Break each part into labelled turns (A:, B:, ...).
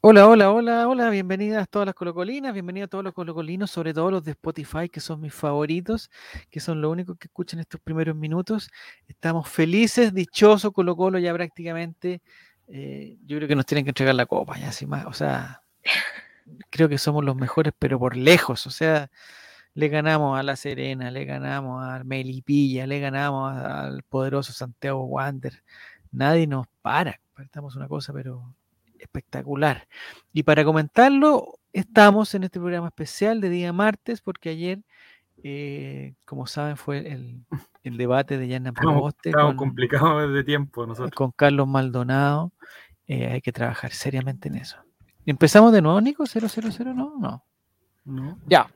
A: Hola, hola, hola, hola, bienvenidas todas las colocolinas, bienvenidos todos los colocolinos, sobre todo los de Spotify, que son mis favoritos, que son lo único que escuchan estos primeros minutos. Estamos felices, dichosos, Colo Colo ya prácticamente, eh, yo creo que nos tienen que entregar la copa, ya sin más, o sea, creo que somos los mejores, pero por lejos, o sea, le ganamos a La Serena, le ganamos al Melipilla, le ganamos al poderoso Santiago Wander, nadie nos para, estamos una cosa, pero espectacular. Y para comentarlo, estamos en este programa especial de día martes, porque ayer, eh, como saben, fue el, el debate de Yana
B: Proboste. Estamos complicados de tiempo nosotros.
A: Con Carlos Maldonado. Eh, hay que trabajar seriamente en eso. ¿Empezamos de nuevo, Nico? ¿000? No, no.
B: no.
A: Ya.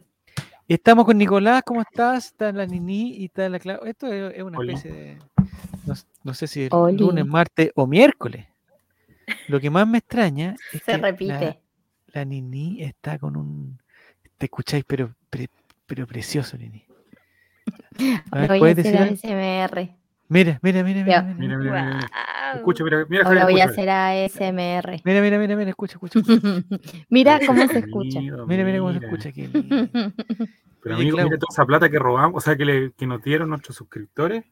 A: Estamos con Nicolás, ¿cómo estás? Está la Nini y está la Clau. Esto es, es una Oli. especie de. No, no, sé si el Oli. lunes, martes o miércoles. Lo que más me extraña es
C: se que repite.
A: La, la, Nini está con un. Te escucháis, pero, pre, pero precioso, Nini. ¿Ah?
C: A ver, ¿Puedes decir? ASMR.
A: Mira, mira, mira, mira.
B: Mira, mira, mira. mira. Wow. Em, Escucha, mira, mira.
C: Ahora voy a hacer ASMR.
A: Mira, mira, mira, mira, escucha, escucha. escucha.
C: mira cómo se escucha. Amigo,
A: mira, mira cómo se escucha aquí.
B: Pero amigo, Oye, mira toda esa plata que robamos, o sea, que, le, que nos dieron nuestros suscriptores.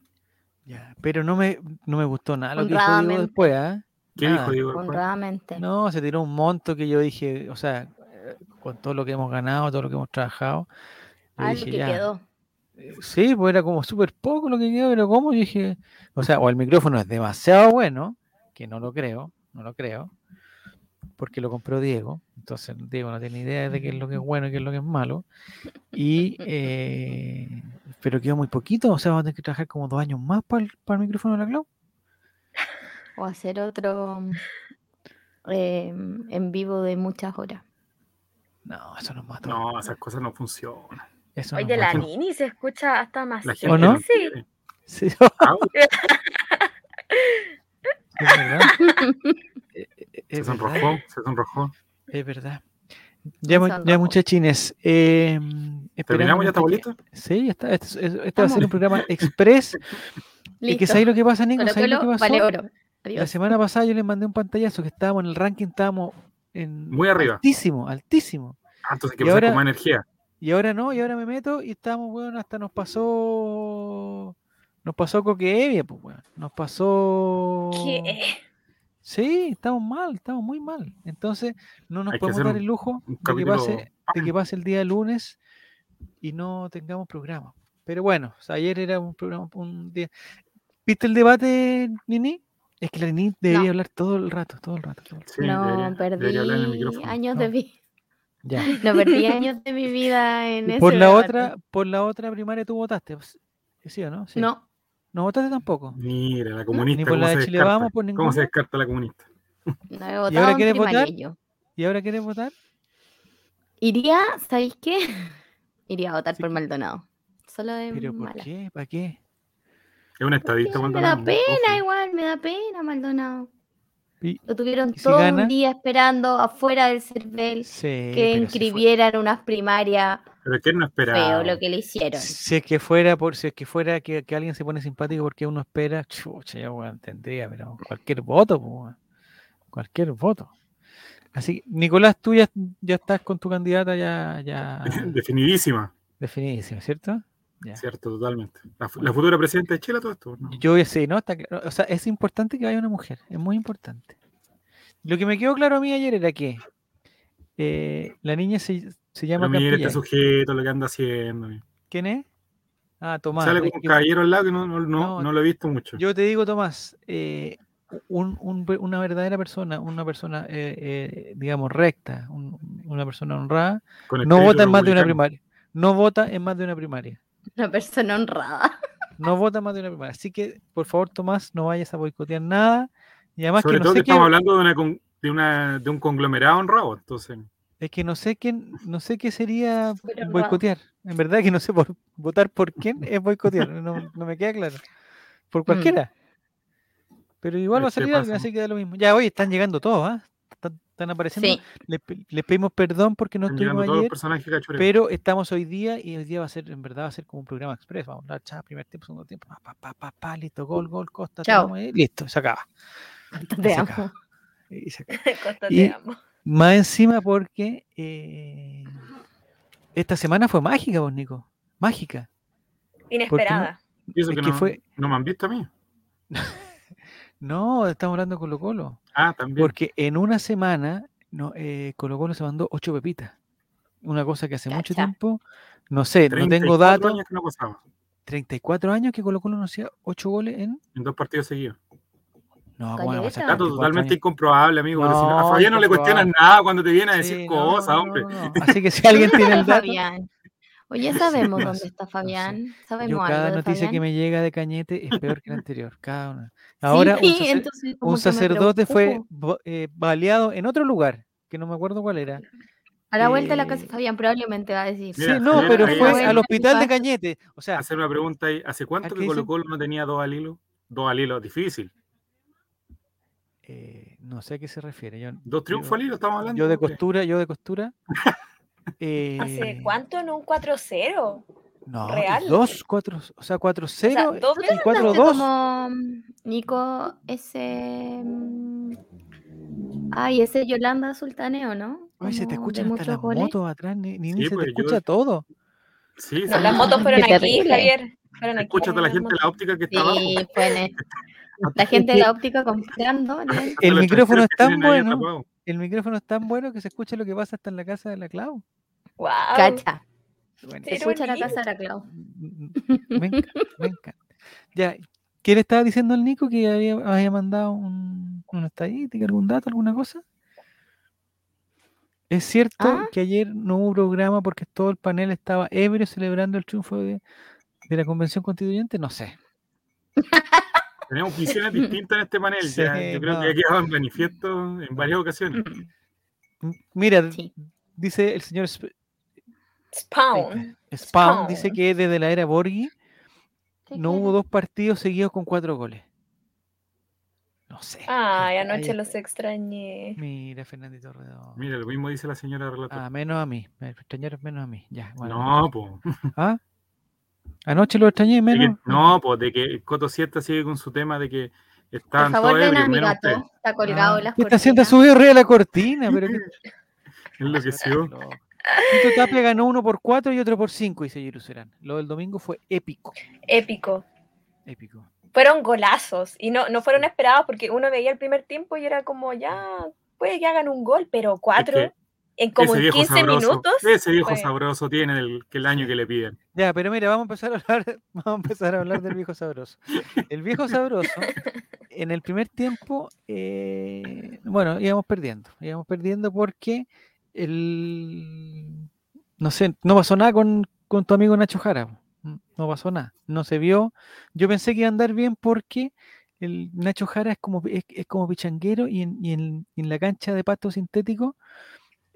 A: Ya, pero no me, no me gustó nada lo que dijo Diego después, ¿ah? ¿eh?
B: ¿Qué
C: ah,
B: dijo Diego?
C: Honradamente.
A: No, se tiró un monto que yo dije, o sea, eh, con todo lo que hemos ganado, todo lo que hemos trabajado.
C: Ah, dije, lo que ya. quedó.
A: Sí, pues era como súper poco lo que quedó, pero como yo dije, o sea, o el micrófono es demasiado bueno, que no lo creo, no lo creo, porque lo compró Diego, entonces Diego no tiene idea de qué es lo que es bueno y qué es lo que es malo, y, eh, pero quedó muy poquito, o sea, vamos a tener que trabajar como dos años más para el, para el micrófono de la Clau.
C: O hacer otro eh, en vivo de muchas horas.
A: No, eso nos mata.
B: No, esas cosas no funcionan.
A: Eso
D: Oye,
A: no
D: la Nini se escucha hasta más.
A: La gente ¿O no?
D: Sí.
A: sí.
B: Ah.
A: es verdad.
B: se sonrojó, se sonrojó.
A: Es verdad. Ya, ya muchachines. Eh,
B: ¿Terminamos ya, está bolito?
A: Sí, ya está. Este, este va a ser un programa express. Listo. Y que sabéis lo que pasa, Nico, sabéis lo que pasó.
C: Vale oro.
A: La semana pasada yo les mandé un pantallazo que estábamos en el ranking, estábamos en
B: muy arriba.
A: Altísimo, altísimo.
B: Ah, entonces que ahora, con más energía.
A: Y ahora no, y ahora me meto y estábamos, bueno, hasta nos pasó. Nos pasó Coquevia, pues bueno. Nos pasó.
D: ¿Qué?
A: Sí, estamos mal, estamos muy mal. Entonces, no nos Hay podemos dar el lujo de que, pase, de que pase el día lunes y no tengamos programa. Pero bueno, o sea, ayer era un programa, un día. ¿Viste el debate, Nini? Es que la Nini debería no. hablar todo el rato, todo el rato. Todo el rato.
C: Sí, no, debería, perdí debería años no. de vida.
A: Ya.
C: No, perdí años de mi vida en ese
A: por la
C: debate.
A: otra Por la otra primaria tú votaste, pues, ¿sí o no? Sí.
C: No.
A: ¿No votaste tampoco?
B: Mira, la comunista.
A: Ni por la de Chile
B: descarta?
A: Vamos,
C: pues,
A: por ninguna.
B: ¿Cómo se descarta la comunista?
C: No he votado
A: ¿Y ahora quieres
C: en
A: votar?
C: Yo.
A: ¿Y ahora quieres votar?
C: Iría, ¿sabéis qué? Iría a votar sí. por Maldonado. Solo de
A: ¿Pero por
C: Em, mala.
A: qué? ¿Para qué?
B: Es un estadista
C: Me da pena Ojo. igual, me da pena Maldonado.
A: ¿Y?
C: Lo tuvieron
A: ¿Y si
C: todo
A: gana?
C: un día esperando afuera del CERVEL
A: Sí,
C: que
A: pero si
C: inscribieran unas primarias.
B: Pero que no
C: Feo
B: esperaba.
C: lo que le hicieron.
A: Si es que fuera, por, si es que fuera que, que alguien se pone simpático porque uno espera, chucha, yo bueno, tendría, pero cualquier voto, pues, bueno. cualquier voto. Así que, Nicolás, tú ya, ya estás con tu candidata ya, ya
B: Definidísima,
A: definidísima, ¿cierto? Ya.
B: cierto, totalmente. La, fu- la futura presidenta de Chile, todo esto. ¿no?
A: Yo sí, ¿no? Está claro. O sea, es importante que vaya una mujer, es muy importante. Lo que me quedó claro a mí ayer era que eh, la niña se, se llama
B: Pero mira
A: Campillay.
B: este sujeto, lo que anda haciendo. mira.
A: ¿Quién es? Ah, Tomás.
B: Sale
A: Oye,
B: con un
A: que-
B: caballero al lado que no, no, no,
A: No,
B: no lo he visto mucho.
A: Yo te digo, Tomás, eh, un- un- una verdadera persona, una persona, eh, eh, digamos, recta, un- una persona honrada,
B: Con el
A: no
B: espíritu
A: vota en más de una
B: republicano.
A: primaria. No vota en más de una primaria.
C: Una persona honrada.
A: No vota en más de una primaria. Así que, por favor, Tomás, no vayas a boicotear nada. Y además
B: Sobre
A: que no
B: todo
A: sé
B: que
A: qué-
B: estamos hablando de, una, con- de, una, de un conglomerado honrado, entonces.
A: Es que no sé quién, no sé qué sería
C: Súper honrado.
A: boicotear. En verdad que no sé por votar por quién es boicotear. No, no me queda claro.
C: Mm.
A: Por cualquiera. Pero igual va a
B: Este
A: salir alguien,
B: pasa.
A: así que da lo mismo. Ya hoy están llegando todos, ¿ah? Están, están apareciendo.
C: Sí.
A: Les, pe- les pedimos perdón porque no
B: Están llegando
A: estuvimos
B: todos los
A: ayer,
B: personajes cachureos.
A: pero estamos hoy día y hoy día va a ser, en verdad, va a ser como un programa express. Vamos a hablar, chao, primer tiempo, segundo tiempo, pa, pa, pa, pa, pa, listo, gol, gol, costa, te
C: Chao.
A: amo, eh, listo, se acaba.
C: Te
A: se
C: amo.
A: acaba. Y se acaba.
D: Costa,
A: Y-
D: te amo.
A: Más encima porque eh, esta semana fue mágica, vos, Nico. Mágica.
D: Inesperada.
B: Y eso
A: Es
B: que,
A: que
B: no,
A: fue-
B: no me han visto a mí.
A: No, estamos hablando de Colo Colo.
B: Ah, también.
A: Porque en una semana no, eh, Colo Colo se mandó ocho pepitas. Una cosa que hace mucho
C: Cacha.
A: tiempo, no sé, no tengo
B: 34
A: datos.
B: años que no pasaba.
A: 34 años que Colo Colo no hacía ocho goles en.
B: En dos partidos seguidos.
A: No, ¿cómo van a pasar
B: Dato
C: Caleta.
A: 34
B: totalmente
A: años?
B: incomprobable, amigo. porque si no,
A: No,
B: a Fabián no le
A: incomprobable.
B: cuestionas nada cuando te viene a decir
A: Sí, no,
B: cosas,
A: no,
B: hombre.
A: no, no. Así que si alguien tiene el dato.
C: Fabián? Oye, sabemos
A: no
C: dónde
A: sé,
C: está
A: sé.
C: Fabián. Sabemos
A: Yo
C: algo
A: cada
C: de
A: noticia
C: Fabián.
A: que me llega de Cañete es peor que la anterior, cada una. Ahora un, sacer-
C: entonces,
A: un
C: como que me
A: sacerdote fue
C: preocupo.
A: bo- eh, baleado en otro lugar, que no me acuerdo cuál era.
C: A la vuelta de la casa
A: eh,
C: de Fabián probablemente va a decir.
A: Sí,
B: Mira,
A: no,
B: Javier,
A: pero
B: ahí
A: fue
B: hacen-
A: al hospital de
C: Pasa.
A: Cañete. O sea,
B: Hacer una pregunta ahí. ¿Hace cuánto
A: qué
B: que
A: dicen?
B: Colo Colo no tenía dos al hilo? Dos al hilo, difícil.
A: eh, no sé a qué se refiere. Yo,
B: Dos triunfos
A: Yo-
B: al hilo, estamos hablando.
A: yo de
B: hombre.
A: costura, yo de costura.
D: ¿Hace
A: eh,
D: cuánto en un 4-0?
A: No, y
D: real?
A: dos, cuatro, o sea, cuatro, cero
D: dos
A: y
D: veces
A: cuatro,
C: Hace
A: dos.
C: Como mm, Nico, ese. mm, Ay, ese Yolanda Sultaneo, ¿no?
A: Ay, se te
C: Como de
A: escuchan hasta
C: muchos
A: las
C: goles.
A: motos atrás, ni, ni- ni
B: Sí,
A: se te
B: pues, yo-
A: escucha todo.
B: Sí,
D: No,
B: sí.
D: las motos fueron
C: Qué
D: aquí,
C: terrible.
D: Javier. Fueron aquí.
B: Escúchate a la
D: las
B: gente de la
D: motos.
B: óptica que está abajo.
C: Sí, bueno. La gente de la óptica comprando. ¿no?
B: Hasta
A: El
B: los
A: micrófono
B: extranjeros
A: es
B: que
A: tan
B: tienen ahí
A: bueno.
B: atrapados.
A: El micrófono es tan bueno que se escucha lo que pasa hasta en la casa de la Clau.
D: Guau.
C: Cacha.
A: Bueno,
C: Se
D: Pero
C: escucha la
D: lindo.
C: casa de la Clau.
A: m- m- me encanta, me encanta. Ya, ¿qué le estaba diciendo al Nico que había, había mandado un- una estadística, algún dato, alguna cosa? Es cierto
C: Ah.
A: que ayer no hubo programa porque todo el panel estaba ebrio celebrando el triunfo de, de la convención constituyente, no sé.
B: Tenemos visiones distintas en este panel.
A: Sí,
B: ya. Yo creo
A: no.
B: que ha quedado en manifiesto en varias ocasiones.
A: M- Mira,
C: Mm, Sí.
A: dice el señor Sp-
D: Spawn.
A: Spawn, dice
D: Spawn.
A: que desde la era Borghi no hubo
C: dos.
A: dos partidos seguidos con cuatro goles. No sé. ahí
D: Ay, anoche
A: está.
D: los extrañé.
A: Mira, Fernandito Redondo.
B: Mira, lo mismo dice la señora relatora.
A: Ah, menos a mí. Me extrañaron menos a mí. Ya, bueno.
B: no, po.
A: ¿Ah? Anoche lo extrañé
B: De que-
A: menos.
B: no, pues de que el Coto Siesta sigue con su tema de que
C: Por
B: están
C: favor,
B: todos
C: ven a
B: ebrios,
C: mi
B: menos
C: gato.
B: usted.
C: Está colgado
A: Ah,
C: en las
A: ¿Qué está haciendo
C: cortinas.
A: subido arriba de la cortina? Pero qué
B: Enloqueció.
A: loco. Tito Tapia ganó uno por cuatro y otro por cinco, dice Jerusalén. Lo del domingo fue épico.
D: Épico.
A: Épico.
D: Fueron golazos y no, no fueron esperados porque uno veía el primer tiempo y era como ya puede que hagan un gol, pero cuatro
B: Es que
D: en como
B: ese
D: en
B: viejo
D: 15
B: sabroso,
D: minutos.
B: Ese viejo
D: fue-
B: sabroso tiene el, que el año que le piden.
A: Ya, pero mira, vamos a empezar a hablar, vamos a empezar a hablar del viejo sabroso. El viejo sabroso, en el primer tiempo, eh, bueno, íbamos perdiendo, íbamos perdiendo porque el, no sé, no pasó nada con, con tu amigo Nacho Jara, po, mm, no pasó nada, no se vio. Yo pensé que iba a andar bien porque el Nacho Jara es como, es, es como pichanguero y en, y en- y en la cancha de pasto sintético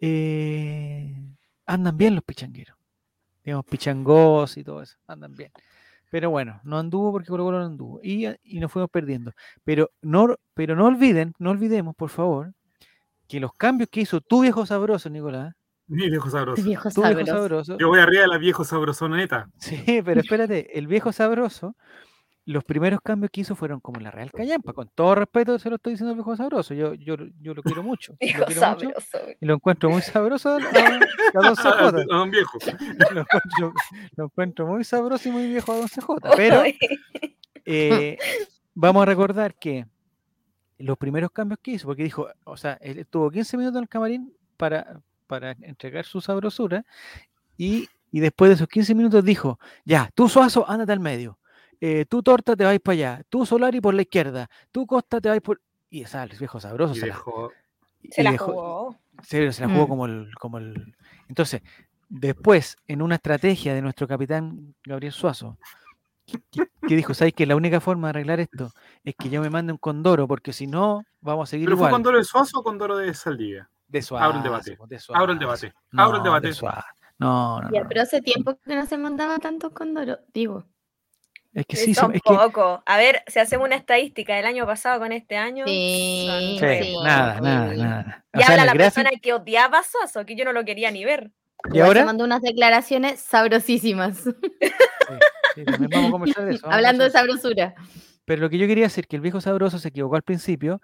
A: eh, andan bien los pichangueros digamos, pichangos y todo eso, andan bien. Pero bueno, no anduvo porque Colo Colo no anduvo y, a- y nos fuimos perdiendo. Pero no, pero no olviden, no olvidemos, por favor, que los cambios que hizo tu viejo sabroso, Nicolás,
B: Mi viejo
C: El
B: sabroso.
C: viejo
A: tu viejo
C: sabroso.
A: sabroso,
B: Yo voy arriba de la viejo sabrosoneta.
A: sí, pero espérate, el viejo sabroso, los primeros cambios que hizo fueron como la Real Callampa, con todo respeto se lo estoy diciendo al viejo sabroso, yo, yo, lo- yo lo quiero mucho, lo
D: Dijo
A: quiero mucho
D: sabroso.
A: y lo encuentro muy sabroso a, a- a Don
B: A, Ah, a- a
A: CJ,
B: don viejo.
A: lo encuentro, lo encuentro muy sabroso y muy viejo a Don CJ, pero... eh, vamos a recordar que los primeros cambios que hizo, porque dijo, o sea, él estuvo 15 minutos en el camarín para, para entregar su sabrosura y, y después de esos 15 minutos dijo, ya, tú Suazo, ándate al medio, eh, tú Torta te vais para allá, tú Solari por la izquierda, tú Costa te vais por... Y esa, el viejo sabroso
B: Y
A: se la,
B: dejó-
D: Se
A: y
D: la
A: dejó-
D: jugó.
A: se, se la jugó
C: Mm.
A: como el, como el. Entonces, después, en una estrategia de nuestro capitán Gabriel Suazo, que, que- que dijo, ¿sabes que la única forma de arreglar esto es que yo me mande un condoro, porque si no, vamos a seguir
B: ¿Pero fue
A: igual.
B: con Doro de Suazo o con Doro de Saldivia?
A: De
B: Abro el debate,
A: Suazo, de
B: Abro el
A: Suazo.
B: debate. Abro el
A: No,
B: debate.
A: de Suazo. No, no, no,
C: Ya,
A: no.
C: pero hace tiempo que no se mandaba tantos condoros. Digo,
A: Es que
D: Sí,
A: sí, se- es que
D: tampoco. A ver, si hacemos una estadística del año pasado con este año.
C: Sí,
D: son
C: sí,
D: re
A: sí,
D: pocos.
A: nada, nada,
C: sí.
A: nada. O
D: Y
A: sea,
D: habla
A: la
D: la
A: gracia-
D: persona que odiaba a Suazo, que yo no lo quería ni ver.
A: ¿Y
C: igual se
A: ahora?
C: mandó unas declaraciones sabrosísimas.
A: Sí, también vamos a conversar Pues de eso, vamos a
C: Hablando de
A: conversar
C: sabrosura.
A: Pero lo que yo quería decir que el viejo sabroso se equivocó al principio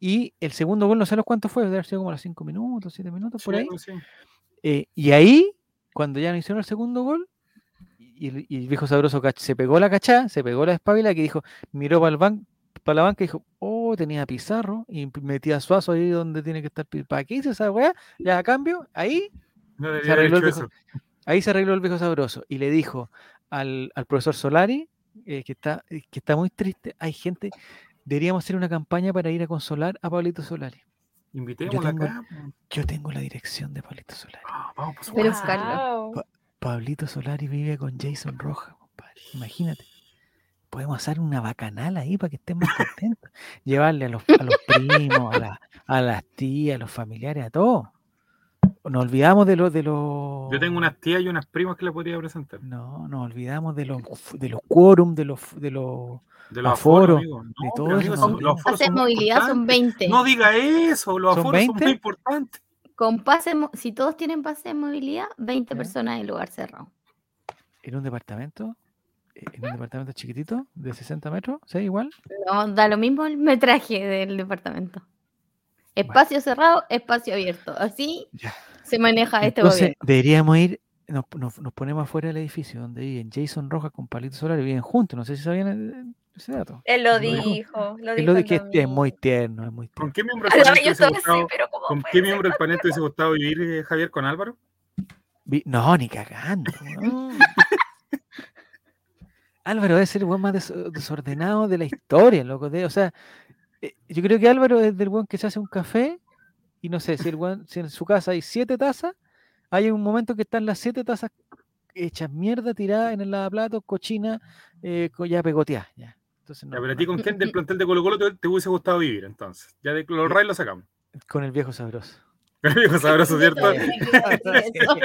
A: Y el segundo gol, no sé los cuánto fue, debe haber sido como los 5 minutos, 7 minutos, por
B: Sí,
A: ahí.
B: sí.
A: Eh, y ahí, cuando ya no hicieron el segundo gol, y, el- y el viejo sabroso cach- se pegó la cachá, se pegó la espabila que dijo, miró para la banca y dijo, oh, tenía a Pizarro y p- metía a Suazo ahí donde tiene que estar. Pi- ¿Para qué hizo esa weá? Ya a cambio, ahí, se
B: No debería haber
A: arregló el
B: hecho
A: viejo,
B: eso.
A: ahí se arregló el viejo sabroso y le dijo al, al profesor Solari, eh, que, está, eh, que está muy triste, hay gente, deberíamos hacer una campaña para ir a consolar a Pablito Solari.
B: Invitémosla
A: tengo-
B: acá. po.
A: Yo tengo la dirección de Pablito Solari.
B: Ah, vamos, por
C: Pero
B: su casa.
C: Carlos.
D: Guau.
A: Pablito Solari vive con Jason Rojas, compadre. Imagínate. Podemos hacer una bacanal ahí para que estén más contentos. Llevarle a los, a los primos, a, la- a las tías, a los familiares, a todos. Nos olvidamos de los de los.
B: Yo tengo unas tías y unas primas que le podría presentar.
A: No, nos olvidamos de los de los quórum, de los de los.
B: De los
A: Aforo,
B: aforos, amigo. No,
A: de todo
B: pero, amigo,
A: eso,
B: son-
A: ¿no?
B: los aforos
C: Pase de
B: son muy
C: movilidad son
B: importantes.
C: 20.
B: No diga eso, los
A: ¿Son
B: aforos son
A: 20?
B: muy importantes.
C: Con pase, mo- si todos tienen pase de movilidad, 20
A: Ya.
C: personas en lugar cerrado.
A: En un departamento, eh, en un departamento chiquitito, de 60 metros, ¿sí? Igual.
C: No, da lo mismo el metraje del departamento. Espacio cerrado, espacio abierto. Así
A: Ya.
C: se maneja este
A: Entonces,
C: gobierno.
A: deberíamos ir, nos, nos- nos ponemos afuera del edificio donde viven Jason Rojas con Palito Solar y viven juntos. No sé si sabían eh, ese dato.
D: Él lo
A: Lo dijo.
D: dijo. Lo
A: Es, lo
D: dijo
A: de
D: el
A: que este es- es muy
D: domingo.
A: tierno, es muy tierno.
B: ¿Con qué miembro del
D: Ahora
B: panel te
D: yo
B: hubiese
D: estaba así,
B: gustado-
D: pero ¿cómo
B: ¿Con
D: puede
B: qué
D: ser?
B: miembro del panel te hubiese gustado vivir, eh, Javier, con Álvaro?
A: Vi- No, ni cagando. no. Álvaro debe ser el weón más des- desordenado de la historia, loco. de- o sea, eh, yo creo que Álvaro es del weón que se hace un café y no sé, si, el weón- si en su casa hay siete tazas, hay un momento que están las siete tazas hechas mierda, tiradas en el lavaplatos, cochina, eh, co- ya pegoteadas. Ya. Entonces, no,
B: Ya, pero a
A: no,
B: ti con quién del plantel de Colo Colo te, te hubiese gustado vivir, entonces. Ya de los Ray lo sacamos.
A: con el viejo sabroso.
B: El viejo sabroso, ¿cierto?
C: Yo también iba a decir eso.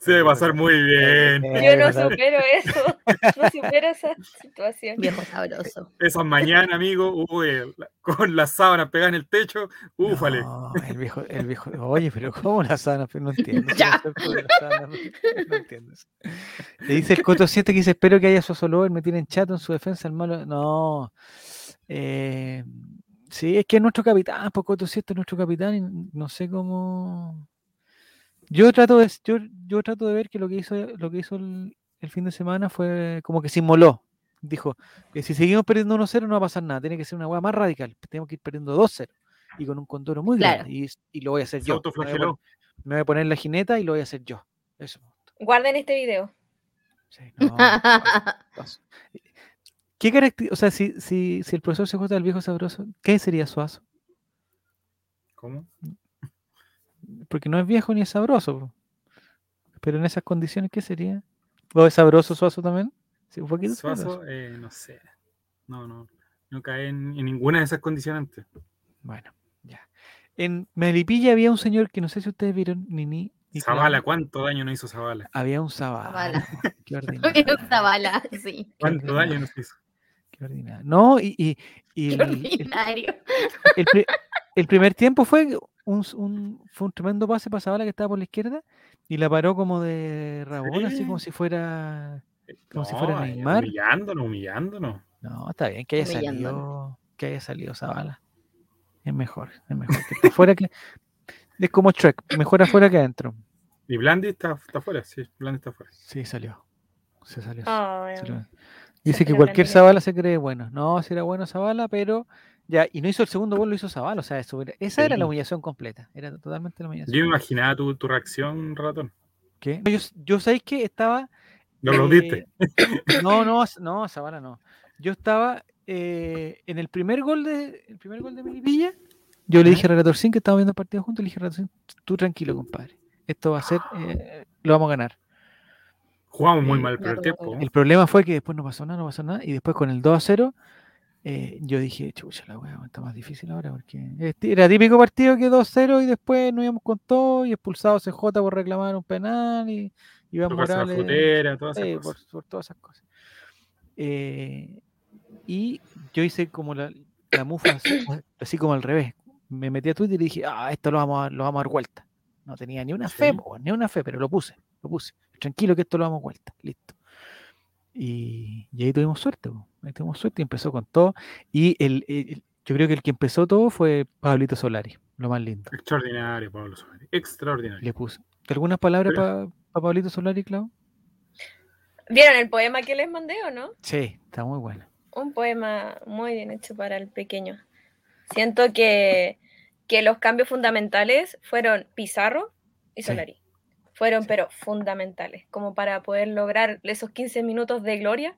B: Se debe pasar muy bien.
A: Eh,
D: Yo no supero eso. No supero esa situación.
C: Viejo sabroso.
B: Esas mañanas, amigo, uy, la- con las sábanas pegadas en el techo, ufale.
A: No, el viejo, el viejo, oye, pero ¿cómo las sábanas? Pero No entiendo. ese
C: Ya.
A: concepto de las sábanas, no- no entiendo eso. Le dice el Coto 7 que dice, espero que haya su olor, me tienen chato en su defensa, el malo. No. eh, sí, es que es nuestro capitán, pues Coto 7 es nuestro capitán y no sé cómo. Yo trato de, yo, yo trato de ver que lo que hizo, lo que hizo el, el fin de semana fue como que se inmoló. Dijo, que si seguimos perdiendo 1-0 no va a pasar nada, tiene que ser una hueá más radical, tenemos que ir perdiendo 2-0 y con un condoro muy
C: Claro.
A: grande y, es- y lo voy a hacer
B: Se
A: yo. Me voy a, poner,
B: autoflageló.
A: me voy a poner la jineta y lo voy a hacer yo. Eso.
D: Guarden este video.
A: Sí, no, paso, paso. ¿Qué caracter- O sea, si, si, si el profesor se juega al viejo sabroso, ¿qué sería Suazo?
B: ¿Cómo?
A: Porque no es viejo ni es sabroso. po. Pero en esas condiciones, ¿qué sería? ¿O es sabroso Suazo también? Sí, un poquito sabroso.
B: Suazo, eh, no sé. No, no. No cae en, en ninguna de esas condicionantes.
A: Bueno, ya. En Melipilla había un señor que no sé si ustedes vieron, ni ni. ni Clau,
B: Zavala, ¿cuánto daño no hizo Zavala?
A: Había un Zavala.
C: Zavala.
A: Qué ordinario,
C: Viejo Zavala, sí.
A: qué
B: ¿Cuánto daño
A: ordinario,
B: nos hizo?
A: qué ordinario. No, y, y, y
C: Qué
A: el- el-
C: ordinario.
A: el, pri- el primer tiempo fue un, s- un- fue un tremendo pase para Zavala que estaba por la izquierda y la paró como de rabón, así como
B: Sí.
A: si fuera. Como si
B: No,
A: fuera
B: eh,
A: Neymar.
B: Humillándonos, humillándonos.
A: No, está bien, que haya
C: Humillándola.
A: salido. Que haya salido Zavala. Es mejor, es mejor. Que esté fuera que. Es como Trek, mejor afuera que adentro.
B: Y Blandi está, está fuera, sí, Blandi está fuera.
A: Sí, salió. Se salió.
D: Ay,
A: se lo- Dice que
D: Ah, la
A: cualquier
D: Blandina.
A: Zavala se cree bueno. No, si era bueno Zavala, pero. Ya, y no hizo el segundo gol, lo hizo Zavala. O sea, eso era- esa era la
B: Sí.
A: humillación completa. Era totalmente la humillación.
B: Yo me imaginaba tu, tu reacción, ratón.
A: ¿Qué? No, Yo, yo sabéis que estaba
B: No lo diste.
A: Eh, No, no, s- no, Zavala no. Yo estaba eh, en el primer gol de el primer gol de Melipilla. Yo le dije a Relator Sin que estábamos viendo el partido juntos, le dije Relator Sin, tú tranquilo, compadre. Esto va a ser, eh, lo vamos a ganar.
B: Jugamos muy
A: eh,
B: mal el primer
C: no,
B: tiempo.
A: El problema fue que después no pasó nada, no pasó nada. Y después con el 2 a 0, eh, yo dije, chucha, la weá, está más difícil ahora. Porque este era típico partido que 2 a 0 y después no íbamos con todo y expulsado CJ por reclamar un penal y iban
B: Tocarse la
A: Morales.
B: frutera, todas esas
A: Sí, por,
B: cosas.
A: por todas esas cosas. Eh, y yo hice como la, la mufa, así, como- pues, así como al revés. Me metí a Twitter y dije, ah, esto lo vamos a, lo vamos a dar vuelta. No tenía ni una fe,
B: Sí.
A: po, ni una fe, pero lo puse, lo puse. Tranquilo que esto lo damos vuelta, listo. Y, y ahí tuvimos suerte, po, ahí tuvimos suerte y empezó con todo. Y el, el- Yo creo que el que empezó todo fue Pablito Solari, lo más lindo.
B: Extraordinario, Pablo Solari. Extraordinario.
A: Le puso. ¿Algunas palabras para Pablito Solari, Clau?
D: ¿Vieron el poema que les mandé o no?
A: Sí, está muy bueno.
D: Un poema muy bien hecho para el pequeño. Siento que, que los cambios fundamentales fueron Pizarro y
A: Sí.
D: Solari. Fueron,
A: Sí.
D: pero fundamentales, como para poder lograr esos 15 minutos de gloria,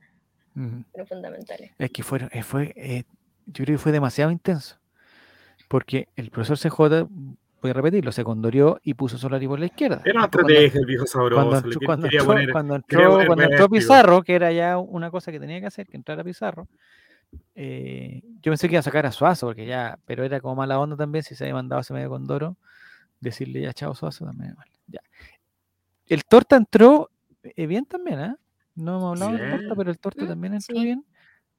A: Ujú.
D: pero fundamentales.
A: Es que fueron, eh, fue, eh, yo creo que fue demasiado intenso. Porque el profesor CJ, voy a repetirlo, se condoreó y puso Solari por la izquierda.
B: Era una
A: Después Ah, cuando-
B: estrategia el viejo sabroso.
A: cuando,
B: le
A: entró,
B: quería-
A: cuando
B: quería
A: entró-
B: poner-
A: cuando
B: quería
A: entró-
B: poner
A: cuando entró
B: vértigo.
A: Pizarro, que era ya una cosa que tenía que hacer, que entrara Pizarro, eh, yo pensé que iba a sacar a Suazo, porque ya, pero era como mala onda también, si se había mandado ese medio condoro, decirle ya chao Suazo también. es malo, ya. El torta entró eh, bien también, ¿ah? No hemos hablado del torta,
B: Bien.
A: pero el torta
C: Mm,
A: también entró
C: sí.
A: bien.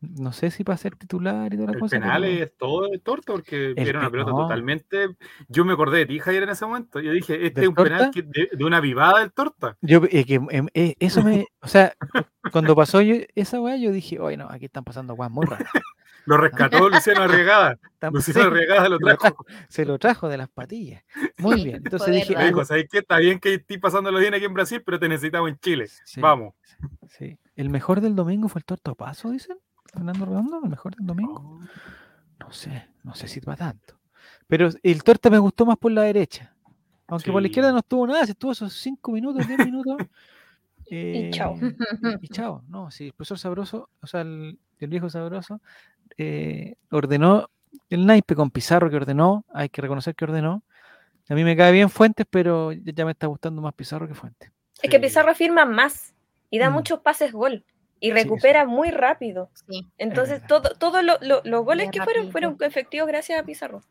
A: No sé si para ser titular y todas las
B: El
A: cosas.
B: penal
A: pero-
B: es todo de torto porque
A: El
B: era una
A: pe-
B: pelota
A: no.
B: totalmente. Yo me acordé de ti, Javier, en ese momento. Yo dije, este
A: ¿Del
B: es un
A: Torta?
B: penal que- de, de una vivada del torta.
A: Yo, eh, que, em, eh, eso me, o sea, cu- cuando pasó yo- esa weá, yo dije, oye, no, aquí están pasando weas muy raras.
B: Lo rescató Luciano Arriagada.
A: Están-
B: Luciano
A: Ah. sí.
B: Arriagada lo
A: se lo
B: trajo.
A: trajo, se lo trajo de las patillas. Muy
C: Sí,
A: bien.
C: fue
A: Entonces dije,
C: verdad.
B: Le
A: algo-
B: dijo, ¿sabes qué? Está bien que estoy pasándolo bien aquí en Brasil, pero te necesitamos en Chile.
A: Sí.
B: Vamos.
A: sí, el mejor del domingo fue el tortopaso, dicen. Fernando Redondo, el mejor del domingo.
B: Oh,
A: No sé, no sé si va tanto. Pero el torta me gustó más por la derecha. Aunque por la
B: Sí.
A: izquierda no estuvo nada, se estuvo esos 5 minutos, 10 minutos.
D: chao.
A: eh, y chao, no, si el profesor Sabroso, o sea, el, el viejo Sabroso, eh, ordenó el naipe con Pizarro que ordenó, hay que reconocer que ordenó. A mí me cae bien Fuentes, pero ya ya me está gustando más Pizarro que Fuentes.
D: Es que
B: Sí.
D: Pizarro firma más y da
A: Mm.
D: muchos pases gol y
A: eso.
D: recupera muy rápido.
C: Sí.
D: Entonces,
A: verdad.
D: todos todo lo- lo- los goles
C: Muy
D: que fueron
C: rápido.
D: fueron efectivos gracias a Pizarro.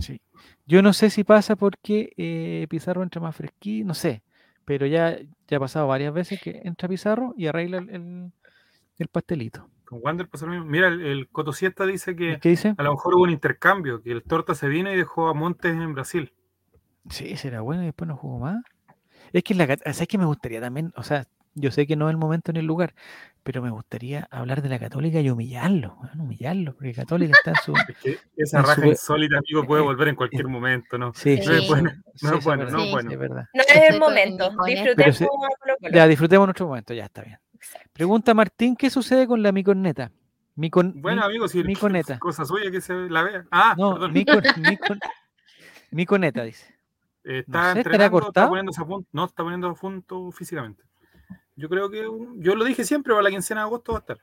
A: Sí. Yo no sé si pasa porque eh, Pizarro entra más fresquí, no sé, pero ya, ya ha pasado varias veces que entra Pizarro y arregla el, el- el pastelito.
B: Con Wander pasó lo mismo. Mira, el, el Coto Siesta dice
A: ¿Y
B: que
A: ¿Qué dice?
B: a lo mejor hubo un intercambio, que el torta se vino y dejó a Montes en Brasil.
A: Sí, será bueno y después no jugó más. Es que la, cat- ¿sabes qué me gustaría también? O sea, yo sé que no es el momento ni el lugar, pero me gustaría hablar de la Católica y humillarlo, weón, humillarlo, porque Católica está en su.
B: Es que esa
A: En
B: raja
A: su-
B: insólita, amigo, puede
A: eh,
B: volver en cualquier momento, ¿no?
A: Sí,
C: Sí.
A: sí,
B: No es
A: sí,
B: bueno,
A: sí,
B: no
A: sí,
B: es bueno,
A: verdad,
B: no
A: sí,
B: es bueno.
A: es verdad.
D: No es
C: Estoy
D: el momento.
C: con- con esto.
D: Disfrutemos
A: Pero
D: a Colo Colo.
A: Ya, disfrutemos nuestro momento, ya está bien.
D: Exacto.
A: Pregunta Martín, ¿qué sucede con la micorneta? Micon,
B: Bueno,
A: mi-
B: amigo, si
A: mi coneta.
B: cosa suya que se la vea. Ah,
A: no,
B: perdón.
A: micon, micon- miconeta, dice.
B: Eh,
A: sé,
B: está
A: ¿estará
B: entrenando, está
A: cortado?
B: poniéndose a punto, no está poniendo a punto físicamente. Yo creo que, un- yo lo dije siempre, para la quincena de agosto va a estar.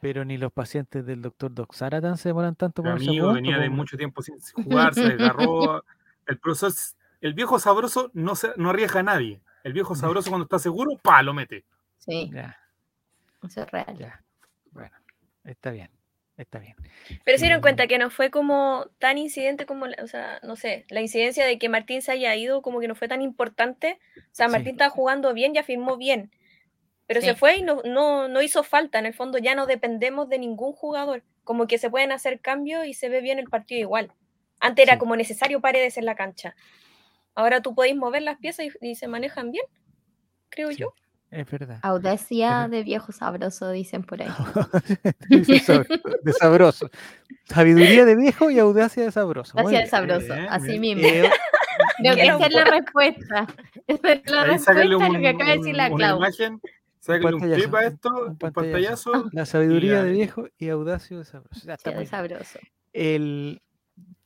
A: Pero ni los pacientes del doctor Doxaratan se demoran tanto
B: Pero
A: ponerse a
B: amigo
A: punto,
B: venía de
A: po.
B: mucho tiempo sin jugar, se desgarró. El profesor, el viejo sabroso no, se, no arriesga a nadie. El
A: Mm.
B: viejo sabroso cuando está seguro, pa, lo mete.
C: Sí,
A: Ya,
C: eso es real.
A: ya. Bueno, está bien, está bien.
D: Pero se dieron
A: Mm.
D: cuenta que no fue como tan incidente como, la- o sea, no sé, la incidencia de que Martín se haya ido como que no fue tan importante. O sea,
A: Sí.
D: Martín estaba jugando bien, ya firmó bien, pero se
C: Sí.
D: fue y no, no, no hizo falta. En el fondo ya no dependemos de ningún jugador. Como que se pueden hacer cambios y se ve bien el partido igual. Antes era
A: Sí.
D: como necesario paredes en la cancha. Ahora tú podéis mover las piezas y, y se manejan bien, creo
A: Sí.
D: yo.
A: Es verdad.
C: Audacia
A: Pero-
C: de viejo sabroso, dicen por ahí.
A: de, sabro- de sabroso. Sabiduría de viejo y audacia de sabroso. Muy
C: Audacia de
A: bien.
C: sabroso,
B: bien,
C: así
B: bien.
C: mismo.
A: Eh,
C: Creo que
D: Era
C: esa
D: un
C: es la respuesta. Esa es
B: Ahí
C: la respuesta a
B: sáquenle
C: lo
B: un-
C: que acaba de decir la
B: un- una
C: Clau.
B: imagen, sáquenle un
A: pantallazo,
B: clip a esto,
A: un
B: un pantallazo.
A: la sabiduría
B: la-
A: de viejo y audacia de sabroso. Ya está
C: Audacia
A: muy
C: de
A: bien.
C: sabroso.
A: El-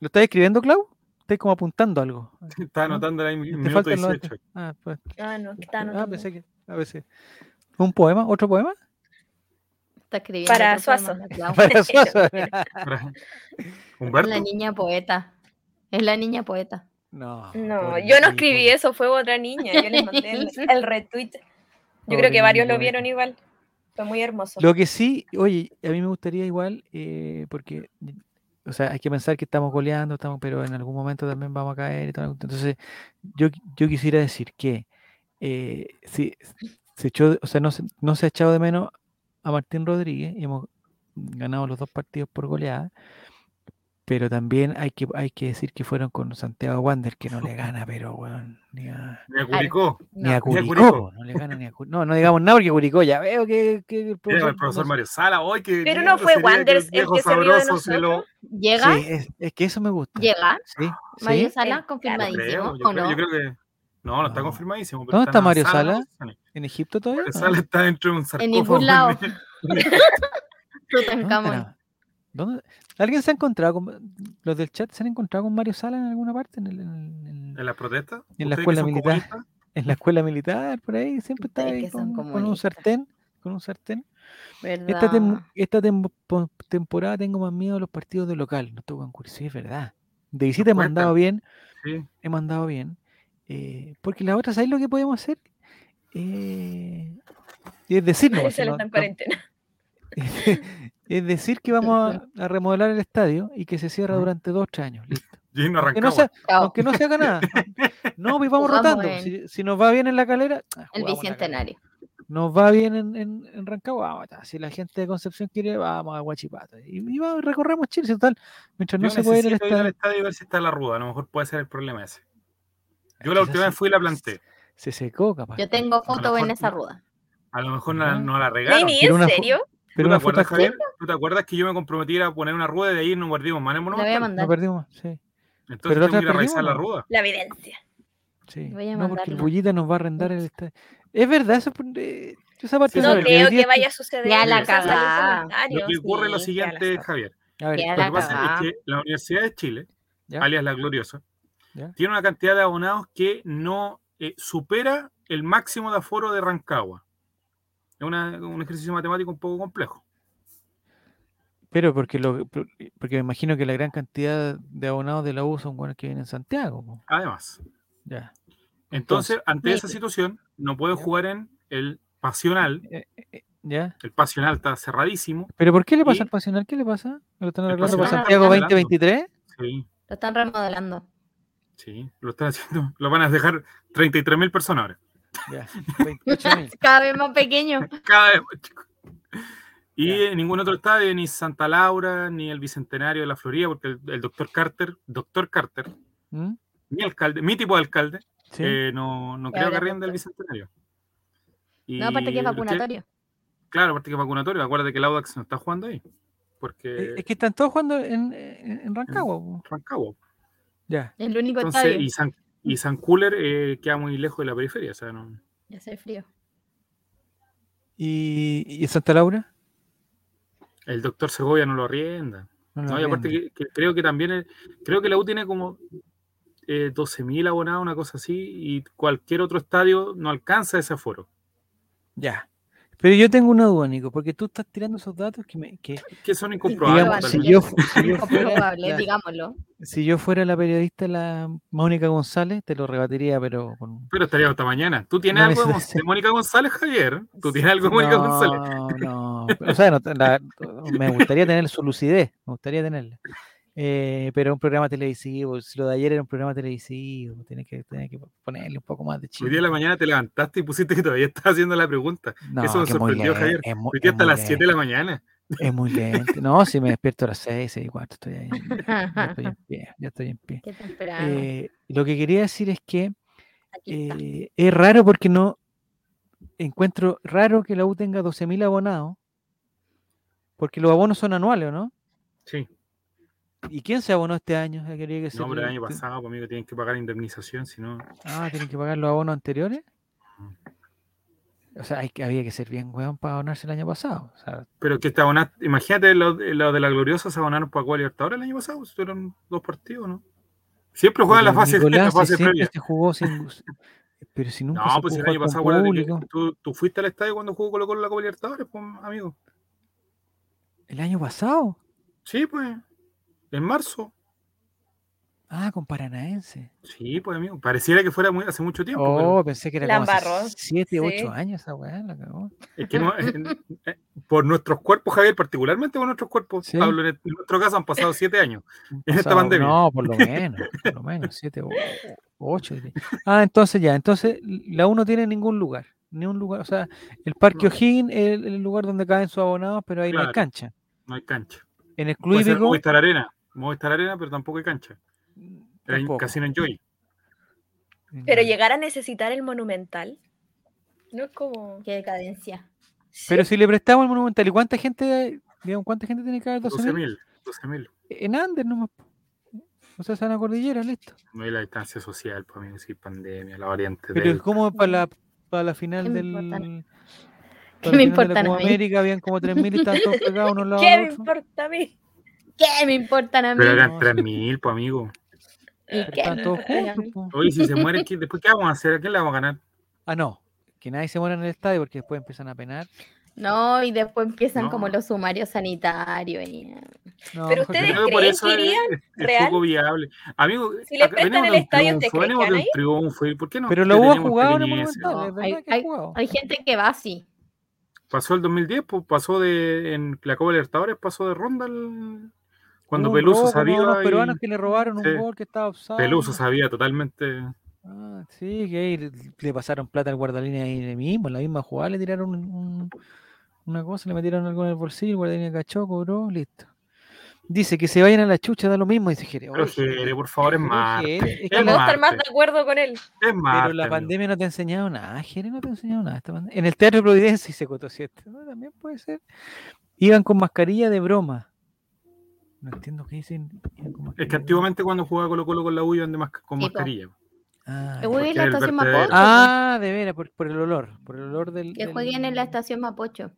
A: ¿Lo estás escribiendo, Clau? Estás como apuntando algo.
B: Está anotando ahí mi-
A: Te
B: minuto
A: falta el
B: 18.
A: 90. Ah, pues,
D: Ah, no, que estaba
A: ah,
D: anotando.
A: pensé que. A veces. ¿Un poema? ¿Otro poema?
C: Está escribiendo.
D: Para
C: otro poema
D: Suazo.
C: la Clau.
A: Para
D: Eso,
A: Suazo.
B: Humberto,
C: La niña poeta. Es la niña poeta.
A: No,
D: No,
A: pobre
D: yo
A: Nicole.
D: no escribí eso, fue otra niña. Yo les mandé el, el retweet. Yo creo
A: Pobre
D: que varios lo
A: Nicole.
D: vieron igual. Fue muy hermoso.
A: Lo que sí, oye, a mí me gustaría igual, eh, porque, o sea, hay que pensar que estamos goleando, estamos, pero en algún momento también vamos a caer. y toda la cuestión. Entonces, yo, qui- yo quisiera decir que eh, si se echó, de- o sea, no se, no se ha echado de menos a Martín Rodríguez, y hemos ganado los dos partidos por goleada, Pero también hay que, hay que decir que fueron con Santiago Wander, que no le gana, pero weón, ni a,
B: Me Curicó.
A: ni a
C: No.
A: Curicó,
B: Curicó.
A: no le gana ni a Curicó. No, no digamos nada porque Curicó ya veo que, que el
B: Llega el profesor Mario Sala hoy que.
D: Pero
B: lindo
D: no fue
B: sería que
D: Wanderers el
B: viejo
D: que se rió de
B: sabroso se lo-
C: ¿Llega?
A: Sí, es, es que eso me gusta.
C: ¿Llega?
A: Sí, sí.
C: Mario Sala,
D: Claro,
B: Yo Eh, creo, yo
C: confirmadísimo. ¿O
B: creo-
C: no?
B: yo creo que. No, no está
A: No.
B: confirmadísimo. pero
A: ¿Dónde está
B: en
A: Mario
B: la sala,
A: Sala? Ah.
B: no sé.
A: ¿En Egipto todavía?
B: Mario
A: No,
B: Sala está dentro de un
C: En
B: sarcófago.
C: ningún lado.
A: ¿dónde
C: Tutankamón.
A: estará? Ah, ¿Dónde- ¿Alguien se ha encontrado con los del chat? ¿Se han encontrado con Mario Sala en alguna parte? ¿En, el- en- en-
B: ¿En la protesta?
A: En la
B: ¿Ustedes que
A: escuela
B: son
A: militar.
B: comunistas?
A: en la escuela militar? Por ahí siempre está
C: Ustedes
A: ahí
C: que
A: con,
C: son
A: con un
C: comunistas.
A: sartén, con un sartén. Esta,
C: ¿Verdad?
A: tem- esta tem- po- temporada tengo más miedo a los partidos de local. No tengo en curso, sí, es verdad. De visita he
B: cuesta.
A: mandado bien,
B: Sí.
A: he mandado bien. eh, porque la otra, ¿sabéis lo que podemos hacer? Eh, es decir, nomás, si
D: Sala
A: no-
D: está en
A: tam-
D: cuarentena.
A: es decir, que vamos a, a remodelar el estadio y que se cierra
B: Ujú.
A: durante dos, tres años. Listo.
B: Yo no
A: Aunque no,
B: arrancaba.
A: sea,
C: Chao.
A: aunque no se haga nada. No, pues vamos
C: Jugamos
A: rotando.
C: en-
A: Si, si nos va bien en la calera, ah, jugamos en
C: El
A: la calera.
C: bicentenario.
A: Nos va bien en, en, en Rancagua, vamos, ta. Si la gente de Concepción quiere, vamos a Guachipato. Y, y vamos, recorremos Chile, si total. Mientras no
B: Yo
A: se puede ir al
B: necesito ir al
A: estadio.
B: estadio y ver si está la ruda. A lo mejor puede ser el problema ese. Yo
A: Ah, Quizás
B: la última
A: sí.
B: vez fui y la planté.
A: Se secó, capaz.
C: Yo tengo foto en
B: mejor-
C: esa ruda.
B: A lo mejor no, la-
A: Ujú.
B: no la regaron.
D: Nini,
A: Pero una
D: ¿en
A: fo-
D: serio?
A: Pero
B: ¿Tú, te
A: una foto
B: acuerdas,
A: actual,
B: Javier? ¿Tú te acuerdas que yo me comprometí a poner una rueda y de ahí nos guardimos más en el
C: La voy a
B: Monumental?
A: no
C: mandar.
A: perdimos. Sí,
B: Entonces
A: Pero la
B: tengo que ir a
A: otra
B: revisar la
A: perdimos, ¿no?
B: ruda.
D: La evidencia.
A: sí.
C: Voy a
A: No, porque el
C: mandarla.
A: Bullita nos va a arrendar el estadio. Es verdad, eso. eh, esa parte
B: Sí,
A: es
D: No
A: verdad.
B: pero
D: creo
A: Hoy día
D: que
A: estoy-
D: vaya a suceder.
B: la
C: Ya
D: O sea, salió un
C: cagá.
D: comentario,
B: Lo que ocurre es lo
D: sí, ya la
B: siguiente,
D: cagá.
B: Javier.
A: A ver,
C: Ya
A: ¿cuál
B: Lo
C: la
B: que
A: pasa?
B: pasa
C: cagá.
B: es que la Universidad de Chile,
A: Ya.
B: alias La Gloriosa,
A: Ya.
B: tiene una cantidad de abonados que no eh, supera el máximo de aforo de Rancagua. Es una- un ejercicio matemático un poco complejo.
A: Pero porque lo, pro- porque me imagino que la gran cantidad de abonados de la U son buenos que vienen en Santiago. po.
B: Además,
A: Ya.
B: entonces, ante esa
C: Mira.
B: situación, no pueden
A: Ya.
B: jugar en el Pasional.
A: ¿Ya?
B: El Pasional está cerradísimo.
A: ¿pero por qué le pasa
B: eh, Y-
A: al Pasional? ¿Qué le pasa? ¿Lo están
B: El
A: arreglando para
C: Pasional
A: Santiago
B: está arreglando.
A: 2023?
B: Sí,
C: Lo están remodelando.
B: sí, lo están haciendo. Lo van a dejar 33 mil personas ahora.
A: Ya. 28.000.
C: Cada vez más pequeño.
B: Cada vez más chico. Y
A: Ya.
B: en ningún otro estadio, ni Santa Laura, ni el Bicentenario de la Florida, porque el, el doctor Carter, doctor Carter,
A: ¿Mm?
B: mi alcalde, mi tipo de alcalde,
A: Sí.
B: eh, no, no
C: Ya
B: creo que
C: habrá
B: arriende el
C: doctor.
B: Bicentenario. Y
C: No, aparte que es
B: lo
C: vacunatorio.
B: claro, aparte que es vacunatorio. Acuérdate que el Audax no está jugando ahí. Porque
A: Eh, es que están todos jugando en, en, en Rancagua. po.
B: Rancagua.
A: Ya.
C: El único
B: Entonces,
C: estadio.
B: y San, y San Cooler eh, queda muy lejos de la periferia. O sea, no,
C: Y hace frío.
A: ¿Y, y en Santa Laura?
B: el doctor Segovia no lo arrienda.
A: lo
B: No, y aparte
A: arriendan.
B: que, que creo que también, el- creo que la U tiene como eh, 12.000 abonados, una cosa así, y cualquier otro estadio no alcanza ese aforo.
A: Ya. Pero yo tengo una duda, Nico, porque tú estás tirando esos datos que me. Que,
B: Que son incomprobables.
A: digamos, si
B: totalmente.
A: yo, fu- si yo fuera,
C: Comprobable,
A: ya,
C: digámoslo.
A: si yo fuera la periodista, la Mónica González, te lo rebatiría, pero con
B: Pero estaría hasta mañana. ¿Tú tienes
A: No
B: algo de,
A: necesito-
B: Mon- de Mónica González, Javier? ¿Tú tienes algo de Mónica González?
A: No, no. O sea, no, la- me gustaría tener su lucidez, me gustaría tenerla. Eh, pero un programa televisivo, si lo de ayer era un programa televisivo, tienes que, tenés que ponerle un poco más de
B: Hoy día en
A: chile.
B: la mañana te levantaste y pusiste que todavía estás haciendo la pregunta.
A: No,
B: eso me
A: que muy
B: sorprendió,
A: lento,
B: Javier.
A: Es muy,
B: Hoy día
A: es
B: hasta
A: muy
B: las 7 de la mañana.
A: lento, es muy lento. No, si me despierto a las 6, 6 y cuarto, estoy ahí, ya estoy en pie, ya estoy en pie.
C: Qué temprano.
A: Eh, lo que quería decir es que
C: Aquí está.
A: eh, es raro porque no encuentro raro que la U tenga 12.000 abonados, porque los abonos son anuales, ¿o no?
B: Sí.
A: ¿Y quién se abonó este año? Eh, quería que se-
B: No, pero el año
A: te-
B: pasado conmigo tienen que pagar indemnización, si no...
A: Ah, tienen que pagar los abonos anteriores. O sea, hay que, había que ser bien weón para abonarse el año pasado. O sea,
B: Pero que te abonaste, imagínate los los de la gloriosa se abonaron para Copa Libertadores el año pasado, fueron dos partidos, ¿no? Siempre juegan la
A: pero
B: fase, la
A: Nicolás si
B: fase
A: siempre
B: previa.
A: se jugó sin. Pero si nunca
B: No,
A: se
B: pues
A: pudo
B: el año
A: jugar
B: pasado,
A: con
B: acuérdate que
A: público.
B: tú, tú fuiste al estadio cuando jugó Colo Colo la Copa Libertadores, pues, amigo.
A: ¿El año pasado?
B: Sí, pues, en marzo.
A: Ah, con Paranaense.
B: Sí, pues, amigo. Pareciera que fuera muy, hace mucho tiempo. pues.
A: Oh, pensé que era
D: La
A: como
D: embarró,
A: 7, 8
D: sí.
A: años esa weá, la cagó.
B: pero es que no- eh, por nuestros cuerpos, Javier, particularmente por nuestros cuerpos.
A: Sí.
B: Hablo en, en nuestro caso, han pasado siete años.
A: Han
B: En esta
A: pasado-
B: pandemia.
A: No, por lo menos, por lo menos, 7 o 8. Ah, entonces ya, entonces la U no tiene ningún lugar, ni un lugar, o sea, el Parque
B: No.
A: O'Higgins es el, el lugar donde caen sus abonados, pero ahí no hay
B: Claro.
A: cancha.
B: No hay cancha.
A: En el Club
B: Puede ser
A: Hípico,
B: Movistar Arena. Movistar Arena, pero tampoco hay cancha. Era en
A: mm, Tampoco.
B: Casino Enjoy.
D: Pero
A: Ya.
D: llegar a necesitar el monumental. No es como.
C: Qué decadencia.
D: Sí,
A: Pero si le prestamos el Monumental, ¿y cuánta gente, digamos, cuánta gente tiene que haber? 12.000?
B: 12.000. 12.000.
A: En Andes nomás. po. O sea, Sana Cordillera, listo.
B: No hay la distancia social, para mí, sí, pandemia, la variante.
A: Pero es
B: delta.
A: como para la, para la final
C: ¿Qué me
A: del.
C: importa?
A: para
C: ¿Qué
A: la final de
C: me
A: la
C: importan a
A: Copa
C: mí?
A: América habían como 3.000 y tantos pegados uno al lado
D: ¿Qué
A: del
D: me
A: otro.
D: importa a mí?
C: ¿Qué me importan a mí?
B: Pero eran
A: no.
B: 3.000, pues, amigo.
D: ¿Y
A: Pero
D: qué
A: estaban
D: me
A: todos
D: importa a
A: juntos,
D: mí?
A: po.
B: Oye, si se mueren, ¿qué- después ¿qué vamos a hacer? ¿A quién le vamos a ganar?
A: Ah, no. Que nadie se muera en el estadio porque después empiezan a penar.
C: No, y después empiezan como
B: No.
C: los sumarios sanitarios. y-
A: No,
D: Pero
A: mejor que
B: Yo
D: ustedes
A: no.
B: creo que por
D: creen
B: eso
D: que
B: es,
D: irían
B: es- es
D: real?
B: poco viable. Amigo,
D: Si les
B: acá-
D: prestan
B: venimos
D: el
B: de un
D: estadio, ¿ustedes
B: triunfo,
D: creen
B: venimos
D: que
B: de
D: van
B: un triunfo, ¿y ¿Por qué no?
A: Pero lo hubo
B: tenemos
A: jugado en el
B: pequeñeces?
A: Monumental, es
C: No, hay-
A: verdad que ha jugado.
C: Hay gente que va así.
B: Pasó el 2010, pues, pasó de en la Copa Libertadores, pasó de ronda al- cuando
A: Hubo un
B: Peluso
A: robo con
B: sabía.
A: unos
B: y-
A: peruanos que le robaron
B: sí.
A: un gol que estaba offside.
B: Peluso sabía totalmente.
A: Ah, sí, que ahí le- le pasaron plata al guardalínea ahí mismo, en la misma jugada le tiraron un- un- una cosa, le metieron algo en el bolsillo, el guardalínea cachó, cobró, listo. Dice que se vayan a la chucha, da lo mismo, dice Jere.
B: Pero
A: Oye,
B: Jere,
A: Jere,
B: por favor, es
A: oye,
B: Marte.
A: Jere, es
B: Es
A: que
D: No
A: la-
D: puedo estar más
B: Marte.
D: de acuerdo con él.
B: Es Marte.
A: pero la
B: amigo.
A: pandemia no te ha enseñado nada, Jere no te ha enseñado nada. esta pandemia. En el Teatro de Providencia hice Coto siete, ¿no? También puede ser. Iban con mascarilla de broma. No entiendo qué dicen. iban con
B: Es que
A: mascarilla de broma.
B: antiguamente cuando jugaba Colo Colo con la U, iban de masca- con
C: Sí, po.
B: mascarilla.
A: Ah,
C: Que jueguen en
B: porque
C: la
B: el
C: estación
B: vertedero-
C: Mapocho.
A: Ah, de veras, por, por el olor, por el olor del...
C: Que jueguen en la
A: del-
C: estación Mapocho.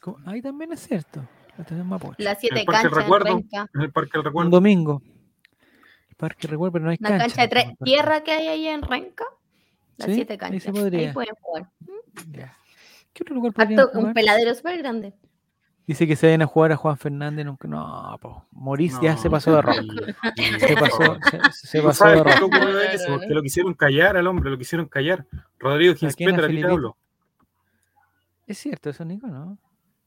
A: Co- Ahí también es cierto. La estación Mapocho.
C: Las siete
B: Parque
C: canchas en
B: Recuerdo.
C: Renca.
B: En el Parque del
A: Un
B: Recuerdo.
A: domingo. El parque recuerdo, pero no hay
C: Una cancha, de
A: tampoco,
C: tres-
A: parque.
C: tierra que hay ahí en Renca. Las
A: Sí,
C: siete
A: ahí
C: canchas.
A: se
C: Ahí,
A: podría.
C: pueden jugar.
A: Ya. ¿Qué otro lugar podrían
C: Harto- un
A: jugar?
C: peladero súper grande.
A: Dice que se vayan a jugar a Juan Fernández. No, no po. Morís ya se
B: No,
A: pasó de rojo.
B: amigo.
A: Se pasó, se, se
B: Tú
A: pasó
B: sabes
A: de
B: por qué
A: rojo.
B: ocurrió eso,
D: Claro,
B: porque lo quisieron callar al hombre, lo quisieron callar. Rodrigo
A: quién, a
B: Ginspetra, ¿a ti te
A: Felipito?
B: hablo?
A: Es cierto eso, Nico, ¿no?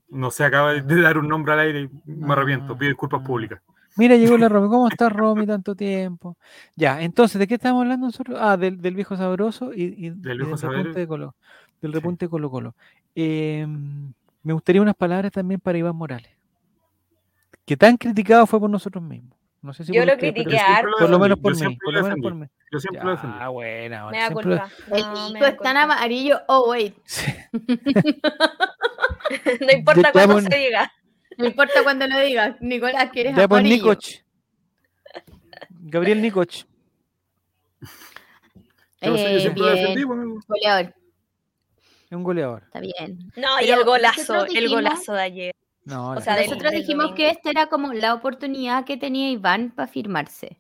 B: No sé, acaba de dar un nombre al aire y me
A: Ah,
B: arrepiento, pido disculpas
A: ah.
B: públicas.
A: Mira, llegó la Romy. ¿Cómo estás, Romy? Tanto tiempo. Ya, entonces, ¿de qué estamos hablando nosotros? Ah, del, del viejo sabroso y, y- y del,
B: viejo saber.
A: repunte de Colo, del
B: Sí.
A: repunte de Colo Colo. Em, me gustaría unas palabras también para Iván Morales, que tan criticado fue por nosotros mismos. No sé si
D: Yo
A: por
D: lo
A: ustedes, pero
B: Yo
D: critiqué
B: siempre
D: harto.
B: lo
A: Por lo menos
B: defendí,
A: por mí,
B: yo siempre
A: por
B: lo
A: lo menos por
B: defendí,
A: mí.
B: Yo siempre lo defendí.
A: Ah, bueno,
D: Me da
A: siempre lo-
D: culpa.
C: El
D: No, me
C: hijo
D: da
C: es tan
D: culpa.
C: amarillo. Oh, wait.
A: Sí.
D: No importa
A: Ya
D: cuándo
A: pon-
D: se diga.
C: No importa cuando lo digas. Nicolás, que eres
A: Ya
B: pues,
A: por
C: amarillo.
A: Nicoch. Gabriel Nicoch.
B: Yo, sé, yo
C: Eh,
B: siempre lo
C: bien.
B: defendí, pues, amigo.
C: Goleador.
A: Es un goleador.
C: Está bien.
D: No, y
C: Pero
D: el golazo,
C: nosotros
D: el
C: dijimos-
D: golazo de ayer.
A: No, la
D: sea, del-
A: cagó.
C: Nosotros dijimos
D: domingo.
C: que esta era como la oportunidad que tenía Iván para firmarse.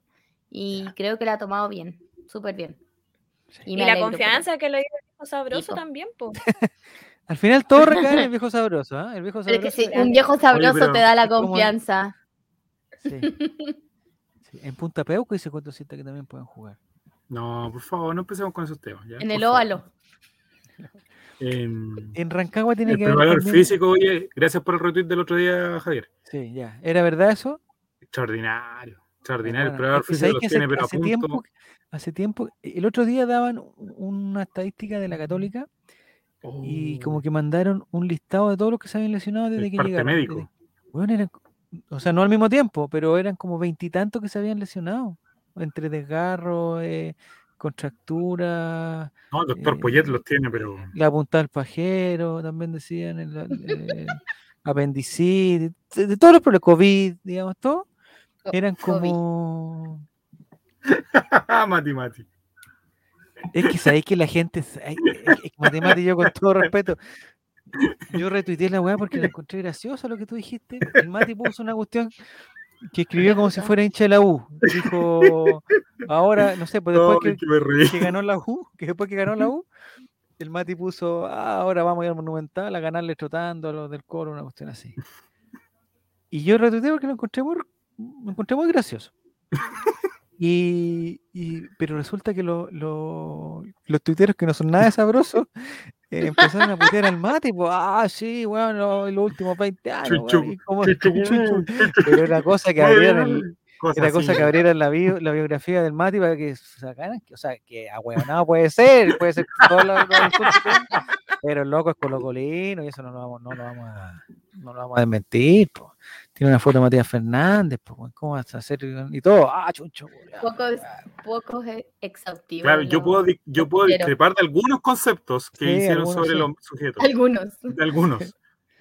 C: Y creo que la ha tomado bien, súper bien.
A: Sí.
D: Y,
C: me
D: la
C: alegro por él.
D: confianza que le dio el viejo sabroso
C: po.
D: también, po.
A: Al final todo recae en el viejo sabroso, ¿ah? El viejo
C: Pero
A: sabroso.
C: es que si
A: es-
C: un viejo sabroso
B: pero
C: te da la
A: es como-
C: confianza.
A: Sí. Sí, En Punta Peuco dice cuántos siete que también pueden jugar.
B: No, por favor, no empecemos con esos temas. ¿ya?
C: En
B: Por
C: el
B: favor.
C: óvalo.
B: Em,
A: En Rancagua tiene
B: el
A: que haber.
B: preparador
A: también-
B: físico, oye, gracias por el retweet del otro día, Javier.
A: Sí, ya. ¿Era verdad eso?
B: Extraordinario,
A: Bueno,
B: extraordinario. el preparador
A: es que
B: físico
A: sabéis
B: los
A: Ah, que hace,
B: tiene, pero a
A: hace
B: punto.
A: tiempo, hace tiempo, el otro día daban u- una estadística de la Católica y
B: Oh.
A: como que mandaron un listado de todos los que se habían lesionado desde
B: El
A: que
B: parte
A: llegaron.
B: médico.
A: desde- Bueno, eran, o sea, no al mismo tiempo, pero eran como veintitantos que se habían lesionado entre desgarro, eh, contractura,
B: No, el doctor
A: Eh,
B: Poyet los tiene, pero.
A: la puntada del pajero, también decían, el, el- el apendicitis, de, de todos los problemas, COVID, digamos, todo, eran
C: Covid.
A: como...
B: Mati, Mati.
A: Es que sabéis que la gente, es- ay, es que Matemati, yo con todo respeto, yo retuiteé la weá porque la encontré graciosa lo que tú dijiste, el Mati puso una cuestión que escribió como si fuera hincha de la U, dijo, ahora, no sé, pues después
B: No,
A: que,
B: que me reí.
A: que ganó la U, que después que ganó la U, el Mati puso, "Ah, ahora vamos a ir al Monumental a ganarle trotando a los del coro, una cuestión así. Y yo retuiteé porque lo encontré muy, lo encontré muy gracioso. Y, y- pero resulta que lo- lo- los tuiteros que no son nada sabrosos eh, empezaron a putear al Mati, pues, ah, sí, bueno, lo- los últimos 20 años, weón,
B: Chuchu,
A: y como-
B: chuchu,
A: chuchu".
B: chuchu.
A: pero era cosa que
B: Muy bien,
A: abrieron el,
B: cosas
A: era cosa
B: así.
A: que abrieran la, bio- la biografía del Mati para que sacaran, que- o sea, que ahueonado puede ser, puede ser que todos los- los insultos que tenga, pero el loco es colocolino y eso no lo vamos, no lo vamos a, no lo vamos a desmentir. po. Tiene una foto de Matías Fernández, pues, weón, ¿cómo vas a hacer? Y todo, ah, chuncho. weón.
C: Poco, poco e- exhaustivo.
B: Claro, yo
C: lo-
B: puedo, di- yo puedo
C: Pero-
B: discrepar de algunos conceptos que
A: Sí,
B: hicieron
A: algunos
B: sobre
A: sí.
B: los sujetos,
C: Algunos.
B: de algunos,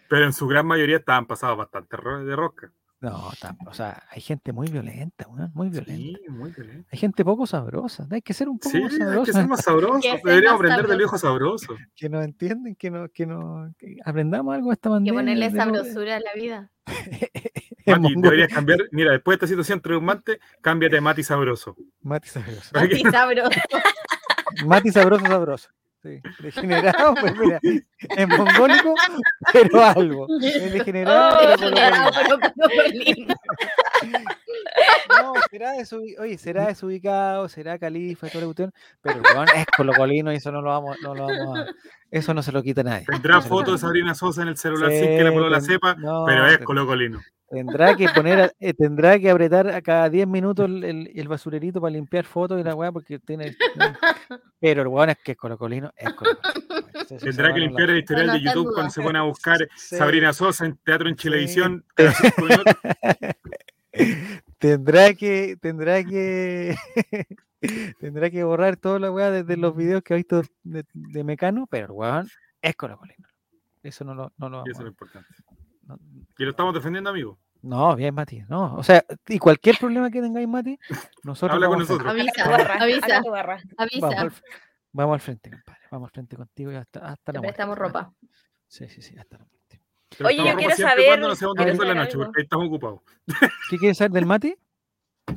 B: pero en su gran mayoría estaban pasados bastante ro- de rosca.
A: No, tam- o sea, hay gente muy violenta, weón, muy violenta.
B: Sí, muy violento.
A: Hay gente poco sabrosa. Hay que ser un poco
B: Sí,
A: más
B: hay que
A: sabroso.
B: ser más sabroso.
C: Que ser
B: Deberíamos
C: más
B: aprender del viejo sabroso.
A: que nos entienden, que no, que no, que aprendamos algo de esta
C: Que
A: bandera.
C: ponerle sabrosura a la vida.
B: Mati, deberías cambiar. Mira, después de esta situación triunfante, cámbiate a Mati Sabroso.
A: Mati sabroso.
B: Para que-
C: Así sabroso.
A: Mati sabroso sabroso. Sí. Degenerado, pues mira, es mongólico, pero algo. Es
C: Oh,
A: degenerado, pero por lo
C: Degenerado,
A: menos.
C: pero colocolino.
A: No, será desubi- oye, será desubicado, será califa, toda la cuestión, pero weón, es colocolino y eso no lo vamos, no lo vamos a- eso no se lo quita nadie.
B: Tendrá
A: no se lo
B: fotos de
A: quita
B: Sabrina Sosa en el celular
A: nadie.
B: sin que la polola
A: Sí,
B: sepa,
A: ten- no,
B: pero es
A: ten-
B: colocolino.
A: Tendrá que poner, a- eh, tendrá que apretar a cada 10 minutos el, el- el basurerito para limpiar fotos y la weá, porque tiene. tiene- Pero el weón es que es colocolino, es colocolino. weón. Entonces, esa
B: Tendrá
A: weá
B: que
A: no la-
B: limpiar el historial
C: No,
B: de
C: no está en
B: YouTube
C: duda.
B: cuando se pone a buscar
A: Sí.
B: Sabrina Sosa en teatro en Chilevisión.
A: Sí.
B: cada cinco minutos.
A: Tendrá que, tendrá que, tendrá que borrar toda la weá desde los videos que ha visto de, de Mecano, pero el weón es colocolino. Eso no lo, no lo vamos
B: Y eso
A: a-
B: es lo importante.
A: no-
B: Y lo estamos defendiendo, amigo.
A: No, bien, Mati. No, o sea, y cualquier problema que tengáis, Mati, nosotros
B: Habla con
A: vamos a-
B: nosotros.
C: Avisa,
D: Haga tu barra,
C: avisa.
D: haga tu barra.
A: Vamos
C: Avisa.
A: al, fr- vamos al frente, compadre. Vamos al frente contigo y hasta, hasta
C: Te
A: la muerte.
C: prestamos
A: hasta-
C: ropa.
A: Sí, sí, sí, hasta la muerte.
B: Pero
D: Oye,
B: estamos
A: yo
B: ropa
D: quiero
B: siempre y
D: saber-
B: cuando no seamos
A: quiero
B: domingo en la
D: saber
B: noche,
D: algo.
B: porque ahí estamos ocupados.
A: ¿Qué quieres saber del Mati?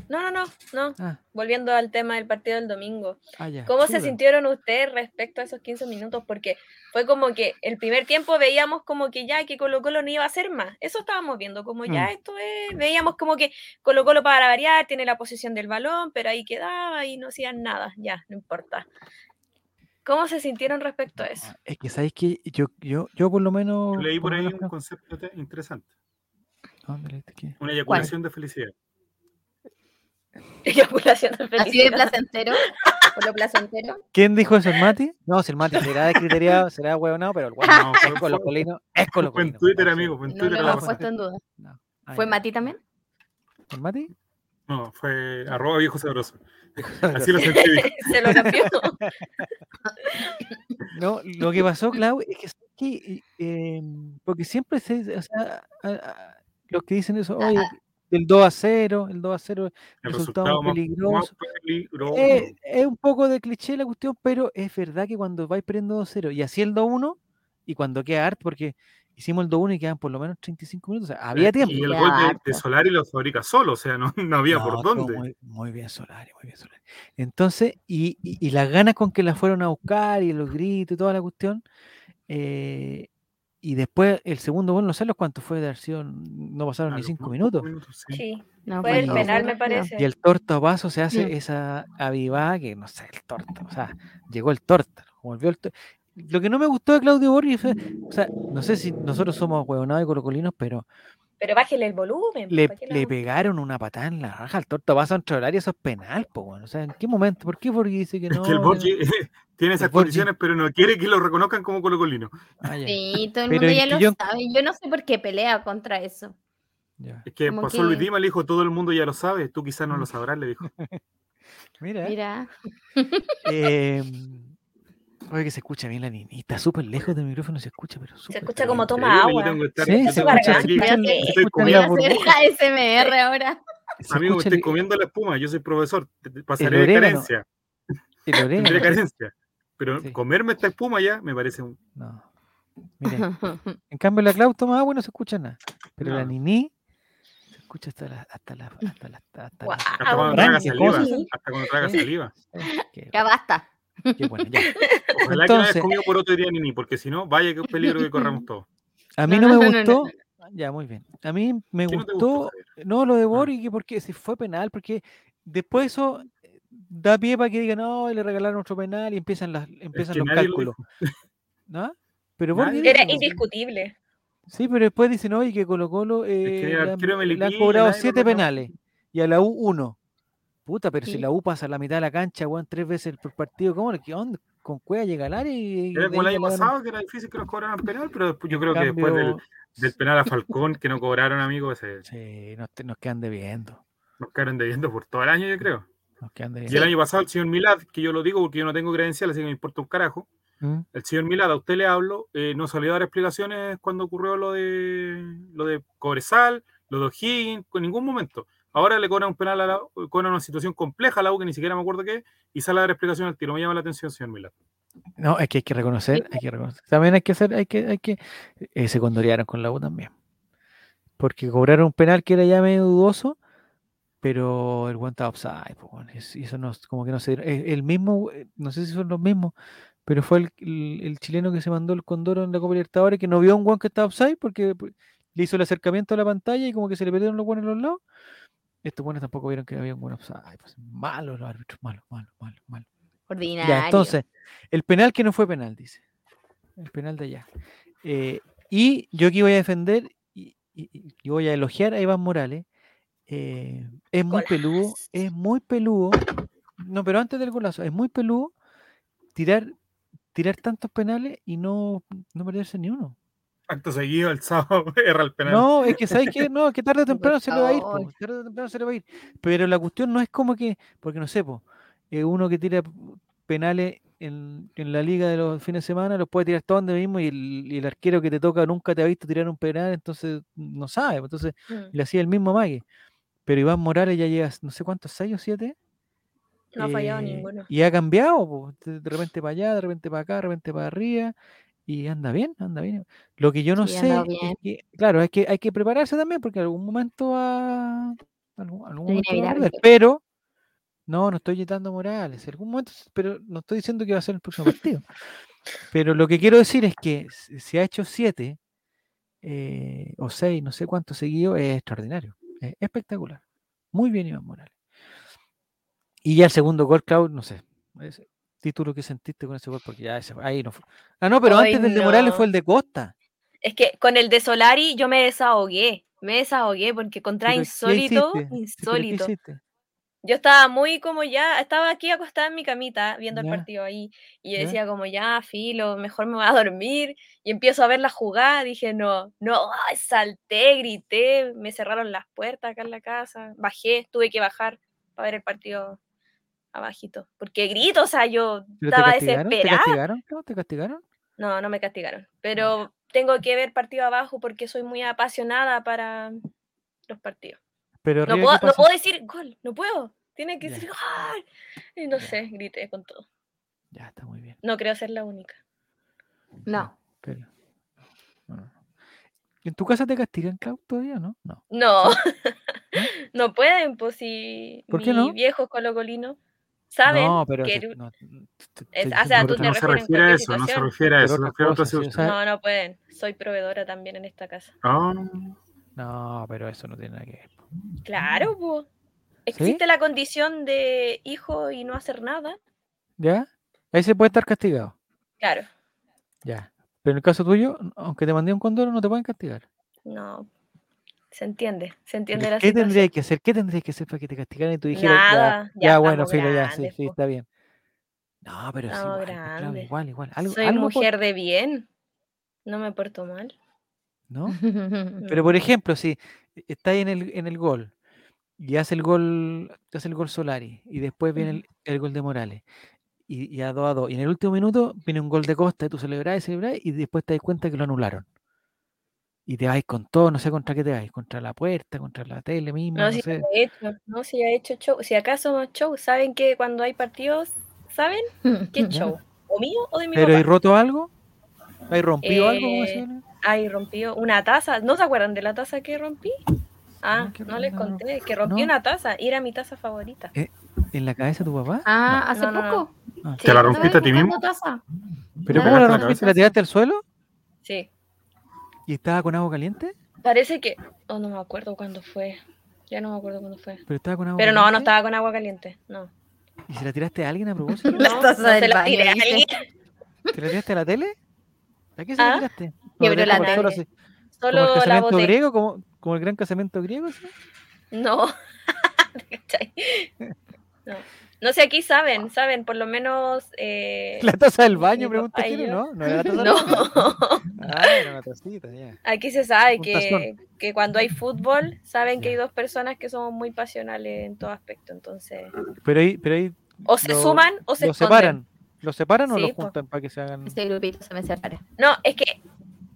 D: No, no, no, no.
A: Ah,
D: Volviendo al tema del partido del domingo.
A: ah, ya.
D: ¿Cómo se
A: chuta.
D: sintieron ustedes respecto a esos 15 minutos? Porque fue como que el primer tiempo veíamos como que ya que Colo Colo no iba a hacer más. Eso estábamos viendo, como
A: Mm.
D: ya esto es, veíamos como que Colo Colo para variar tiene la posición del balón, pero ahí quedaba y no hacían nada, ya, no importa. ¿Cómo se sintieron respecto a eso?
A: Ah, Es que sabéis que yo, yo, yo por lo menos.
B: Yo Leí por
A: lo
B: ahí
A: menos
B: un
A: creo-
B: concepto te- interesante.
A: ¿Dónde leíste qué?
B: Una eyaculación de felicidad.
D: Eyaculación de
C: Así de
D: felicidad.
C: placentero. Por lo placentero.
A: ¿Quién dijo eso, el Mati? No, si el Mati será descriteriado, será huevonado, pero el hueón
B: No, fue-
A: es colocolino. Es
B: Fue
A: colocolino.
B: en Twitter,
A: compadre.
B: amigo. Fue en
C: No
B: Twitter
C: lo
B: la
C: hemos
A: pasé.
B: pasada.
C: puesto en duda.
A: No. Ah,
C: ¿Fue
A: ya.
C: Mati también?
A: ¿El Mati?
B: No, fue arroba viejo sabroso. Así lo sentí.
D: Se lo cambió.
A: pues, No, lo que pasó, Clau, es que, ¿sabes qué? Y, em, porque siempre se, o sea, a- a- los que dicen eso, oye, el 2 a 0, el 2 a eh, 0
B: El
A: Resultado
B: resultado más
A: peligroso. Eh,
B: más peligroso.
A: es, es un poco de cliché la cuestión, pero es verdad que cuando vais perdiendo 2-0 y así el 2-1, y cuando queda harto, porque hicimos el 2-1 y quedan por lo menos 35 minutos, o sea, había tiempo.
B: Eh, Y el
C: Ya,
B: gol de- de,
C: harto.
B: Solari lo fabrica solo, o sea, no, no había
A: No,
B: por
A: estuvo
B: dónde.
A: Muy, muy bien Solari, muy bien Solari. Entonces, y, y- y las ganas con que la fueron a buscar y los gritos y toda la cuestión. eh, y después el segundo gol, no sé los cuántos fue de acción, no pasaron
B: A
A: ni
B: los
A: cinco
B: pocos
A: minutos.
B: sí.
D: Sí,
C: No,
D: fue el
A: no.
D: penal, me
A: Y
D: parece.
A: el tortabazo se hace
C: Mm.
A: esa avivada que no sé, el torta, o sea, llegó el torta, volvió el tor- Lo que no me gustó de Claudio Borghi fue, o sea, no sé si nosotros somos huevonados y colocolinos, pero
D: Pero bájele el volumen.
A: le,
D: ¿pa' qué la-
A: le pegaron una patada en la raja al tortabazo entre el área, eso es penal, po, weón. O sea, ¿en qué momento? ¿Por qué Borghi dice que
B: Es
A: no?
B: que el
A: que no?
B: Borgi tiene esas
A: El Borghi.
B: condiciones, pero no quiere que lo reconozcan como colocolino.
A: Ah, ya,
C: Sí, todo el
A: Pero
C: mundo
A: es
C: ya
A: que
C: lo
A: yo-
C: sabe. Yo no sé por qué pelea contra eso.
A: ya.
B: Es que
C: Como
B: pasó
C: que-
B: Luis Dima, le dijo, todo el mundo ya lo sabe, tú quizás no
A: Mm.
B: lo sabrás, le dijo.
A: Mira,
C: Mira,
A: eh, oye, que se escucha bien la niñita, súper lejos del micrófono se escucha, pero súper,
D: escucha
A: pero
D: como
A: bien.
D: Toma
B: Increíble, yo
D: agua.
B: tengo que estar-
A: Sí,
B: yo
A: se
B: tengo que estar
A: escucha, se
B: aquí,
A: escucha,
D: Espérate,
A: en- se
D: estoy
A: escucha en
C: voy
A: la
C: a hacer
A: burbuja.
C: la SMR ahora.
A: se
B: Amigo, me
A: escucha
B: estoy
A: el-
B: comiendo la espuma, yo soy profesor, te- te pasaré
A: El
B: de
A: orégano.
B: carencia,
A: el
B: tendré
A: orégano.
B: carencia. Pero
A: Sí.
B: comerme esta espuma ya me parece un...
A: No. Miren, en cambio la Clau toma agua y no se escucha nada. Pero la
B: No.
A: Nini se escucha hasta la, hasta la, hasta la, hasta, hasta
D: Guau.
A: la-
B: Hasta cuando
A: Arranque,
B: traga
A: ¿cómo
B: saliva,
A: se
B: hasta cuando traga
A: Sí.
B: saliva.
A: Eh, qué-
C: Ya basta.
A: qué bueno, ya.
B: Ojalá que no hayas
A: Entonces-
B: comido por otro día, Nini, porque si no, vaya que peligro que corramos todos.
A: A mí
C: No,
A: no,
C: no,
A: me
C: no, no, no,
A: gustó. Ya, muy bien. A mí me
B: ¿Qué
A: gustó,
B: no te gustó? Ah. Javier?
A: No, lo de Boric, que porque si fue penal, porque después eso eh, da pie para que digan, no, le regalaron otro penal y empiezan, las, empiezan
B: que
A: los
B: nadie lo
A: cálculos. ¿No? Pero
B: Nadie-
A: Boric
D: Era
A: dijo,
D: indiscutible.
A: Sí, pero después dicen, oye, que Colo Colo
B: que
A: eh,
B: el
A: le, han,
B: arquero
A: le han
B: Melipilla,
A: cobrado
B: nadie lo
A: siete
B: reconoce.
A: penales y a la U uno. Puta, pero si
C: Sí.
A: la U pasa a la mitad de la cancha, weón, tres veces por partido, ¿cómo? ¿Qué onda? Con Cueva llega al área y... y de
B: Era como el
A: ahí
B: año
A: le ganan.
B: pasado que era difícil que nos cobraran penal, pero después- yo creo que
A: En
B: después del,
A: cambio,
B: Del penal a Falcón que no cobraron, amigos, ese-
A: Sí, nos, te- nos quedan debiendo.
B: nos quedaron debiendo por todo el año, yo creo.
A: Nos quedan
B: Y el
A: debiendo.
B: año pasado, el señor Milad, que yo lo digo porque yo no tengo credencial, así que me importa un carajo.
A: ¿Mm?
B: El señor Milad, a usted le hablo, eh, no salió a dar explicaciones cuando ocurrió lo de lo de Cobresal, lo de O'Higgins, en ningún momento. Ahora le cobran un penal a la U, cobran una situación compleja a la U que ni siquiera me acuerdo qué, es, y sale a dar explicaciones al tiro. Me llama la atención, señor Milad.
A: No, es que hay que reconocer, hay que reconocer. También hay que hacer, hay que, hay que. eh, se condorearon con la U también. Porque cobraron un penal que era ya medio dudoso, pero el guante upside, y eso no, como que no se dieron- eh, El mismo, eh, no sé si son los mismos, pero fue el, el- el chileno que se mandó el condoro en la Copa Libertadores que no vio a un guan que estaba upside porque pu- le hizo el acercamiento a la pantalla y como que se le perdieron los guanes a los lados. Estos guanes tampoco vieron que había un guan upside. Pues, malos los árbitros, malos, malos, malos, malos.
C: Ordinario.
A: Ya, entonces, el penal que no fue penal, dice. El penal de allá. Eh, y yo aquí voy a defender y, y- y- y voy a elogiar a Iván Morales. Eh, es muy peludo, es muy peludo. No, pero antes del golazo, es muy peludo tirar, tirar tantos penales y no, no perderse ni uno.
B: Acto seguido, el sábado erra el penal.
A: No, es que sabes que no, es que tarde o
C: Por
A: temprano se le va a ir,
C: favor.
A: po, tarde o temprano se le va a ir. Pero la cuestión no es como que, porque no sé, po, eh, uno que tira p- penales en, en la liga de los fines de semana los puede tirar todos donde mismo y el, y el arquero que te toca nunca te ha visto tirar un penal, entonces no sabe, po, entonces
D: Mm,
A: le hacía el mismo mague. Pero Iván Morales ya lleva no sé cuántos, seis o siete.
D: No ha fallado
A: eh,
D: ninguno.
A: Y ha cambiado, po, de de repente para allá, de repente para acá, de repente para arriba. Y anda bien, anda bien. Lo que yo no
C: Sí, ha
A: sé,
C: andado
A: es
C: bien.
A: que, claro, hay que, hay que prepararse también porque algún momento va. Algún, algún
C: Es
A: momento va a
C: inevitable.
A: perder, Pero, no, no estoy yetando Morales. Algún momento, s- pero no estoy diciendo que va a ser el próximo partido. Pero lo que quiero decir es que si si ha hecho siete eh, o seis, no sé cuánto seguido, es extraordinario. Es espectacular. Muy bien, Iván Morales. Y ya el segundo gol, Clau, no sé. ese título que sentiste con ese gol, porque ya ese, ahí no fue. Ah, no, pero
D: Ay,
A: antes del de Morales fue el de Costa.
D: Es que con el de Solari yo me desahogué. Me desahogué porque
A: Sí,
D: contra
A: pero ¿qué
D: insólito,
A: hiciste? Sí, pero ¿qué
D: insólito.
A: hiciste?
D: Yo estaba muy como ya, estaba aquí acostada en mi camita viendo
A: Ya.
D: el partido ahí y yo
A: Ya.
D: decía como ya, filo, mejor me voy a dormir y empiezo a ver la jugada, dije no, no, ay, salté, grité, me cerraron las puertas acá en la casa, bajé, tuve que bajar para ver el partido abajito, porque grito, o sea, yo
A: ¿Pero te
D: estaba
A: castigaron? ¿Te
D: desesperada.
A: castigaron? Clau? ¿Te castigaron?
D: No, no me castigaron, pero tengo que ver partido abajo porque soy muy apasionada para los partidos.
A: Pero
D: No
A: arriba,
D: puedo,
A: ¿qué
D: no
A: pasó?
D: puedo decir gol, no puedo. Tiene que
A: Ya.
D: decir gol. Y no
A: Ya.
D: sé, grité con todo.
A: Ya está muy bien.
D: No creo ser la única.
C: No.
A: Pero... no, no, no. ¿En tu casa te castigan, Clau, todavía, no? No. ¿No?
D: No, no pueden, pues si
A: ¿Por qué
D: mis
A: no?
D: viejos colocolinos saben
A: no, pues, pero...
D: que
A: se-
D: el-
A: no, n- te-
D: es-
A: te-
D: ah, o sea,
A: pero
D: tú
A: no-
B: Porque no
D: te
B: se
D: refieres en
B: refiere a eso,
D: cualquier
B: no se
D: situación.
B: refiere a
A: Pero
B: eso, se
A: otra
B: refiere a otra
A: cosa, sí, o sea-
B: situación.
D: no, no pueden. Soy proveedora también en esta casa.
B: Ah.
A: No, pero eso no tiene nada que ver. po. Mm.
D: Claro, pues. Existe la condición de hijo y no hacer nada.
A: ¿Ya? Ahí se puede estar castigado.
D: Claro,
A: Ya. Pero en el caso tuyo, n- aunque te mandé un condoro, no te pueden castigar.
D: no. Se entiende, se
A: Pero
D: entiende la
A: ¿Qué
D: situación.
A: tendrías que hacer? ¿Qué tendrías que hacer para que te castigaran y tú dijeras,
D: Nada,
A: ya,
D: ya
A: ya, bueno,
D: estamos
A: filo, ya, sí,
D: grandes, pues.
A: sí,
D: po.
A: está bien? No, pero sí,
D: Estamos
A: igual, pues, claro,
D: grandes.
A: igual, igual. Algo,
D: Soy
A: algo por-
D: mujer de bien. No me porto mal.
A: ¿no? Pero por ejemplo, si está ahí en el, en el gol y hace el gol, hace el gol Solari y después viene
D: Ujú.
A: el, el gol de Morales y, y a 2 a 2 y en el último minuto viene un gol de Costa y tú celebras y celebras y después te das cuenta que lo anularon. Y te vais con todo, no sé contra qué te vais, contra la puerta, contra la tele misma,
D: No,
A: no,
D: si ya
A: sé.
D: lo he hecho, no, si ya he hecho show. Si acá somos show, saben que cuando hay partidos, ¿saben qué
A: Ya.
D: show? ¿O mío o de mi
A: Mm, Pero ¿hay
D: papá?
A: roto algo? ¿Hay rompido algo? como
D: Eh,
A: decían?
D: Ay, rompió una taza. ¿No se acuerdan de la taza que rompí? Ah,
A: No, que
D: no les
A: no, no.
D: conté, que rompí
A: No.
D: una taza y era mi taza favorita.
A: ¿En la cabeza de tu papá?
C: Ah,
D: No,
C: ¿hace
D: no, no.
C: poco?
A: Ah.
B: ¿Te la
C: Sí,
B: rompiste a ti
C: buscando
B: mismo?
C: taza.
A: No. ¿Pero
C: ¿la
A: cómo la
B: cagaste en
A: rompiste?
B: la
A: ¿La
C: cabeza?
A: tiraste al suelo?
D: Sí,
A: ¿Y estaba con agua caliente?
D: parece que. Oh, no me acuerdo cuándo fue. Ya no me acuerdo cuándo fue.
A: ¿Pero estaba con agua
D: Pero no, no
A: caliente?
D: estaba con agua caliente. No.
A: ¿Y se la tiraste a alguien a propósito?
D: No,
C: La taza
D: no se
C: del
D: la
C: baño,
D: tiré a
C: dice.
D: alguien.
A: ¿Te la tiraste a la tele? ¿A qué se la
D: Ah,
A: tiraste? ¿Como
C: quebró
A: el-
C: la
A: como el solo
D: tele.
A: así- como el
D: Solo la
A: casamiento
D: boté.
A: griego, como, como el gran casamiento griego. así?
D: No. ¿Te cachai? No. No sé, aquí saben, saben, por lo menos. eh,
A: La taza del baño,
D: digo,
A: pregunta
D: ay,
A: Jere,
D: yo-
A: ¿no? No era la taza del
D: no,
A: baño. Ah, era una tacita, ya.
D: aquí se sabe
A: Un
D: que,
A: tazón.
D: que cuando hay fútbol, saben que
A: Ya.
D: hay dos personas que somos muy pasionales en todo aspecto. Entonces,
A: Pero ahí, pero ahí
D: o se
A: Lo-
D: suman o se
A: los
D: esconden.
A: separan. ¿Los separan o
D: Sí, pues.
A: los
D: po.
A: juntan para que se hagan?
C: Este grupito se me separa.
D: No, es que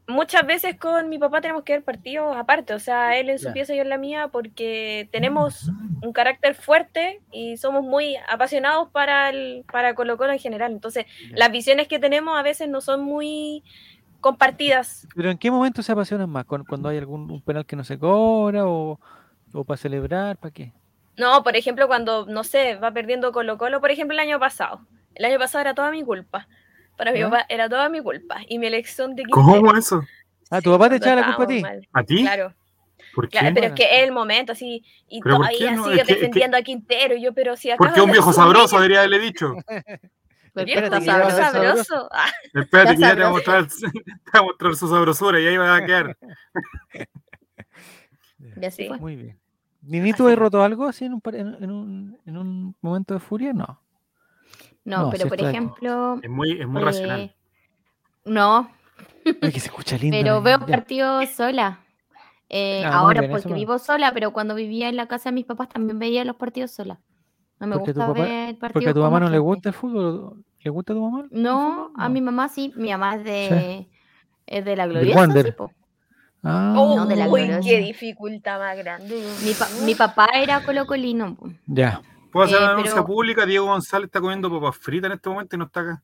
D: muchas veces con mi papá tenemos que ver partidos aparte, o sea, él en su
A: Claro.
D: pieza y yo en la mía, porque tenemos un carácter fuerte y somos muy apasionados para el, para Colo Colo en general. Entonces,
A: Ya.
D: las visiones que tenemos a veces no son muy compartidas.
A: Pero ¿en qué momento se apasionan más? ¿Cuan- ¿Cuando hay algún un penal que no se cobra o, o para celebrar? ¿Para qué?
D: No, por ejemplo, cuando, no sé, va perdiendo Colo Colo, por ejemplo, el año pasado. El año pasado era toda mi culpa. Para mi
A: ¿Ya?
D: papá era toda mi culpa. Y mi elección de
B: ¿Cómo
D: quinceavo-
B: eso?
A: Ah,
D: Sí,
A: ¿tu papá te
D: cuando
A: echaba la culpa a
D: estábamos
A: ti?
D: mal.
B: ¿A ti?
D: Claro.
B: ¿Por qué?
D: Claro, pero es
A: Bueno.
D: que es el momento, así, y
B: Pero ¿por
D: todavía
B: qué no? Es
D: sigue
B: que- es que-
D: defendiendo a Quintero, y yo, pero si acá...
B: Porque un viejo sabroso, debería haberle dicho.
D: Viejo
A: Espérate que
D: sabroso,
A: ya va a ser
D: sabroso. Ah,
B: Espérate,
C: Ya
B: que ya te va a
C: sabrá.
B: mostrar, te va a mostrar su sabrosura y ahí va a quedar.
C: Y así
D: Sí.
C: fue.
A: Muy bien. ¿Nini, tú
D: Así
A: has
D: es.
A: roto algo así en un, par- en, en un, en un momento de furia? No.
C: No,
A: No,
C: pero
A: sí
C: por
A: estoy.
C: ejemplo.
B: Es muy, es muy
C: eh,
B: racional.
C: no,
A: Es que se escucha lindo.
C: pero
A: eh,
C: veo
A: ya.
C: partidos sola. Eh,
A: Ah, muy
C: ahora
A: bien, eso
C: porque
A: no.
C: vivo sola, pero cuando vivía en la casa de mis papás también veía los partidos sola. No me
A: Porque tu
C: gusta
A: papá-
C: ver partidos.
A: Porque a tu
C: con
A: mamá
C: más
A: no le
C: gente.
A: gusta el fútbol. ¿Le gusta a tu mamá? el
C: No,
A: fútbol?
C: a mi mamá sí. Mi mamá es de, es de la gloriosa.
A: Wander.
C: sí, po.
A: Ah,
D: oh,
C: No, de la
D: uy,
C: gloriosa.
D: qué dificultad más grande.
C: Mi, pa- mi papá era colocolino. po.
A: Ya.
B: Puedo hacer
C: eh,
B: una denuncia
C: pero-
B: pública. Diego González está comiendo papas fritas en este momento y no está acá.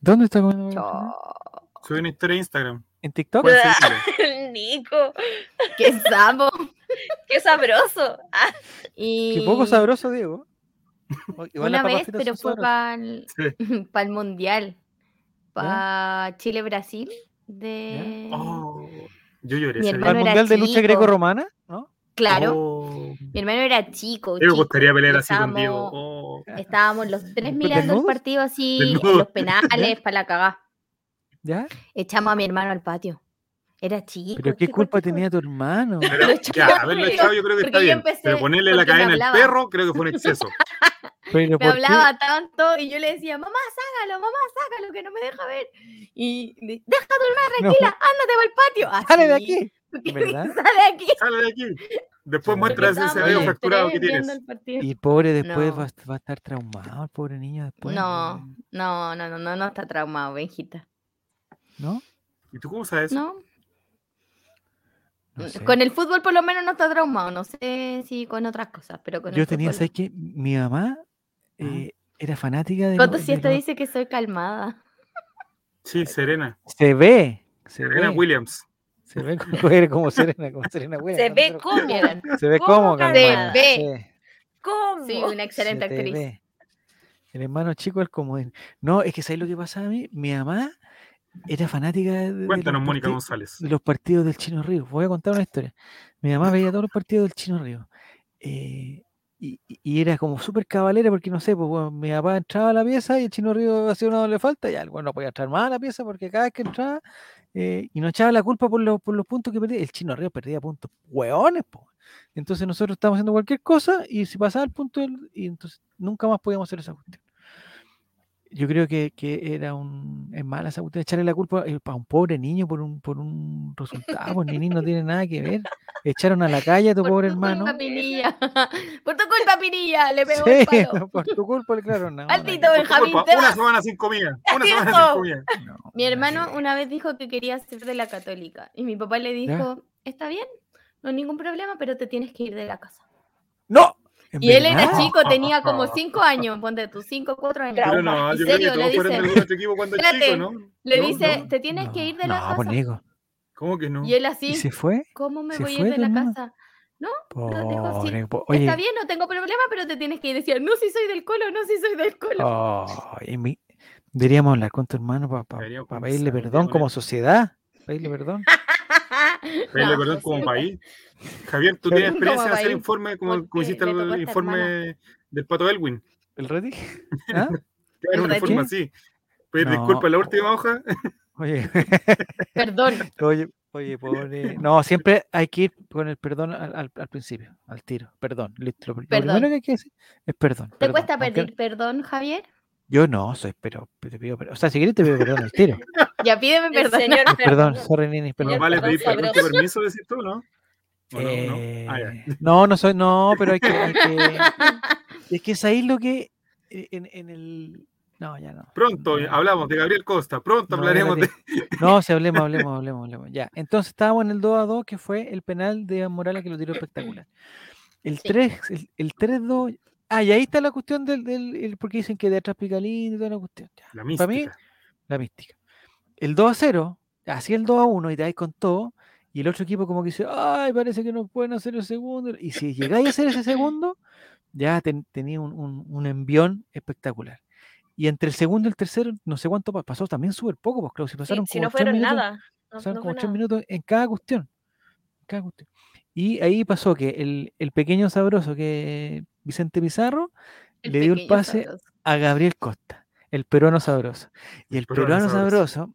A: ¿Dónde está comiendo? Benjamín?
C: Chao.
B: Subí una historia de Instagram.
A: ¿En TikTok?
B: Pueden seguirlo.
D: Nico,
C: Qué sapo.
D: qué sabroso. Ah,
C: Y
A: Qué poco sabroso, Diego. O- igual
C: una
A: las papas
C: vez,
A: fritas
C: pero
A: son
C: fue
A: sabrosas.
C: para el,
B: Sí.
C: mundial. Para Chile-Brasil. De...
B: Oh, yo lloré.
C: Mi
B: ese
A: ¿Para
C: hermano
A: el
B: día.
C: era
A: Mundial de Lucha
C: chico.
A: Greco-Romana? ¿No?
C: Claro.
B: Oh,
C: Mi hermano era chico.
B: Diego
C: chico,
B: gustaría pelear
C: y
B: así con Diego.
C: estábamos-
B: Oh.
C: Estábamos los tres
A: ¿Desnudos?
C: mirando el partido así, en
B: Desnudos.
C: los penales, para la cagá.
A: ¿Ya?
C: Echamos a mi hermano al patio. Era chico.
A: ¿Pero qué culpa
C: cortijo.
A: tenía tu hermano?
B: Pero,
D: Lo echó
B: ya, haberlo
D: conmigo,
B: echado yo creo que
C: porque
B: está
C: yo
B: bien.
C: empecé-
B: Pero ponerle la
C: porque me
B: cadena al
C: hablaba.
B: perro creo que fue un exceso.
A: Pero
C: Me
A: ¿por qué?
C: hablaba tanto y yo le decía, mamá, sácalo, mamá, sácalo, que no me deja ver. Y le- deja a tu hermana
A: No. pues.
C: tranquila, ándate para el patio.
A: ¡Sale de
C: Así,
A: aquí!
C: porque
A: ¿Verdad?
C: Sale de aquí.
B: Sale de aquí. Después
A: Sí.
B: muestra ese
C: Estábamos
A: Estábamos
B: dedo
A: los
B: fracturado que
C: tres viendo
B: tienes.
C: el partido.
A: Y el pobre después
C: No.
A: va, a est- va a estar traumado, el pobre niño después.
C: No, no, no, no, no, no está traumado, Benjita.
A: ¿No?
B: ¿Y tú cómo sabes? eso?
C: No,
A: No sé.
C: con el fútbol por lo menos no está traumado. No sé si con otras cosas, pero con el ¿Ah?
A: Yo tenía,
C: fútbol.
A: ¿sabes qué? Mi mamá eh, era fanática de.
C: Coto
A: lo- de
C: siesta
A: lo-
C: dice que soy calmada.
B: Sí, Serena.
A: Se ve. Se
B: Serena
A: ve,
B: Williams.
A: se ve como, era como Serena, como Serena Williams,
D: Se
A: no
D: ve
A: lo-
D: cómo,
A: Se ve
D: cómo
A: como
D: calmada.
A: calmada,
C: Se ve.
A: sí.
D: cómo.
C: Sí, una excelente
A: Se te
C: actriz.
A: ve. El hermano chico el comodín. No, es que ¿sabes lo que pasaba a mí? Mi mamá era fanática de- de,
B: Cuéntanos,
A: los,
B: Mónica
A: parti-
B: González.
A: de los partidos del Chino Río. Voy a contar una historia. Mi mamá veía todos los partidos del Chino Río. eh, y, y- y era como súper cabalera porque no sé, pues bueno, mi papá entraba a la pieza y el Chino Río hacía una doble falta y algo no podía entrar más a la pieza porque cada vez que entraba eh, y nos echaba la culpa por los, por los puntos que perdía. El Chino Río perdía puntos, hueones, po. Entonces nosotros estábamos haciendo cualquier cosa y si pasaba el punto, del- y entonces nunca más podíamos hacer esa cuestión. Yo creo que, que era un. Es mala esa cuestión, echarle la culpa eh, a un pobre niño por un, por un resultado, pues ni no tiene nada que ver. Echaron a la calle a tu pobre hermano.
C: Culpa, Pinilla. por tu culpa, Pinilla, le pegó el
A: Sí,
C: palo.
A: por tu culpa, claro, no. no,
B: Por
C: Maldito
B: tu
C: Benjamín,
B: culpa,
C: te
B: una
C: vas.
B: semana sin comida. Una
D: Así
B: semana
D: dijo.
B: sin comida.
A: no,
C: Mi
A: no,
C: hermano
A: sí.
C: una vez dijo que quería ser de la católica y mi papá le
A: ¿Ya?
C: dijo, está bien, no hay ningún problema, pero te tienes que ir de la casa.
A: ¡No! ¿En
C: Y él era
A: verdad?
C: chico, tenía como cinco años, ponte tú, cinco, cuatro años.
B: Pero no,
D: Trauma.
C: ¿En
B: yo creo que
C: serio?
B: todos
C: Le
B: fueron
C: dice-
B: del otro equipo cuando
C: Espérate.
B: chico, ¿no?
C: Le
B: No,
C: dice,
B: no.
C: te tienes que
A: No,
C: ir de la
A: no, pues,
C: casa.
A: Nico.
B: ¿Cómo que no?
C: Y él
A: ¿Y
C: así,
A: se fue?
C: ¿cómo me
A: se
C: voy a
A: fue tu
C: ir de la
A: hermano?
C: casa? Lo dejó así.
A: Pobre, po- oye.
C: Está bien, no tengo problema, pero te tienes que ir. Decía, no, si soy del colo, no, si soy del colo.
A: Oh, y mi- deberíamos hablar con tu hermano para pedirle
B: Deberíamos conversar un día
A: perdón
B: con
A: como
B: él.
A: sociedad. Pedirle perdón.
B: Pedirle
C: No,
B: perdón
C: no
B: como
C: sé.
B: país. Javier, ¿tú
A: Pero-
B: tienes experiencia en
C: Como
B: hacer
C: país,
B: informe como,
C: porque
B: como hiciste
C: le tocó
B: el
C: a esta
B: informe del Pato Elwin?
A: ¿El Rodi? ¿Ah?
B: Era un
C: ¿El
B: informe
A: qué?
B: así. Pedir
A: No.
B: disculpas en la última hoja.
A: Oye,
C: Perdón.
A: oye, Oye, pobre. No, siempre hay que ir con el perdón al, al- al principio, al tiro. Perdón, listo. Lo, lo
C: Perdón.
A: primero que hay que decir es perdón.
C: ¿Te
A: perdón.
C: cuesta
A: Aunque-
C: pedir perdón, Javier?
A: Yo no, soy, pero te pido perdón. O sea, si quieres te pido perdón al tiro.
C: Ya pídeme
D: El
C: perdón.
D: señor
A: Pues, perdón,
D: Fernando.
A: sorry, Nini,
D: Pero
B: No
A: perdón.
B: vale
D: Señor
B: pedir
D: Perdón
B: permiso,
D: Sabroso.
B: permiso, decís tú, ¿no? ¿O no, no? Ah, ya.
A: Eh, no, no soy, no, pero hay que, hay que- es que es ahí lo que eh, en, en el no, ya no.
B: Pronto
A: no,
B: hablamos de Gabriel Costa, pronto
A: no,
B: hablaremos de...
A: espérate. No, si hablemos, hablemos, hablemos, hablemos. Ya. Entonces estábamos en el 2 a 2, que fue el penal de Morales que lo tiró espectacular. El
C: Sí.
A: 3, el, el 3-2. Ah, y ahí está la cuestión del, del el- porque dicen que de atrás pica lindo y toda la cuestión. Ya.
B: La
A: Para mí,
B: mística.
A: la mística. El 2 a 0, así el 2 a 1 y te dais con todo. Y el otro equipo como que dice, ay, parece que no pueden hacer el segundo. Y si llegáis a hacer ese segundo, ya ten- tenía un, un- un envión espectacular. Y entre el segundo y el tercero, no sé cuánto pa- pasó, también súper poco, pues Claudio, si
D: Sí,
A: pasaron
D: si
A: como
D: no
A: tres
D: fueron
A: minutos-
D: nada. No,
A: Pasaron
D: no
A: como
D: fue
A: tres
D: nada.
A: minutos en cada cuestión. en cada cuestión. Y ahí pasó que el, el pequeño sabroso que Vicente Pizarro
C: El
A: le dio el
C: pequeño
A: pase
C: sabroso.
A: a Gabriel Costa, el peruano sabroso. Y el
B: peruano
A: peruano sabroso,
B: sabroso.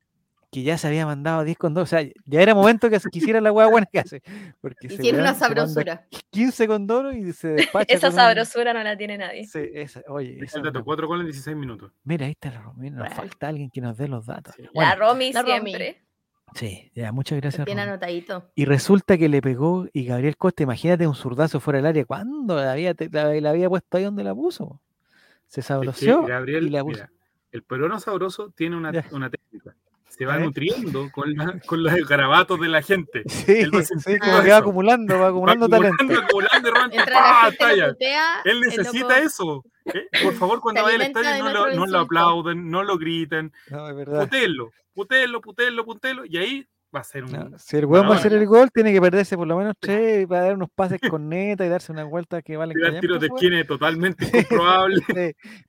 A: que ya se había mandado 10 con 2, o sea, ya era momento que quisiera la hueá buena que hace. Porque ese
C: Hicieron una
A: weón se manda
C: sabrosura.
A: 15 con 2 y se despacha.
D: Esa
A: con un-
D: sabrosura no la tiene nadie.
A: Sí, esa- oye,
B: Deja
A: esa
B: el
A: es
B: dato,
A: la-
B: cuatro goles en 16 minutos.
A: mira, ahí está la Romy, Nos
C: Bueno.
A: falta alguien que nos dé los datos.
B: Sí.
A: Bueno,
D: la Romy
C: La Romy.
D: siempre.
A: sí, ya, muchas
C: Lo
A: gracias.
C: Tiene
A: Romy.
C: anotadito.
A: Y resulta que le pegó y Gabriel Costa, imagínate un zurdazo fuera del área. ¿Cuándo la había, te- la, la había puesto ahí donde la puso? Se
B: Es que
A: sabroseó
B: Gabriel,
A: y la puso.
B: mira, el peruano sabroso tiene una,
A: Ya.
B: una técnica. Se va
A: A ver.
B: nutriendo con, la- con los garabatos de la gente.
A: Sí,
B: va
A: sí,
B: sintiendo
A: como que va
B: eso.
A: acumulando, va
B: Va
A: acumulando
B: acumulando,
A: talento.
B: acumulando, y de repente,
C: Mientras la
B: ¡pah!
C: gente
B: talla.
C: lo putea,
B: Ah, Él
C: el
B: necesita
C: loco-
B: eso. Eh, por favor, cuando vaya al
C: alimenta
B: estadio no
C: de
B: lo, no
C: nuestro
B: lo
C: insulto.
B: aplauden, no lo griten,
A: No, es verdad.
B: putenlo, putenlo, putenlo, putenlo, y ahí va a ser un...
A: No, si el weón va a
B: Maradona.
A: hacer el gol, tiene que perderse por lo menos tres para dar unos pases con neta y darse una vuelta que valen
B: tirar
A: callampa,
B: tiros de
A: weón.
B: esquina totalmente incomprobable.
A: Sí.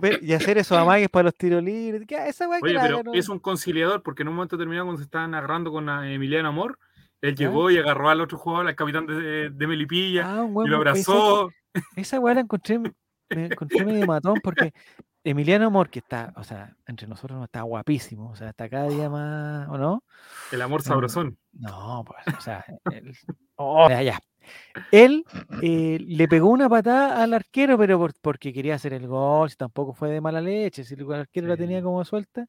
A: Pe- Y hacer esos amagues para los tiros libres. que, ah, esa weá que
B: Oye,
A: la
B: pero
A: haga, no-
B: es un conciliador porque en un momento determinado cuando se estaban agarrando con a Emiliano Amor, él
A: Ya.
B: llegó y agarró al otro jugador, al capitán de, de Melipilla,
A: Ah, un
B: y
A: weón
B: lo
A: muy- esa-
B: abrazó.
A: Esa weá la encontré, me encontré medio matón porque Emiliano Amor, que está, o sea, entre nosotros no está guapísimo, o sea, está cada
B: Ah.
A: día más, ¿o no?
B: El amor
A: Mm.
B: sabrosón.
A: No, pues, o sea, él, oh, ya, ya. Él eh, le pegó una patada al arquero, pero por- porque quería hacer el gol, si tampoco fue de mala leche, si el arquero la tenía
B: Sí.
A: como suelta,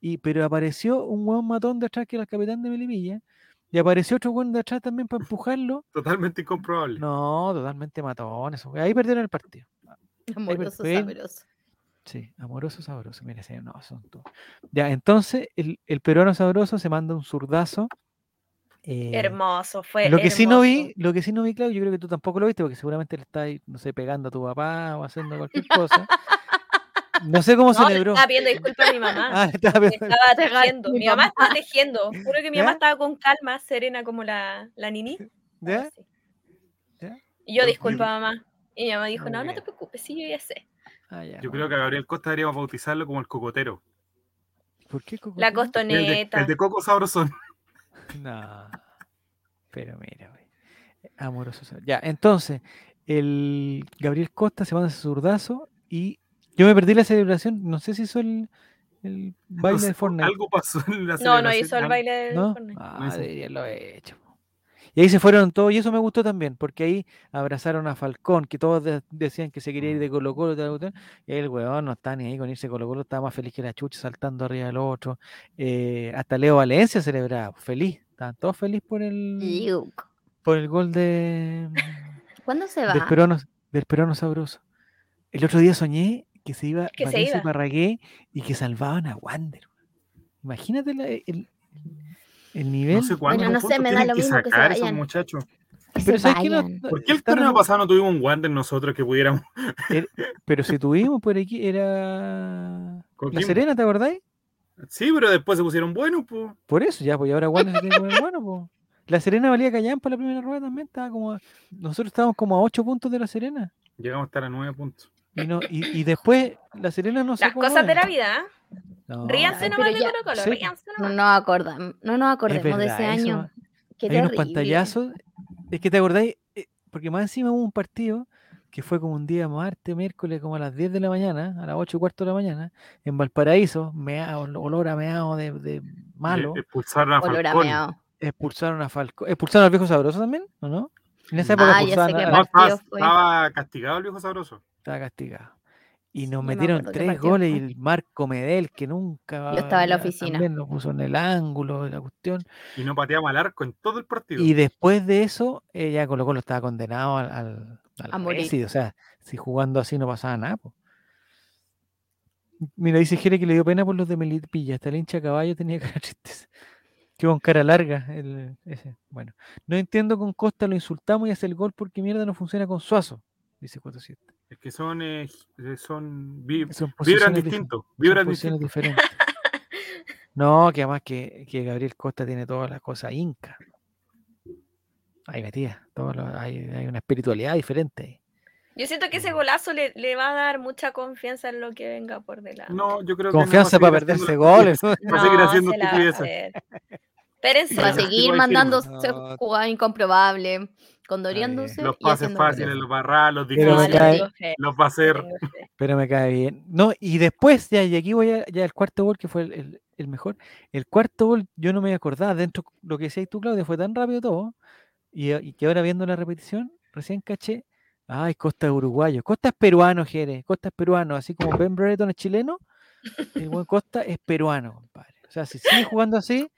A: y, pero apareció un hueón matón de atrás que era el capitán de Melipilla, y apareció otro hueón de atrás también para empujarlo.
B: Totalmente incomprobable.
A: No, totalmente matón, eso, ahí perdieron el partido.
C: Amoroso,
A: perfecto.
C: sabroso.
A: Sí, amoroso sabroso. Mira, ese no, son tú. Ya, entonces el, el peruano sabroso se manda un zurdazo. eh,
D: Hermoso, fue.
A: lo que sí no vi,
D: hermoso.
A: lo que sí no vi, Claudio, yo creo que tú tampoco lo viste, porque seguramente le estás, no sé, pegando a tu papá o haciendo cualquier cosa. No sé cómo
D: No, le
A: celebró.
D: estaba pidiendo disculpas a mi mamá.
A: Ah, estaba
D: Me
A: pensando-
D: estaba
C: Regal-
D: tejiendo.
C: mi
D: Mi mamá
C: mamá.
D: estaba tejiendo. Juro que mi
A: ¿Ya?
D: mamá estaba con calma, serena como la, la nini. algo
A: ¿Ya?
D: así.
A: ¿Ya?
D: Y yo,
B: Yo-
D: disculpa,
B: yo-
D: mamá. Y mi mamá dijo,
A: Muy
D: no, no
A: bien.
D: te preocupes, sí, yo ya sé.
A: Ah, ya, bueno.
B: Yo creo que a Gabriel Costa deberíamos bautizarlo como el cocotero.
A: ¿Por qué Coco
D: La
A: Coco?
B: El de,
D: costoneta.
B: el de Coco Sabrosón.
A: No. Pero mira, güey. Amoroso. sabor. Ya, entonces, el Gabriel Costa se manda ese zurdazo y yo me perdí la celebración. No sé si hizo el, el baile
B: No sé,
A: de Fortnite.
B: Algo pasó en la
D: No, no
B: celebración.
D: hizo el
B: Al-
D: baile del
A: ¿No?
D: Fortnite.
A: Ah,
B: hizo.
A: deberían lo he hecho. po. Y ahí se fueron todos, y eso me gustó también, porque ahí abrazaron a Falcón, que todos de- decían que se quería ir de Colo Colo, y ahí el weón no está ni ahí con irse Colo Colo, estaba más feliz que la chucha saltando arriba del otro. Eh, hasta Leo Valencia celebraba, feliz, estaban todos felices por el,
C: Yuc.
A: por el gol de,
C: ¿Cuándo se
A: del,
C: va?
A: peruano, del peruano sabroso. El otro día soñé que se iba
D: Que se
A: Valencia y
D: iba.
A: Parragué y que salvaban a Wander. Imagínate la- el, el- el nivel.
B: No sé cuántos
C: no sé,
B: puntos
C: me da
B: tienen
C: lo
B: que
C: mismo que se
B: sacar esos
C: vayan.
B: muchachos.
C: Que se
A: Pero ¿sabes qué? No-
C: vayan.
A: no-
B: ¿Por qué el
A: Pues, están
B: torneo
A: en-
B: pasado no tuvimos un Wander nosotros que pudiéramos?
A: Pero si tuvimos por aquí, era. La
B: Coquimbo.
A: Serena, ¿te acordáis?
B: Sí, pero después se pusieron buenos, pues.
A: Por eso, ya, pues y ahora Wander se tiene que poner bueno, pues. La Serena valía Callampa la primera rueda también, estaba como. a- Nosotros estábamos como a 8 puntos de la Serena.
B: Llegamos a estar a nueve puntos.
A: Y, no, y, y después, la Serena no se.
D: Las cosas de la vida. ¿eh?
A: No,
D: Ríanse
C: Ay,
A: no.
D: nomás
C: pero
D: de
C: ya-
D: Colo Colo,
A: sí.
D: ríanse
C: No
D: nomás.
C: nos acordamos, no nos acordemos de ese
A: verdad, eso
C: año. Qué
A: Hay unos
C: terrible.
A: pantallazos. Es que te acordáis, eh, porque más encima hubo un partido que fue como un día martes, miércoles, como a las 10 de la mañana, a las 8 y cuarto de la mañana, en Valparaíso, meao, olor a meao de, de malo.
B: Eh, Expulsaron a
C: Olor a
B: Falcón.
C: meao.
A: Expulsaron a Falcón. ¿Expulsaron al viejo sabroso también? ¿O no? En esa época
C: Ah, ya sé
A: expulsaban
C: que
A: a-
B: No, estaba,
C: partido fue?
B: estaba castigado el viejo sabroso.
A: estaba castigado. Y nos
C: Sí, me
A: metieron
C: acuerdo qué
A: tres
C: partido
A: goles y
C: fue.
A: el Marco Medel, que nunca.
C: Yo estaba en la
A: ya
C: oficina.
A: También nos puso en el ángulo de la cuestión.
B: Y no pateaba al arco en todo el partido.
A: Y después de eso, eh, ya Colo Colo estaba condenado al, al, al
C: A morir.
A: Messi, O sea, si jugando así no pasaba nada. po. Mira, dice Jere que le dio pena por los de Melipilla. Hasta el hincha caballo tenía cara tristeza. Que con cara larga. el- ese. Bueno, no entiendo con Costa, lo insultamos y hace el gol porque mierda no funciona con Suazo. Dice 47.
B: Es que son, eh, eh, son vi-
A: Son
B: vibran
A: posiciones dif-
B: distintos.
A: son
B: Vibran
A: posiciones
B: distintos.
A: diferentes. No, que además que, que Gabriel Costa tiene todas las cosas inca. Ahí metía. todo lo- hay, hay una espiritualidad diferente. ahí.
D: Yo siento que ese
A: Mm.
D: golazo le, le va a dar mucha confianza en lo que venga por delante.
B: No, yo creo que no va a
A: Confianza
B: seguir
A: para
B: haciendo
A: perderse
B: las
A: goles.
B: Va a seguir
D: No,
B: haciendo
D: se la va a
B: estupideces.
D: hacer. Espérense.
C: Va a
B: Sí,
C: seguir
B: igual
C: mandando
A: firma.
C: se-
A: No.
C: jugadas incomprobables,
A: bien.
C: condoreándose
B: Los
C: y
B: pases
C: haciendo
B: fáciles,
C: goles.
B: los barras, los
A: Pero me
D: No, le
A: cae-
B: difíciles,
D: tengo fe,
B: los va a
D: le
B: hacer.
D: tengo fe.
A: Pero me cae bien. No, y después, ya, y aquí voy a, ya el cuarto gol, que fue el, el- el mejor. El cuarto gol, yo no me acordaba. Dentro lo que decías tú, Claudia, fue tan rápido todo. Y, y que ahora viendo la repetición, recién caché. Ay, Costa es uruguayo. Costa es peruano, Jerez. Costa es peruano. Así como Ben Brereton es chileno, el buen Costa es peruano, compadre. O sea, si sigue jugando así,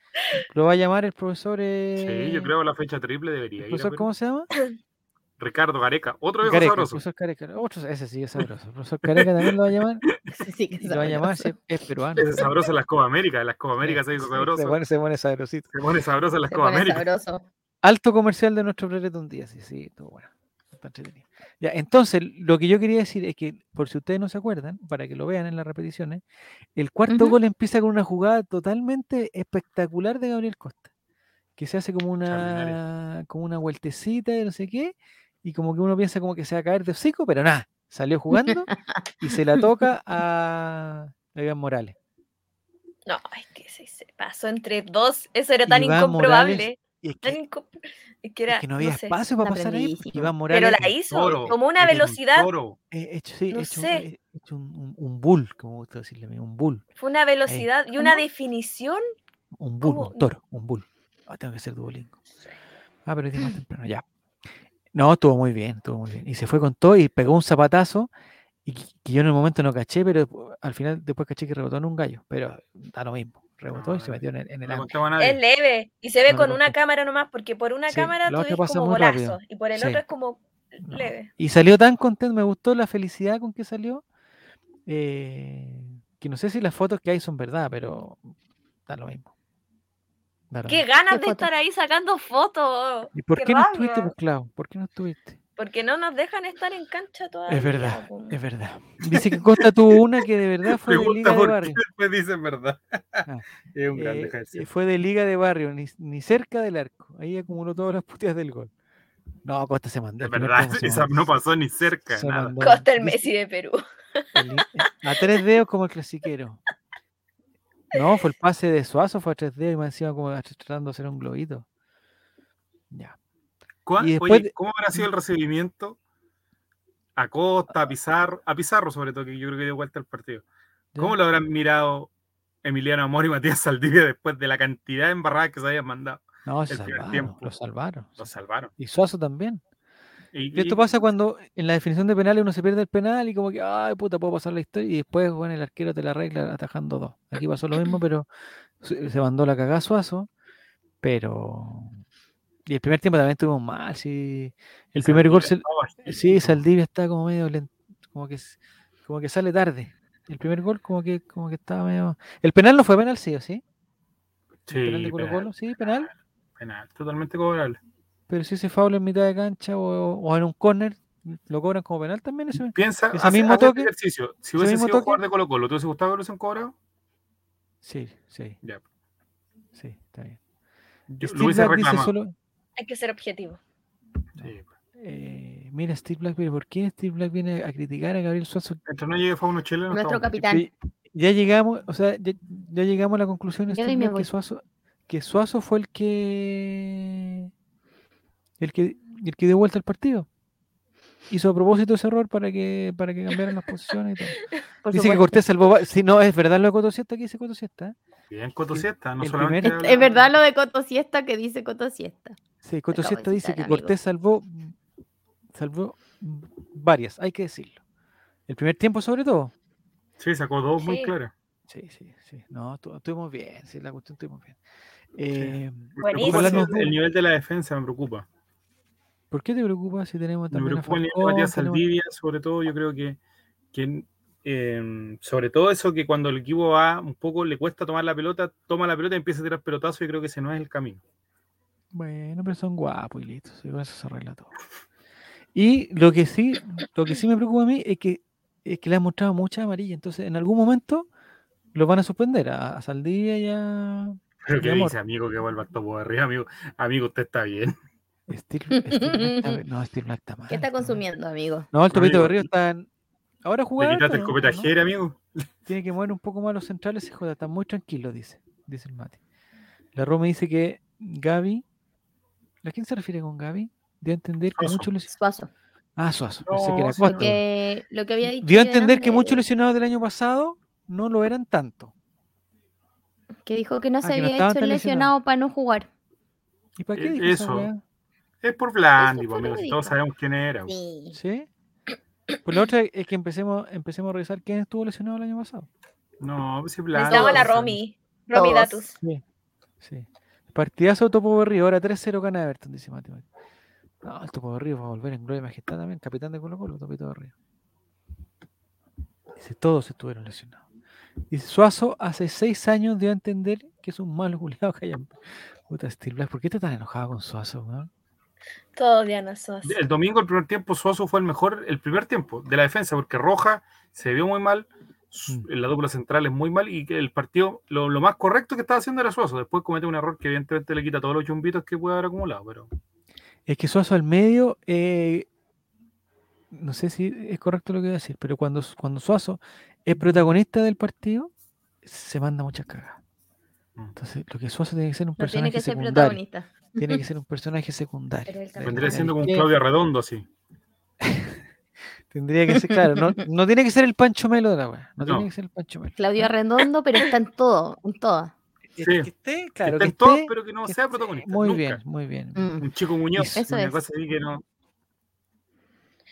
A: lo va a llamar el profesor.
B: Sí,
A: eh,
B: yo creo que la fecha triple
A: el
B: debería ir. a
A: profesor,
B: Perú.
A: ¿Cómo se llama?
B: Ricardo Gareca, otro viejo
A: Careca, el
B: sabroso.
A: profesor Careca. Otro- ese sí es sabroso. El profesor Careca también lo va a llamar.
C: Sí, que
A: y lo va a llamar, sí, es peruano.
B: Ese es sabroso en las Copa América. En las Copa América se hizo
A: Sí,
B: sabroso.
A: pone- se pone sabrosito.
B: Se pone sabroso en las
C: Se
B: Copa
C: pone
B: América.
C: sabroso.
A: Alto comercial de nuestro Brereton Díaz. Sí, sí, estuvo bueno. Está entretenido. Ya, entonces, lo que yo quería decir es que, por si ustedes no se acuerdan, para que lo vean en las repeticiones, el cuarto
C: Ujú.
A: gol empieza con una jugada totalmente espectacular de Gabriel Costa, que se hace como una,
B: Extraordinario.
A: como una vueltecita y no sé qué, y como que uno piensa como que se va a caer de hocico, pero nada, salió jugando y se la toca a Iván Morales.
D: No, es que se, se pasó entre dos. Eso era tan
A: Iván Morales,
D: incomprobable.
A: y es que,
D: Tan incom- es que
A: es
D: era,
A: que no había
D: sé.
A: espacio para pasar ahí, porque
C: Aprendidísimo.
A: Iván Morales
D: Pero la
A: es-
D: hizo
B: Toro,
D: como
B: es
D: una
B: un
D: velocidad.
B: toro.
A: Eh, hecho, sí,
D: No
A: hecho, un-
D: sé.
A: eh, hecho un, un- un bull, como gusta decirle a mí, un bull,
D: Fue una velocidad y una definición.
A: un bull,
D: ¿Cómo?
A: un toro, un bull. Ah, tengo que ser duolingo. Ah, pero es de más temprano, ya. No, estuvo muy bien, estuvo muy bien. Y se fue con todo y pegó un zapatazo y que, que yo en el momento no caché, pero pu- al final después caché que rebotó en un gallo, pero da lo mismo. Rebotó y
B: no,
A: se metió en el, en el
B: No
A: ángulo.
B: contaba a
D: Es
B: nadie.
D: leve y se ve
A: No le
D: con una
A: conté.
D: cámara nomás, porque por una
A: Sí,
D: cámara
A: la
D: tú
A: otra
D: ves
A: pasa
D: como
A: muy rápido.
D: golazo y por el
A: Sí.
D: otro es como
A: No.
D: leve.
A: Y salió tan contento, me gustó la felicidad con que salió. eh, que no sé si las fotos que hay son verdad, pero da lo mismo. Da lo
D: Qué
A: mismo.
D: ganas de
C: foto?
D: estar ahí sacando fotos.
A: ¿Y por qué, no estuviste,
D: rabia.
A: pues, Clau? ¿Por qué no estuviste?
D: Porque no nos dejan estar en cancha todavía.
A: Es verdad,
D: po.
A: es verdad. Dice que Costa tuvo una que de verdad fue de
B: Pregunta
A: liga de
B: por qué
A: barrio.
B: después dicen verdad. es un gran
A: Eh, eh,
B: ejercicio.
A: fue de liga de barrio, ni, ni cerca del arco. Ahí acumuló todas las puteas del gol. No, Costa se mandó.
B: Es
A: el primer
B: verdad,
A: tiempo se
B: esa
A: mandó-
B: no pasó ni cerca.
A: se
B: nada.
A: mandó-
D: Costa el
A: dice-
D: Messi de Perú.
A: El in- eh, A tres dedos como el clasiquero. No, fue el pase de Suazo, fue a tres dedos y más encima como tr- tratando de hacer un globito. Ya.
B: ¿Cuá-
A: Y después
B: Oye,
A: de-
B: ¿cómo habrá sido el recibimiento a Costa, a Pizarro, a Pizarro sobre todo, que yo creo que dio vuelta al partido?
A: ya.
B: ¿Cómo lo habrán mirado Emiliano Amor y Matías Saldivia después de la cantidad de embarradas que se habían mandado?
A: No, se
B: el primer
A: salvaron,
B: tiempo?
A: lo salvaron.
B: Los salvaron.
A: Y Suazo también.
B: Y,
A: Y esto
B: y-
A: pasa cuando en la definición de penales uno se pierde el penal y como que, ay, puta, puedo pasar la historia. Y después, bueno, el arquero te la arregla atajando dos. Aquí pasó lo mismo, pero se se mandó la cagada Suazo. Pero... Y el primer tiempo también estuvimos mal. Sí. El primer gol se,
B: Saldivia estaba bajito.
A: Sí, Saldivia está como medio lent- como que s- como que sale tarde. El primer gol como que como que estaba medio El penal no fue penal sí o sí?
B: Sí,
A: El penal de Colo
B: penal,
A: Colo, sí, penal,
B: penal, totalmente cobrable.
A: pero si ese foul en mitad de cancha o, o en un córner lo cobran como penal también ese.
B: Piensa,
A: Ese
B: hace-
A: mismo
B: hace este
A: toque,
B: ejercicio. Si hubiese
A: mismo
B: sido
A: toque.
B: jugador de Colo Colo, ¿te hubiese gustado que lo hubiesen cobrado?
A: Sí, sí,
B: Ya.
A: sí, está bien.
B: Yo,
A: Steve
B: lo hubiese
A: Black dice
B: reclamado.
A: solo
D: Hay que ser objetivo.
B: Sí.
A: eh, mira Steve Black, pero ¿por qué Steve Black viene a criticar a Gabriel Suazo?
B: Mientras no llegue Fauno Chileno,
C: Nuestro
B: estamos bien.
C: capitán.
A: Y- Ya llegamos, o sea, ya, ya llegamos a la conclusión
C: Ya de
A: Steve
C: ahí me
A: Black, que
C: voy.
A: Suazo, que Suazo fue el que el que el que dio vuelta al partido. Hizo a propósito ese error para que para que cambiaran las posiciones y todo.
C: por
A: Dice que
C: supuesto.
A: Cortés salvó, si no es verdad lo de Coto Siesta que dice Coto Siesta, ¿eh?
B: Bien, Coto
A: El-
B: Siesta, no
A: el
B: solamente.
A: primer-
C: Es,
B: habla-
C: es verdad lo de Coto Siesta que dice Coto Siesta.
A: Sí, Coto
C: acabo de
A: Siesta dice
C: citar,
A: que
C: amigo.
A: Cortés salvó, salvó varias, hay que decirlo. El primer tiempo sobre todo.
B: Sí, sacó dos muy
D: Sí.
B: claras.
A: Sí, sí, sí. No, tu- estuvimos bien, sí, la cuestión estuvimos bien. Eh,
B: Me
D: Buenísimo.
B: preocupa el- el nivel de la defensa, me preocupa.
A: ¿Por qué te preocupa si tenemos
B: Me
A: también a
B: preocupa el nivel de
A: Falcón,
B: Matías
A: tenemos-
B: Saldivia, sobre todo, yo creo que, que, eh, sobre todo eso que cuando el equipo va un poco, le cuesta tomar la pelota, toma la pelota y empieza a tirar pelotazos y creo que ese no es el camino.
A: Bueno, pero son guapos y listo. sí, con eso se arregla todo. Y lo que sí, lo que sí me preocupa a mí es que, es que le han mostrado mucha amarilla. Entonces, en algún momento lo van a suspender a, a Saldivia y a
B: Pero que
A: Mi amor.
B: dice, amigo, que vuelva el topo de arriba, amigo. Amigo, usted está bien.
A: Steel, Steel Black está- No, Steel Black está mal.
C: ¿Qué está
A: mal.
C: consumiendo, amigo?
A: No, el topito
B: Amigo,
A: de Río está. en- Ahora
B: Le
A: jugando.
B: quitaste el copete ajera, amigo.
A: Tiene que mover un poco más los centrales, CJ. Están muy tranquilos, dice. Dice el mate. La Roma dice que Gaby. ¿A quién se refiere con Gaby? Dio a entender que
B: Suazo.
A: muchos lesionados.
C: Suazo.
A: Ah, Suazo. pensé que
B: No,
A: era
B: sí, no.
A: Costa.
C: Porque lo que había dicho.
A: Dio a
C: yo
A: entender que
C: delante,
A: muchos lesionados del año pasado no lo eran tanto.
C: Que dijo que no se
A: Ah, que no
C: había
A: estaban
C: hecho
A: tan
C: el
A: lesionado.
C: lesionado para no jugar.
A: ¿Y para qué
B: Eh,
A: dijo esa
B: eso.
A: weá?
B: Es por Blandi, pues,
C: Eso fue lo
B: amigo.
C: que
B: Si todos
C: dijo.
B: sabemos quién era.
C: Sí.
A: ¿Sí? Pues la otra es que empecemos, empecemos a revisar quién estuvo lesionado el año pasado.
B: No, pues es Blandi.
D: Necesitamos la
C: Todos.
D: Romy. Romy
C: Todos.
D: Datus.
A: Sí. Partidazo Topo Berrío, ahora 3-0 gana Everton, dice Mati. Mati. No, el Topo Berrío va a volver en gloria y majestad también, capitán de Colo Colo, Topito Berrío. Dice, todos estuvieron lesionados. Dice, Suazo hace seis años dio a entender que es un malo culiado que hayan... Puta, Steel Black, ¿por qué estás tan enojado con Suazo, weón?
D: Todo Diana Suazo.
B: El domingo, el primer tiempo, Suazo fue el mejor, el primer tiempo de la defensa, porque Roja se vio muy mal, su-
A: Mm.
B: la dupla central es muy mal y que el partido, lo, lo más correcto que estaba haciendo era Suazo. Después comete un error que evidentemente le quita todos los chumbitos que puede haber acumulado, pero
A: Es que Suazo al medio, eh, no sé si es correcto lo que voy a decir, pero cuando, Su- cuando Suazo es protagonista del partido, se manda muchas cagas.
B: Mm.
A: Entonces, lo que Suazo tiene que ser un
C: No tiene
A: personaje
C: que ser
A: secundario.
C: protagonista.
A: Tiene que ser un personaje secundario.
C: Pero él
A: de
C: también.
B: vendría
A: la
B: siendo como un
A: izquierda,
B: Claudio Redondo así.
A: Tendría que ser, claro, no, no tiene que ser el Pancho Melo de la wea. No,
B: No.
A: tiene que ser el Pancho Melo.
C: Claudio Arredondo, pero está en todo, en todas.
A: Es
B: Sí.
A: Que esté, claro,
B: Está
A: que
B: en todo,
A: esté,
B: pero que no
A: que
B: sea
A: esté.
B: protagonista.
A: Muy
B: nunca.
A: bien, muy bien.
C: Mm.
B: Un chico Muñoz,
C: Eso
B: una
C: es.
B: cosa así que no.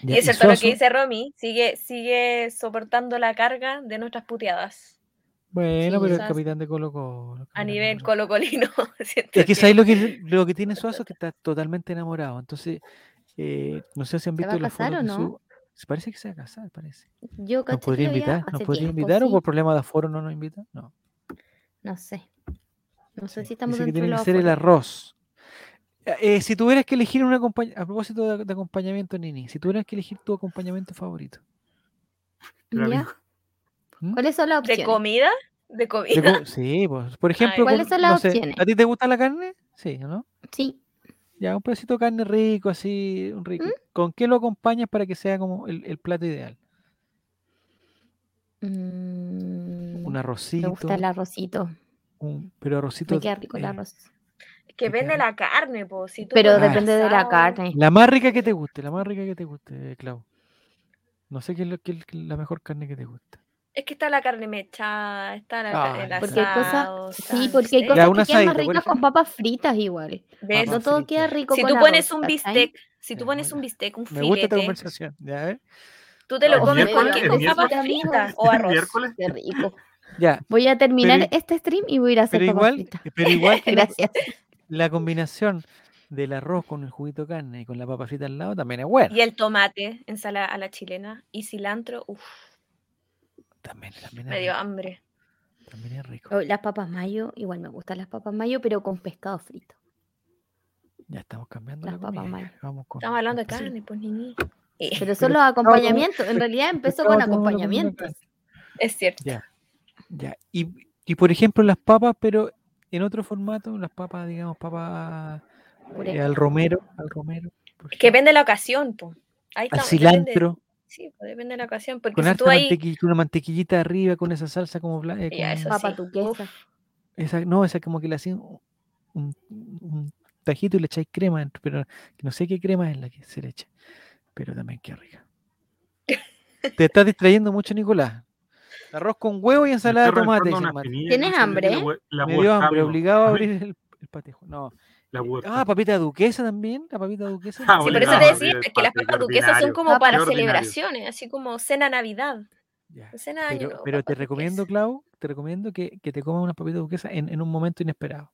A: Ya,
D: Y es cierto lo
A: Suazo-
D: que dice Romy, sigue, sigue soportando la carga de nuestras puteadas
A: Bueno,
C: Sí,
A: pero el
D: Suazo.
A: capitán de Colo Colo.
D: a nivel
A: Colo.
D: colocolino. siento
A: Es que
D: que-
A: sabes lo que, lo que tiene Suazo es que está totalmente enamorado. Entonces, eh, no sé si han
C: ¿Se va
A: visto
C: a
A: las fotos
C: casar o
A: que
C: no?
A: sube. Se Parece que se va a casar, parece.
C: Yo caché
A: ¿Nos
C: que
A: podría
C: lo vi
A: invitar? ¿Nos
C: hace
A: podría
C: tiempo,
A: invitar o
C: sí.
A: por problema de aforo no nos invita? No.
C: No sé. No sé
A: sí.
C: si estamos
A: Dice que
C: dentro de
A: tiene que
C: los
A: ser el
C: aforos.
A: arroz. Eh, eh, si tuvieras que elegir un acompañamiento, a propósito de, de acompañamiento, Nini, si tuvieras que elegir tu acompañamiento favorito.
B: pero
C: ¿Ya?
B: amigo,
A: ¿Mm?
C: ¿Cuáles son las
D: ¿De
C: opciones?
D: comida? ¿De
C: Eh,
A: De
D: comida?
C: ah.
A: co- Sí, pues, por ejemplo,
D: ¿cuáles
A: con-
C: son las
A: no sé,
C: opciones?
A: ¿a ti te gusta la carne? Sí, ¿o ¿no?
C: Sí.
A: Ya, un pedacito de carne rico, así, un rico. ¿Con qué lo acompañas para que sea como el, el plato ideal?
C: Mm,
A: Un
C: me
A: arrocito.
C: gusta el arrocito.
A: un- pero arrocito.
C: Me queda rico el
A: eh,
C: arroz.
D: Que
A: ¿de qué
D: vende
A: habla?
D: la carne, po. Si tú
C: Pero
D: compras
C: depende de la
D: asado,
C: carne.
A: La más rica que te guste, la más rica que te guste, Clau. No sé qué es, lo- qué es la mejor carne que te gusta.
D: Es que está la carne mechada, está la,
A: Ah,
D: ca- el
C: Porque hay cosas-
D: asado. está
C: ah, Sí,
D: el
C: porque hay
D: steak.
A: Ya,
C: cosas
A: un
C: que quedan más
A: asadito, por
C: ricas con papas fritas igual.
D: ¿Ves?
A: Papas
C: No todo queda
A: fritas.
C: rico
D: Si
C: con
D: tú pones
C: arroz,
D: un
C: ¿cachai?
D: bistec, si
A: Ya,
D: tú pones
A: bueno.
D: un bistec, un
A: Me gusta esta
D: filete,
A: conversación. Ya, a ver.
D: tú te
B: Ah,
D: lo
B: ¿el
D: comes con
B: miércoles?
D: qué?
B: ¿el
D: Con
B: miércoles?
D: papas fritas o arroz.
B: miércoles.
C: Qué rico.
A: Ya,
C: Voy a terminar
A: i-
C: este stream y voy a ir a hacer
A: pero
C: papas
A: igual,
C: fritas.
A: pero igual que la,
C: Gracias.
A: la combinación del arroz con el juguito de carne y con la papa frita al lado también es buena.
D: Y el tomate, ensalada a la chilena y cilantro, uff,
A: También, también es
D: me dio
A: rico.
D: hambre.
A: También es rico.
C: Oh, Las papas mayo, igual me gustan las papas mayo, pero con pescado frito.
A: Ya estamos cambiando la
C: Las papas
A: comida. ya,
C: mayo.
A: vamos con-
D: Estamos hablando de
A: con-
D: carne, pues niñi. Eh,
C: Pero
A: Pero
C: son los
A: pescado todo-
C: acompañamientos. En realidad empezó
A: pescado
C: con
A: todo lo combinan con
C: acompañamientos.
D: es cierto.
A: Ya. Ya. Y, y por ejemplo, las papas, pero en otro formato, las papas, digamos, papas
C: Puré.
A: eh, al romero, al romero. por
D: Es
A: ejemplo,
D: que depende de la ocasión, pues. Ahí
A: al
D: está, Depende,
A: cilantro,
D: sí, pues, depende de la ocasión. Porque
A: con
D: si
A: harta
D: tú ahí.
A: mantequilla, una mantequillita arriba, con esa salsa como blanca.
D: Ya, eso
C: Papa
D: sí.
C: tuquesa.
A: Esa, no, esa como que le hacían un, un- un tajito y le echáis crema dentro, pero no sé qué crema es la que se le echa. Pero también qué rica. Te estás distrayendo mucho, Nicolás. Arroz con huevo y ensalada de
B: Estoy
A: tomate. dice
B: recordando una
A: el Mati.
B: penilla,
C: ¿Tienes
B: no sé,
C: hambre?
B: la hue- La
A: Me dio hambre,
B: huercablo.
A: obligado a
B: Amén,
A: abrir el, el patejo. No.
B: La
A: Ah,
B: huercablo.
A: papita duquesa también. La papita duquesa.
B: Ah,
D: Sí,
B: bueno,
D: por eso
B: no,
D: te
B: mira,
D: decía
B: el
D: que las
B: papi, qué
D: papas duquesas son
B: ordinario,
C: Ah,
D: como para
B: qué ordinario.
D: celebraciones, así como cena Navidad,
A: Ya.
D: cena Año
A: Pero,
D: Nuevo,
A: pero te
D: papas
A: recomiendo, Clau, te recomiendo que, que te comas unas papitas duquesas en, en un momento inesperado.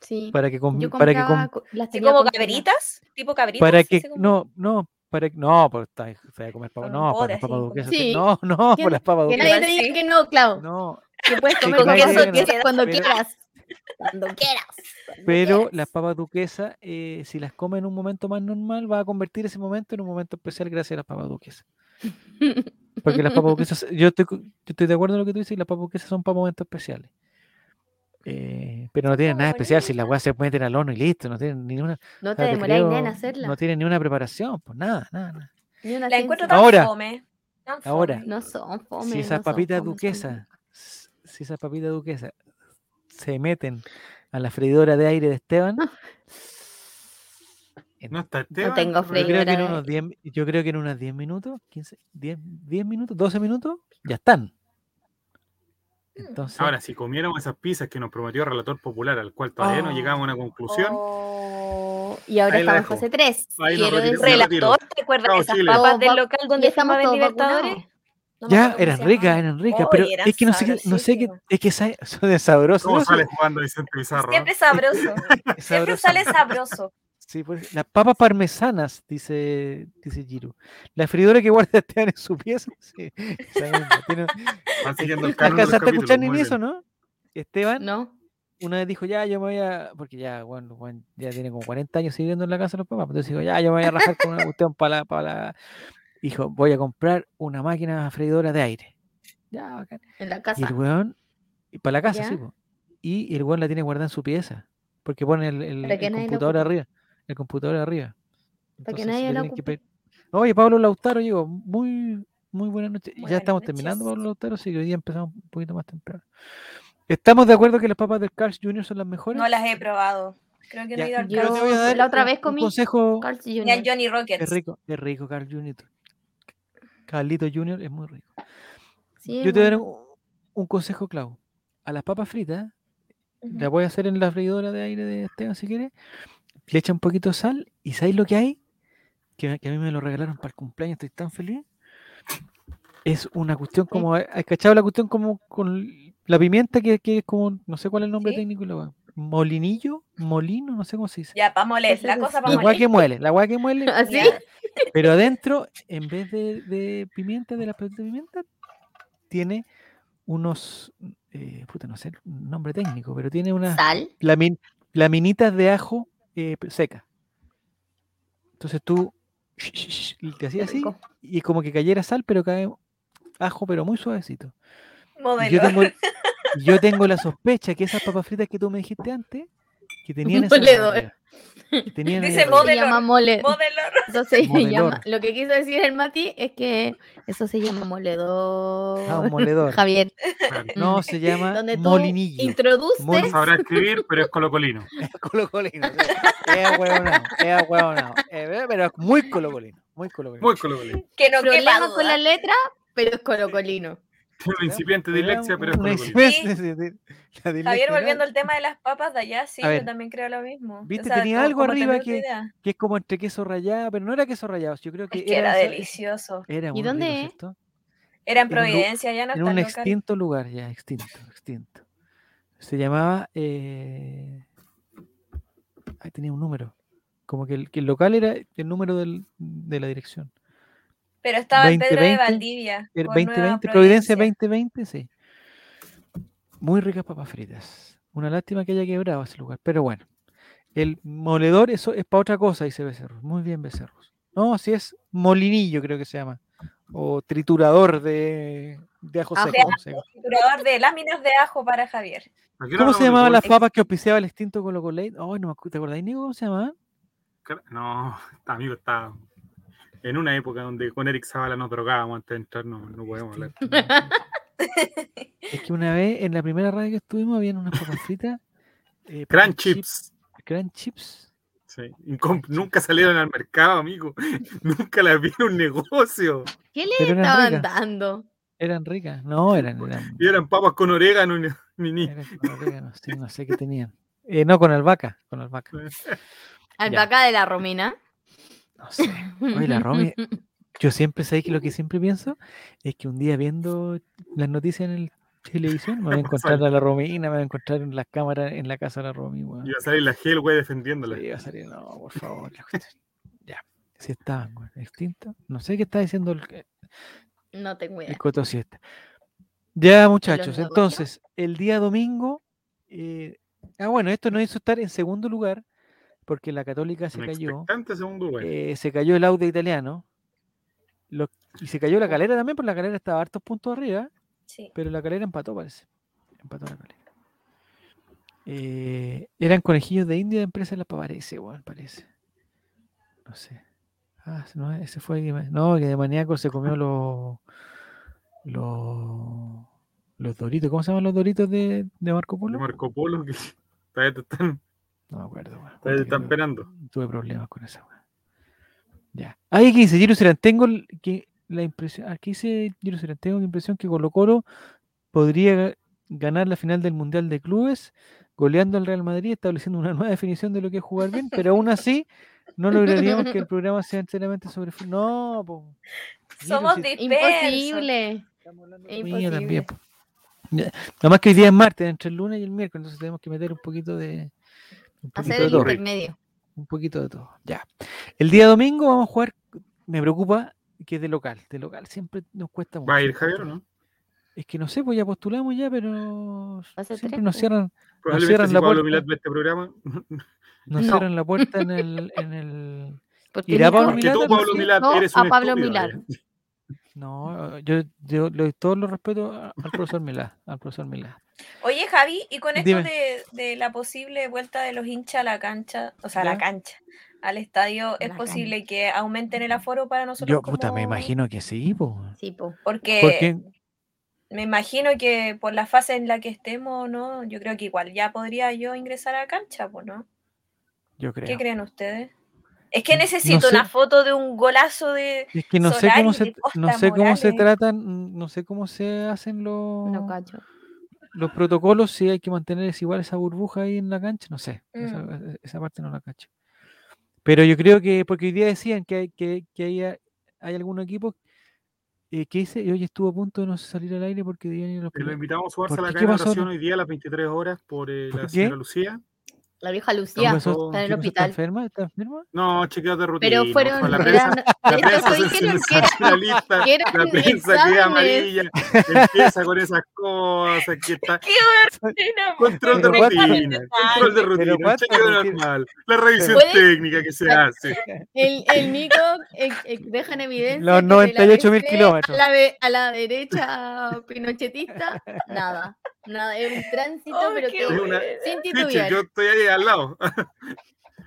C: Sí.
A: Para que, com-
C: Yo
A: para que, com-
C: compraba co- las
D: duquesas. Así
C: tenía
D: como
C: congeladas.
D: caberitas, tipo caberitas.
A: para
D: así
A: que,
D: como-
A: no, no, para que, no, pues, por estar- o sea, comer papas,
D: Con
A: no, por
D: bote,
A: las papas
D: así, con-
A: duquesas,
C: Sí.
A: no, no, por
C: ¿Quién-
A: las papas
C: Que
A: duquesas,
D: quién-
C: nadie
D: Igual
C: te diga
D: sí.
C: que no, Clau.
A: no,
C: Que puedes
A: que
C: comer con
A: nadie te
C: queso
A: diga que no.
C: duquesa cuando
A: Pero-
C: quieras. Cuando quieras. cuando
A: pero
C: quieras.
A: las papas duquesas, eh, si las comes en un momento más normal, va a convertir ese momento en un momento especial gracias a las papas duquesas. Porque las papas duquesas, yo estoy, co- yo estoy de acuerdo en lo que tú dices, y las papas duquesas son para momentos especiales. Eh, pero no tienen
D: Qué
A: nada especial si las
D: bonita.
A: weas se meten al horno y listo, no tienen ni una,
C: No
A: o
C: te
A: sea, te
C: demoráis nada en
A: creo,
C: hacerla.
A: no tienen ni una preparación, pues nada, nada, nada.
C: ni una
D: La encuentro
C: ciencia.
D: tan
A: Ahora,
D: fome. tan fome.
A: ahora,
C: No son fome.
A: si
C: no
A: esas
C: son
A: papitas
C: fome, son
A: duquesas, s- si esas papitas duquesas se meten a la freidora de aire de Esteban, en-
B: No está Esteban,
C: tengo
B: pero-
A: yo, creo que en
C: freidora de
A: unos 10, yo creo que en unos 10 minutos, 15, 10, 10 minutos, 12 minutos, ya están.
C: Mm.
A: Entonces,
B: Ahora, si comiéramos esas pizzas que nos prometió el relator popular, al cual todavía no
A: Oh.
B: llegamos a una conclusión,
C: Oh, y ahora
B: Ahí la
C: estamos en
B: dejo.
C: fase 3.
B: Ahí nos
C: Quiero
B: retiramos.
C: decir,
B: Relativo.
D: Relator, ¿te acuerdas
B: Chao,
D: de esas
B: Chile.
D: papas
C: Todos
D: del local
C: ya
D: donde
C: estamos
D: fuimos a ver
C: todos
D: Libertadores?
C: vacunados.
D: No me
A: ya
D: acuerdo cómo
A: eran
D: se
A: ricas,
D: llamaban.
A: eran ricas,
D: Oh,
A: pero
D: y eran
A: es que no sé, qué- no sé qué,
D: sabrosísimas.
A: es que sa- son sabrosas.
B: ¿cómo
A: ¿no?
B: sale jugando Vicente Pizarro?
D: Siempre sabroso.
A: Es sabrosa.
D: Siempre sale sabroso.
A: Sí, pues, las papas parmesanas, dice, dice Giro. La freidora que guarda Esteban en su pieza. Sí, esa misma, tiene-
B: Van siguiendo el canon de los
A: Alcanzaste a escuchar
B: capítulos,
A: ni
B: muy
A: en eso,
B: bien.
A: ¿no? Esteban
C: No,
A: una vez dijo, ya, yo me voy a. Porque ya, bueno, Juan ya tiene como 40 años siguiendo en la casa de los papás. Entonces dijo, ya, yo me voy a rajar con una cuestión para la, para la. Dijo, voy a comprar una máquina freidora de aire. Ya, bacán.
C: en la
A: Y
C: casa.
A: el weón, para la casa, sí,
C: ¿Ya?
A: po. Y el weón la tiene guardada en su pieza. Porque pone el, el-
C: Para que
A: el
C: nadie la
A: computador
C: ocupe.
A: arriba. El computador arriba.
C: Para que
A: Entonces,
C: nadie
A: le
C: la
A: tienen que
C: ocupe.
A: pedir- Oye, Pablo Lautaro llegó. Muy, muy buenas noches. ya
D: Buenas
A: estamos terminando,
D: noches.
A: Pablo Lautaro, sí, que hoy día empezamos un poquito más temprano. ¿Estamos de acuerdo que las papas del Carl Jr. son las mejores?
D: No las he probado. Creo que
A: Ya,
D: no he ido al
A: yo te
D: Carl's
A: voy a
C: Yo
A: dar
C: la otra
A: un-
C: vez
A: un
C: comí
A: consejo.
C: Carl's Jr.
D: ni al Johnny
A: Es
D: Rockets.
A: rico, es rico, Carl Jr. Carlito Jr. es muy rico.
C: Sí,
A: Yo te daré
C: bueno.
A: un, un consejo, Clau. A las papas fritas, la
D: Ujú.
A: voy a hacer en la freidora de aire de Esteban si quieres, le echa un poquito de sal y ¿sabéis lo que hay? Que, que a mí me lo regalaron para el cumpleaños, estoy tan feliz. Es una cuestión como, ¿has cachado la cuestión como con la pimienta que, que es como, no sé cuál es el nombre
D: Sí.
A: técnico, la weá? molinillo, molino, no sé cómo se dice.
D: Ya, pa' moler.
C: Ese
D: La
C: es-
D: cosa pa'
A: La weá
D: moler.
A: que muele, la weá que muele,
C: ¿Así?
D: Ya.
A: pero adentro, en vez de, de pimienta, de la pelota de pimienta, tiene unos, eh, puta, no sé el nombre técnico, pero tiene unas
C: Sal.
A: lamin- laminitas de ajo eh, pe- seca. Entonces tú te
C: Qué
A: hacías así
C: rico.
A: y como que cayera sal, pero cae ajo, pero muy suavecito. Y Yo
D: Modelo.
A: tengo, yo tengo la sospecha que esas papas fritas que tú me dijiste antes, que tenían esa
C: Moledor.
A: arriba, que tenían ahí
D: Dice
A: arriba.
C: Se
D: Modelor.
C: llama mole.
D: Modelo.
C: Eso se
A: Modelor.
C: llama. Lo que quiso decir el Mati es que eso se llama moledor.
A: Ah, un moledor.
C: Javier.
B: Claro.
A: No, se llama
C: Donde tú
A: molinillo.
C: introduces.
B: No
A: Mol-
B: sabrá escribir, pero es colocolino.
A: Colocolino. sí. Es huevonao, es huevonao. Eh, Pero es muy colocolino. Muy colocolino.
B: Muy colocolino.
D: Que no quepa
C: Problema
D: duda.
C: con la letra, pero es colocolino.
B: Tiene una incipiente
A: Podría
B: dislexia, pero es
A: una
B: colocolino.
A: especie de- de- la dislexia,
D: Javier,
A: ¿no?
D: volviendo al tema de las papas de allá, sí,
A: A ver.
D: yo también creo lo mismo.
A: Viste, tenía
D: como-
A: algo
D: como
A: arriba
D: tener
A: que-
D: otra idea.
A: que es como entre queso rallado, pero no era queso rallado, yo creo que
D: Es que era
A: esa-
D: delicioso.
A: Era muy
C: ¿Y
A: rico,
C: dónde es?
A: ¿cierto?
D: Era en
A: en un lu-
D: Providencia, ya no
A: En
D: está
A: un
D: el local.
A: extinto lugar, ya, extinto, extinto. Se llamaba. Eh... Ahí tenía un número. Como que el, que el local era el número del- de la dirección.
D: Pero estaba en Pedro
A: 2020,
D: de Valdivia.
A: El
D: por Nueva
A: 2020, Providencia 2020, sí. Muy ricas papas fritas. Una lástima que haya quebrado ese lugar, pero bueno. El moledor, eso es para otra cosa, dice Becerros. Muy bien, Becerros. No, si es molinillo, creo que se llama. O triturador de, de ajo
C: Ajo.
A: seco.
D: De
A: no sé.
D: Triturador de láminas de ajo para Javier.
B: ¿A qué
A: ¿Cómo
B: hora hablamos
A: se
B: de
A: llamaban las
B: fútbol?
A: papas que auspiciaba el extinto Colo Colo? Ay, no me acu- ¿te acordáis, Nico, cómo se llamaban?
B: No, amigo, está en una época donde con Eric Zavala nos drogábamos antes de entrar, no, no podemos hablar.
A: Extinto, no, no sé. es que una vez, en la primera radio que estuvimos, habían unas papas fritas. eh, papas
B: Gran
A: chip-
B: Chips.
A: Grand Chips.
B: Sí, incom- Nunca salieron al mercado, amigo. Nunca las vi en un negocio.
C: ¿Qué le
A: Pero eran
C: estaban
A: ricas.
C: dando?
A: Eran ricas. No, eran. eran,
B: Y eran papas con orégano, ni, ni, ni.
A: eran con orégano, sí, no sé qué tenían. Eh, no, con albahaca. Con albahaca.
C: Alpaca de la Romina.
A: No sé. Oye, la Romy, yo siempre sé que lo que siempre pienso es que un día viendo las noticias en el televisión me voy a encontrar a la Romina, me voy a encontrar en las cámaras en la casa de la Romy, weón.
B: Iba a salir la gel, güey, defendiéndola.
A: Sí, iba a salir, no, por favor. la cuestión. ya. Si estaban, weón, extinta. No sé qué está diciendo el,
C: No tengo idea.
A: el Coto Siesta. Ya, muchachos,
C: negocios?
A: entonces, el día domingo. eh, ah, bueno, esto nos hizo estar en segundo lugar, porque la Católica se
B: Un
A: cayó.
B: expectante segundo, güey.
A: eh, se cayó el audio italiano. Lo- y se cayó la calera también, porque la calera estaba hartos puntos arriba,
D: Sí.
A: pero la calera empató, parece. Empató la calera. Eh, eran conejillos de India de empresa la Pavarese, weón, parece. No sé. Ah, no, ese fue. el que ma- No, que de maníaco se comió los. Los. Los doritos. ¿Cómo se llaman los doritos de, de Marco
B: De
A: Polo?
B: Marco Polo, que todavía te están,
A: No me acuerdo, weón.
B: todavía te
A: Puta,
B: están
A: yo-
B: penando.
A: tuve problemas con esa weá. Ya. Ahí que dice Jerusalén, tengo l- que la impresión, aquí dice Jerusalén, tengo la impresión que Colo Colo podría ga- ganar la final del Mundial de Clubes, goleando al Real Madrid, estableciendo una nueva definición de lo que es jugar bien, pero aún así no lograríamos que el programa sea enteramente sobre fútbol. No, po.
D: Somos
A: Jerusalén,
D: dispersos.
C: Imposible.
A: estamos hablando de
C: es
A: comida también,
C: imposible.
A: po. Ya, Nada más que hoy día es martes, entre el lunes y el miércoles, entonces tenemos que meter un poquito de... un poquito
C: Hacer
A: de
C: el
A: todo.
C: intermedio.
A: Un poquito de todo. Ya. El día domingo vamos a jugar. Me preocupa que es de local. De local siempre nos cuesta mucho.
B: ¿Va a ir Javier o no?
A: Es que no sé, pues ya postulamos ya, pero
C: a ser
A: siempre
C: tres,
A: nos
C: pues.
A: cierran,
B: Probablemente
A: cierran
B: si
A: la
B: Pablo
A: puerta.
B: Milat ve este programa.
A: nos
C: No.
A: cierran la puerta en el, en el.
C: Porque
A: Irá
C: Nico-
A: Pablo
B: Porque
A: Milat,
B: tú, Pablo
A: sí,
B: Milat,
C: no,
B: eres
C: a
B: un
C: Pablo
B: estúpido, ¿eh?
C: Milat.
B: güey.
A: No, yo, yo le doy todo los respeto a- al profesor Milá, al profesor Milá.
D: Oye, Javi, y con esto
A: Dime.
D: de, de la posible vuelta de los hinchas a la cancha, o sea, a
A: Ya.
D: la cancha, al estadio, ¿es
C: La
D: posible que aumenten el aforo para nosotros?
A: Yo, puta, me
D: como-
A: imagino que sí, pues.
C: Sí, po.
D: Porque
A: Porque
D: me imagino que por la fase en la que estemos, ¿no? Yo creo que igual ya podría yo ingresar a la cancha, pues, ¿no?
A: yo
D: ¿Qué
A: creo.
D: creen ustedes? Es que
A: Mm, No
D: necesito
A: sé.
D: una foto de un golazo de...
A: Es que no sé cómo
D: Solari,
A: se, no
D: Costa,
A: sé cómo se
D: Morales.
A: tratan, no sé cómo se hacen los.
C: No cacho.
A: los protocolos, si hay que mantener es igual esa burbuja ahí en la cancha, no sé, esa,
D: Mm.
A: e- esa parte no la cacho. Pero yo creo que, porque hoy día decían que hay, que, que hay, a- hay algún equipo eh, que dice, y hoy estuvo a punto de no salir al aire porque debían ir a los
B: Te lo
A: primeros".
B: invitamos a sumarse a
A: ¿Por
B: la
A: qué? ¿Qué
B: cadena de
A: pasó?
B: oración hoy día a las 23 horas por eh,
A: ¿Por
B: la
A: qué?
B: señora Lucía.
C: La vieja
A: ¿Qué
C: Lucía.
A: pasó?
B: po,
C: está en el
A: ¿Qué pasó? ¿Está
C: hospital.
A: enferma? ¿Está enferma?
B: No, chequeos de rutina.
C: Pero
B: no,
C: fueron.
B: fue la
C: eran-
B: prensa, la
C: eran-
B: prensa
C: después dijeron que eran-
B: sensacionalista,
C: que eran
B: la prensa que es
C: exámenes.
B: amarilla, empieza con esas cosas que está
D: ¡Qué buena!
B: Control de
A: Pero what-
B: rutina, control de rutina,
A: what-
B: chequeo
A: rutina.
B: normal, la revisión
C: Puede-
B: técnica que se hace.
C: El, el Nico eh, eh, deja en evidencia.
A: Los
C: que de la
A: 98.000
C: DC
A: kilómetros.
C: A la, ve- a la derecha pinochetista, nada. Nada, es un tránsito,
D: Oh,
C: pero
D: qué
C: que
B: buena.
C: sin
B: Piche,
C: titubear.
B: yo estoy ahí al lado.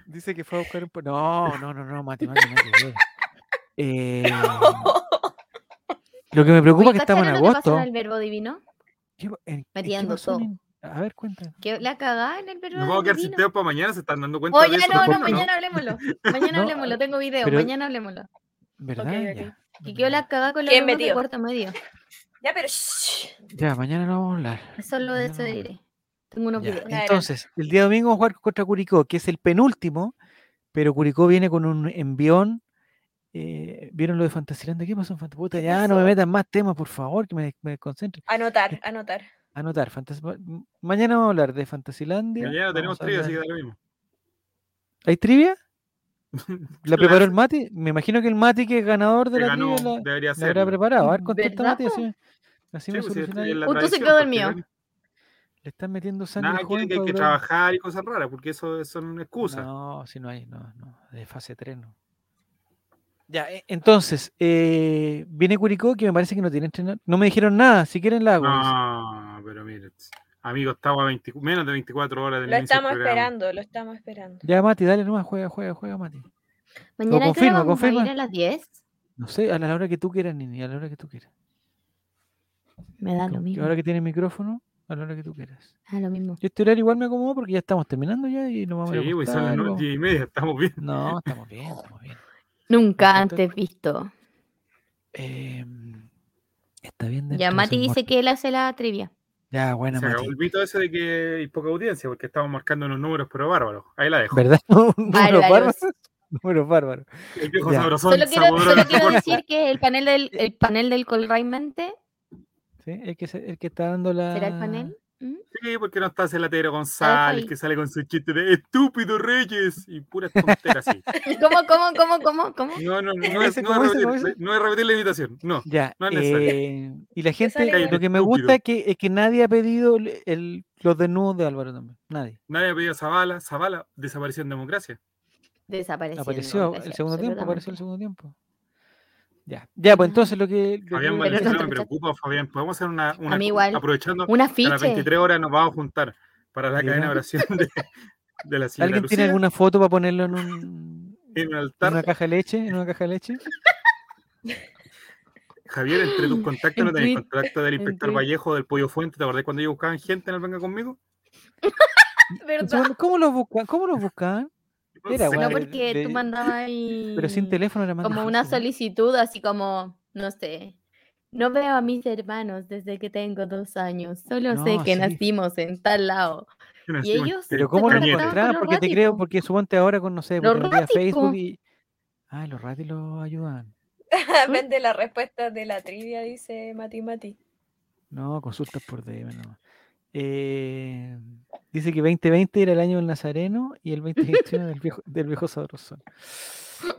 A: Dice que fue a buscar un... po- No, no, no, no, Mati, Mati, nada que ver. Eh, Lo que me preocupa es
C: Oye,
A: que estamos en
C: ¿cacharon lo que pasó
A: agosto.
C: el verbo divino?
A: ¿Qué pa- en- en qué
C: Metiendo
A: pasó en
C: todo.
A: in- A ver, cuéntame.
C: Que la cagada en el verbo
B: Nos vamos a quedar sin
C: divino.
B: tiempo para mañana, se están dando cuenta
C: Oye,
B: de eso.
C: no, no,
A: tampoco, ¿no?
C: mañana hablemoslo. Mañana
A: No,
C: hablemoslo, tengo video,
A: pero-
C: mañana hablemoslo.
A: ¿Verdad?
D: ok.
A: Ya,
C: Que quedó la cagada con los
D: ¿Quién
C: alumnos de
D: metió?
C: cuarto medio.
D: Ya, pero... shh.
A: Ya, mañana no vamos a hablar.
C: Eso lo de
A: Mañana
C: eso
A: vamos a
C: diré. Tengo unos
A: Ya,
C: videos.
D: Ya, era.
A: Entonces, el día domingo vamos a jugar contra Curicó, que es el penúltimo, pero Curicó viene con un envión. eh, ¿Vieron lo de Fantasilanda? ¿Qué pasó en Fanta- puta,
D: ¿Qué
A: Ya no me
D: pasó?
A: metan más temas, por favor, que me, me concentre.
D: Anotar, anotar.
A: Anotar, Fantas- ma- mañana vamos a hablar de Fantasilandia.
B: Mañana tenemos
A: vamos a
B: tres, así que
A: hablar-
B: da lo mismo.
A: ¿Hay trivia? ¿La
B: La-
A: preparó el Mati? Me imagino que el Mati, que es ganador de
B: Que
A: la
B: ganó,
A: trivia, la,
B: debería
A: la
B: ser. pues,
A: habrá preparado. A ver, contesta
C: ¿Verdad,
A: Mati,
C: po?
A: así, así me soluciona el-
C: Uy, tú se quedó dormido.
A: Le están metiendo sangre
B: Nada,
A: joven
B: quieren que hay
A: pa'
B: que
A: durar-
B: trabajar y cosas raras, porque eso son excusas.
A: No, si no hay, no, no, de fase 3 no. Ya, e- entonces, eh, viene Curicó que me parece que no tiene entrenador. No me dijeron nada, si quieren la hago. dice.
B: Ah. No,
A: pues.
B: pero mire, amigo, estamos a 20 menos de 24 horas del inicio
D: Lo
B: del
D: estamos
B: programa.
D: esperando, lo estamos esperando.
A: Ya, Mati, dale nomás, juega, juega, juega, Mati.
C: Mañana creo que
A: confirma,
C: vamos a ir
A: confirma.
C: a las 10.
A: No sé, a la hora que tú quieras, Nini, a la hora que tú quieras.
C: Me da lo
A: Con- que
C: mismo.
A: Ahora que tienes micrófono, a la hora que tú quieras.
C: da lo mismo.
A: Yo este horario igual me acomodo porque ya estamos terminando ya y nos vamos a ir a
B: Sí, güey, son las
A: acostar, vamos-
B: 9 y media, estamos bien.
A: No, estamos bien, estamos bien.
C: Nunca
A: Perfecto.
C: antes visto.
A: Em, Está bien.
C: Ya
A: dentro,
C: Mati
A: son
C: dice
A: muertos.
C: que él hace la trivia.
A: Ya, buena,
B: Se acabó
A: Mati.
B: el vito ese de que hay poca audiencia porque estamos marcando unos números pero bárbaros. Ahí la dejo.
A: ¿Verdad? Número
C: Bárbaros.
A: bárbaro. Número bárbaro.
B: El viejo
A: Ya.
B: sabrosón,
C: Solo quiero,
B: saborón.
C: solo quiero decir que el panel del, el panel del Colray Mente
A: ¿Sí? El, que se- el que está dando la.
C: será el panel. ¿Mm?
B: Sí, porque no está Celatero González
C: ahí.
B: que sale con su chiste de estúpido Reyes y puras tonteras así.
C: ¿Cómo, cómo, cómo, cómo, cómo?
B: No, no, no,
A: ¿Cómo
B: es,
A: dice,
B: no, es
A: cómo dice,
B: repetir,
A: cómo dice?
B: no es repetir la invitación. No.
A: Ya.
B: No es necesario.
A: eh, y la
D: sale
A: gente, lo
B: bueno.
A: que me gusta es que, es que nadie ha pedido el- el- los desnudos de Álvaro también. Nadie.
B: Nadie ha pedido a Zavala. Zavala desapareció en democracia.
C: Desapareció.
A: Apareció el segundo tiempo, apareció el
C: absolutamente.
A: segundo tiempo. Ya. Ya, pues
C: Ah.
A: entonces lo que. lo
B: Fabián
A: que-
C: Pero
B: Valenzuela
C: no-
B: me preocupa, Fabián. Podemos hacer una. una
C: A mí igual.
B: Aprovechando
C: Un
B: que a las
C: afiche.
B: 23 horas nos vamos a juntar para la
A: Ya.
B: cadena de oración de, de la señora
A: ¿Alguien tiene
B: Lucía
A: alguna foto para ponerlo en, un,
B: en un
A: en
B: altar.
A: una caja de leche? ¿En una caja de leche?
B: Javier, entre tus contactos
C: En
B: no tenés
C: Twitter,
B: contacto del
C: en
B: inspector
C: Twitter.
B: Vallejo del Pollo Fuente. ¿Te acordás cuando ellos buscaban gente en el Venga Conmigo?
A: Un
D: ¿Verdad?
A: segundo, ¿Cómo lo buscan? ¿Cómo lo buscan? Era,
B: sé.
C: No,
A: Bueno,
C: porque
A: de-
C: tú mandabas ahí
A: Pero sin teléfono era más
C: Mm, como una
A: difícil, ¿no?
C: solicitud, así como, no sé. No veo a mis hermanos desde que tengo dos años. Solo sé
A: No,
C: que
A: sí.
C: nacimos en tal lado.
B: Nací
C: Y
B: un-
C: ellos.
A: Pero
C: se
A: ¿cómo lo
B: Cañete.
C: conectaban con
A: encontraban?
C: los
A: Porque te creo,
C: raticos.
A: porque suponte ahora con, no sé,
C: Los
A: porque no tenía Facebook
C: raticos.
A: y... Ah, los ratis los ayudan.
D: Vende la respuesta de la trivia, dice Mati Mati.
A: No, consultas por DM nomás. Eh, dice que 2020 era el año del Nazareno y el 2021 del viejo, del viejo sabroso.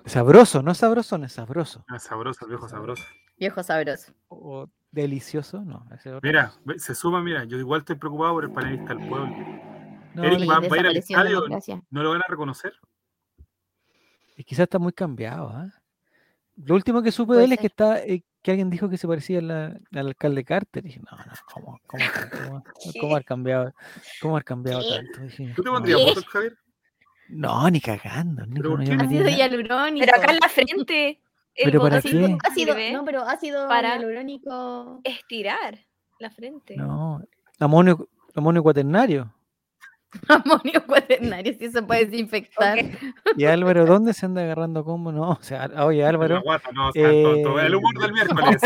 A: Sabroso, no sabroso, no es sabroso.
B: Ah, sabroso, el viejo sabroso.
C: Viejo sabroso.
A: O delicioso, no. ese es otro
B: Mira,
A: cosa.
B: ve- se suma, mira, yo igual estoy preocupado por el panelista del pueblo.
A: No,
B: Eric
A: le-
B: va-
C: Sí,
B: va a ir al
C: desapareció en
B: estadio.
C: democracia.
B: ¿No lo van a reconocer?
A: y quizás está muy cambiado. ¿ah? Lo último que supe
C: Puede
A: de él es que
C: ser.
A: está eh, que alguien dijo que se parecía a la- al alcalde Carter. Y dije, no, no, ¿cómo, cómo, cómo, cómo haber cambiado, cómo haber cambiado
D: ¿Qué?
A: tanto? Dije,
B: ¿Tú te
A: no,
B: pondrías
A: no,
B: votos, Javier?
A: No, ni cagando. Ni
B: ¿Pero
A: como
B: por
A: yo
B: qué
A: me
B: no?
A: diera-
C: Ácido hialurónico.
D: Pero acá en la frente, el
A: Pero ¿para
D: botoncito
A: qué?
C: Ácido,
D: sirve
C: no, pero ácido
D: para-
C: hialurónico.
D: estirar la frente.
A: No, amonio, amonio cuaternario.
C: Amonio cuaternario, si eso puede desinfectar.
D: Ok.
A: ¿Y Álvaro dónde se anda agarrando combo? No, o sea, Al- oye
B: La
A: Álvaro,
B: guata, no, o sea, tonto.
A: Eh,
B: El humor del miércoles.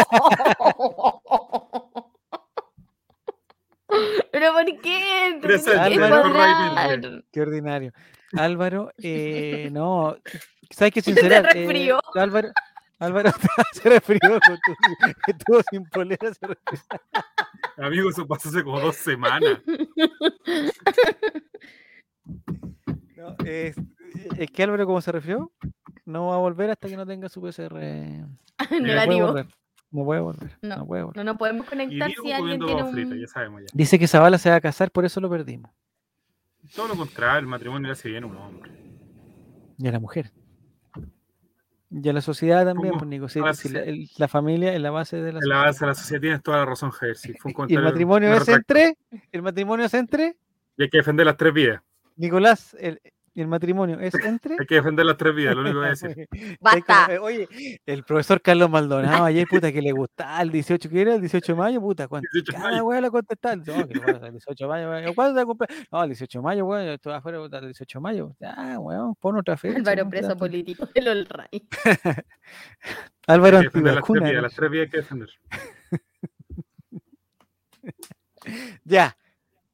C: Pero ¿por qué? Te
B: Presente,
C: tenés que
A: Álvaro
C: cuadrar.
A: qué ordinario. Álvaro, eh, no, ¿sabes qué
C: Se
A: sincerar? eh,
C: resfrió.
A: Álvaro, Álvaro se resfrió, con tu- estuvo sin polera. se resfrió.
B: Amigo, eso pasó hace como dos semanas.
A: No, es, es que Álvaro, como se resfrió, no va a volver hasta que no tenga su PCR. No puede
C: Negativo.
A: volver, no puede volver,
C: No.
A: no puede volver.
C: No nos podemos
B: Y
C: conectar
B: Diego
C: si alguien
B: comiendo
C: tiene
B: papas fritas,
C: un.
B: ya sabemos ya.
A: Dice que Zavala se va a casar, por eso lo perdimos.
B: Todo lo contrario, el matrimonio le hace bien a un hombre.
A: Y a la mujer. Y a la sociedad también,
B: ¿Cómo?
A: pues,
B: Ah,
A: Nico. si-
B: A la
A: si la,
B: sociedad.
A: el- la familia es la base de la
B: El
A: sociedad.
B: avance de la sociedad tienes toda la razón, Javier. Sí, fue un
A: Y el
B: comentario-
A: matrimonio
B: me
A: es este.
B: retracto.
A: entre, el matrimonio es entre,
B: Y hay que defender las tres vidas.
A: Nicolás, el, el matrimonio es entre.
B: Hay que defender las tres vidas, lo único que voy a decir.
C: Basta.
A: eh, Oye, el profesor Carlos Maldonado ayer, puta, que le gustaba el 18, que era el 18 de mayo, puta, cuánto,
B: 18 de
A: cada
B: mayo.
A: weá la contestaba, no, que le pasa, el 18 de mayo, weón, ¿cuándo te cumples? No, el 18 de mayo, weón, yo estoy afuera, puta, el 18 de mayo, ah, weón, pon otra fecha.
C: Álvaro
A: ¿no?
C: preso
A: Tanto-
C: político del Olray.
A: Álvaro
B: Hay que defender las tres
A: antivacuna.
B: vidas,
A: ¿no?
B: las tres vidas hay que defender.
A: Ya,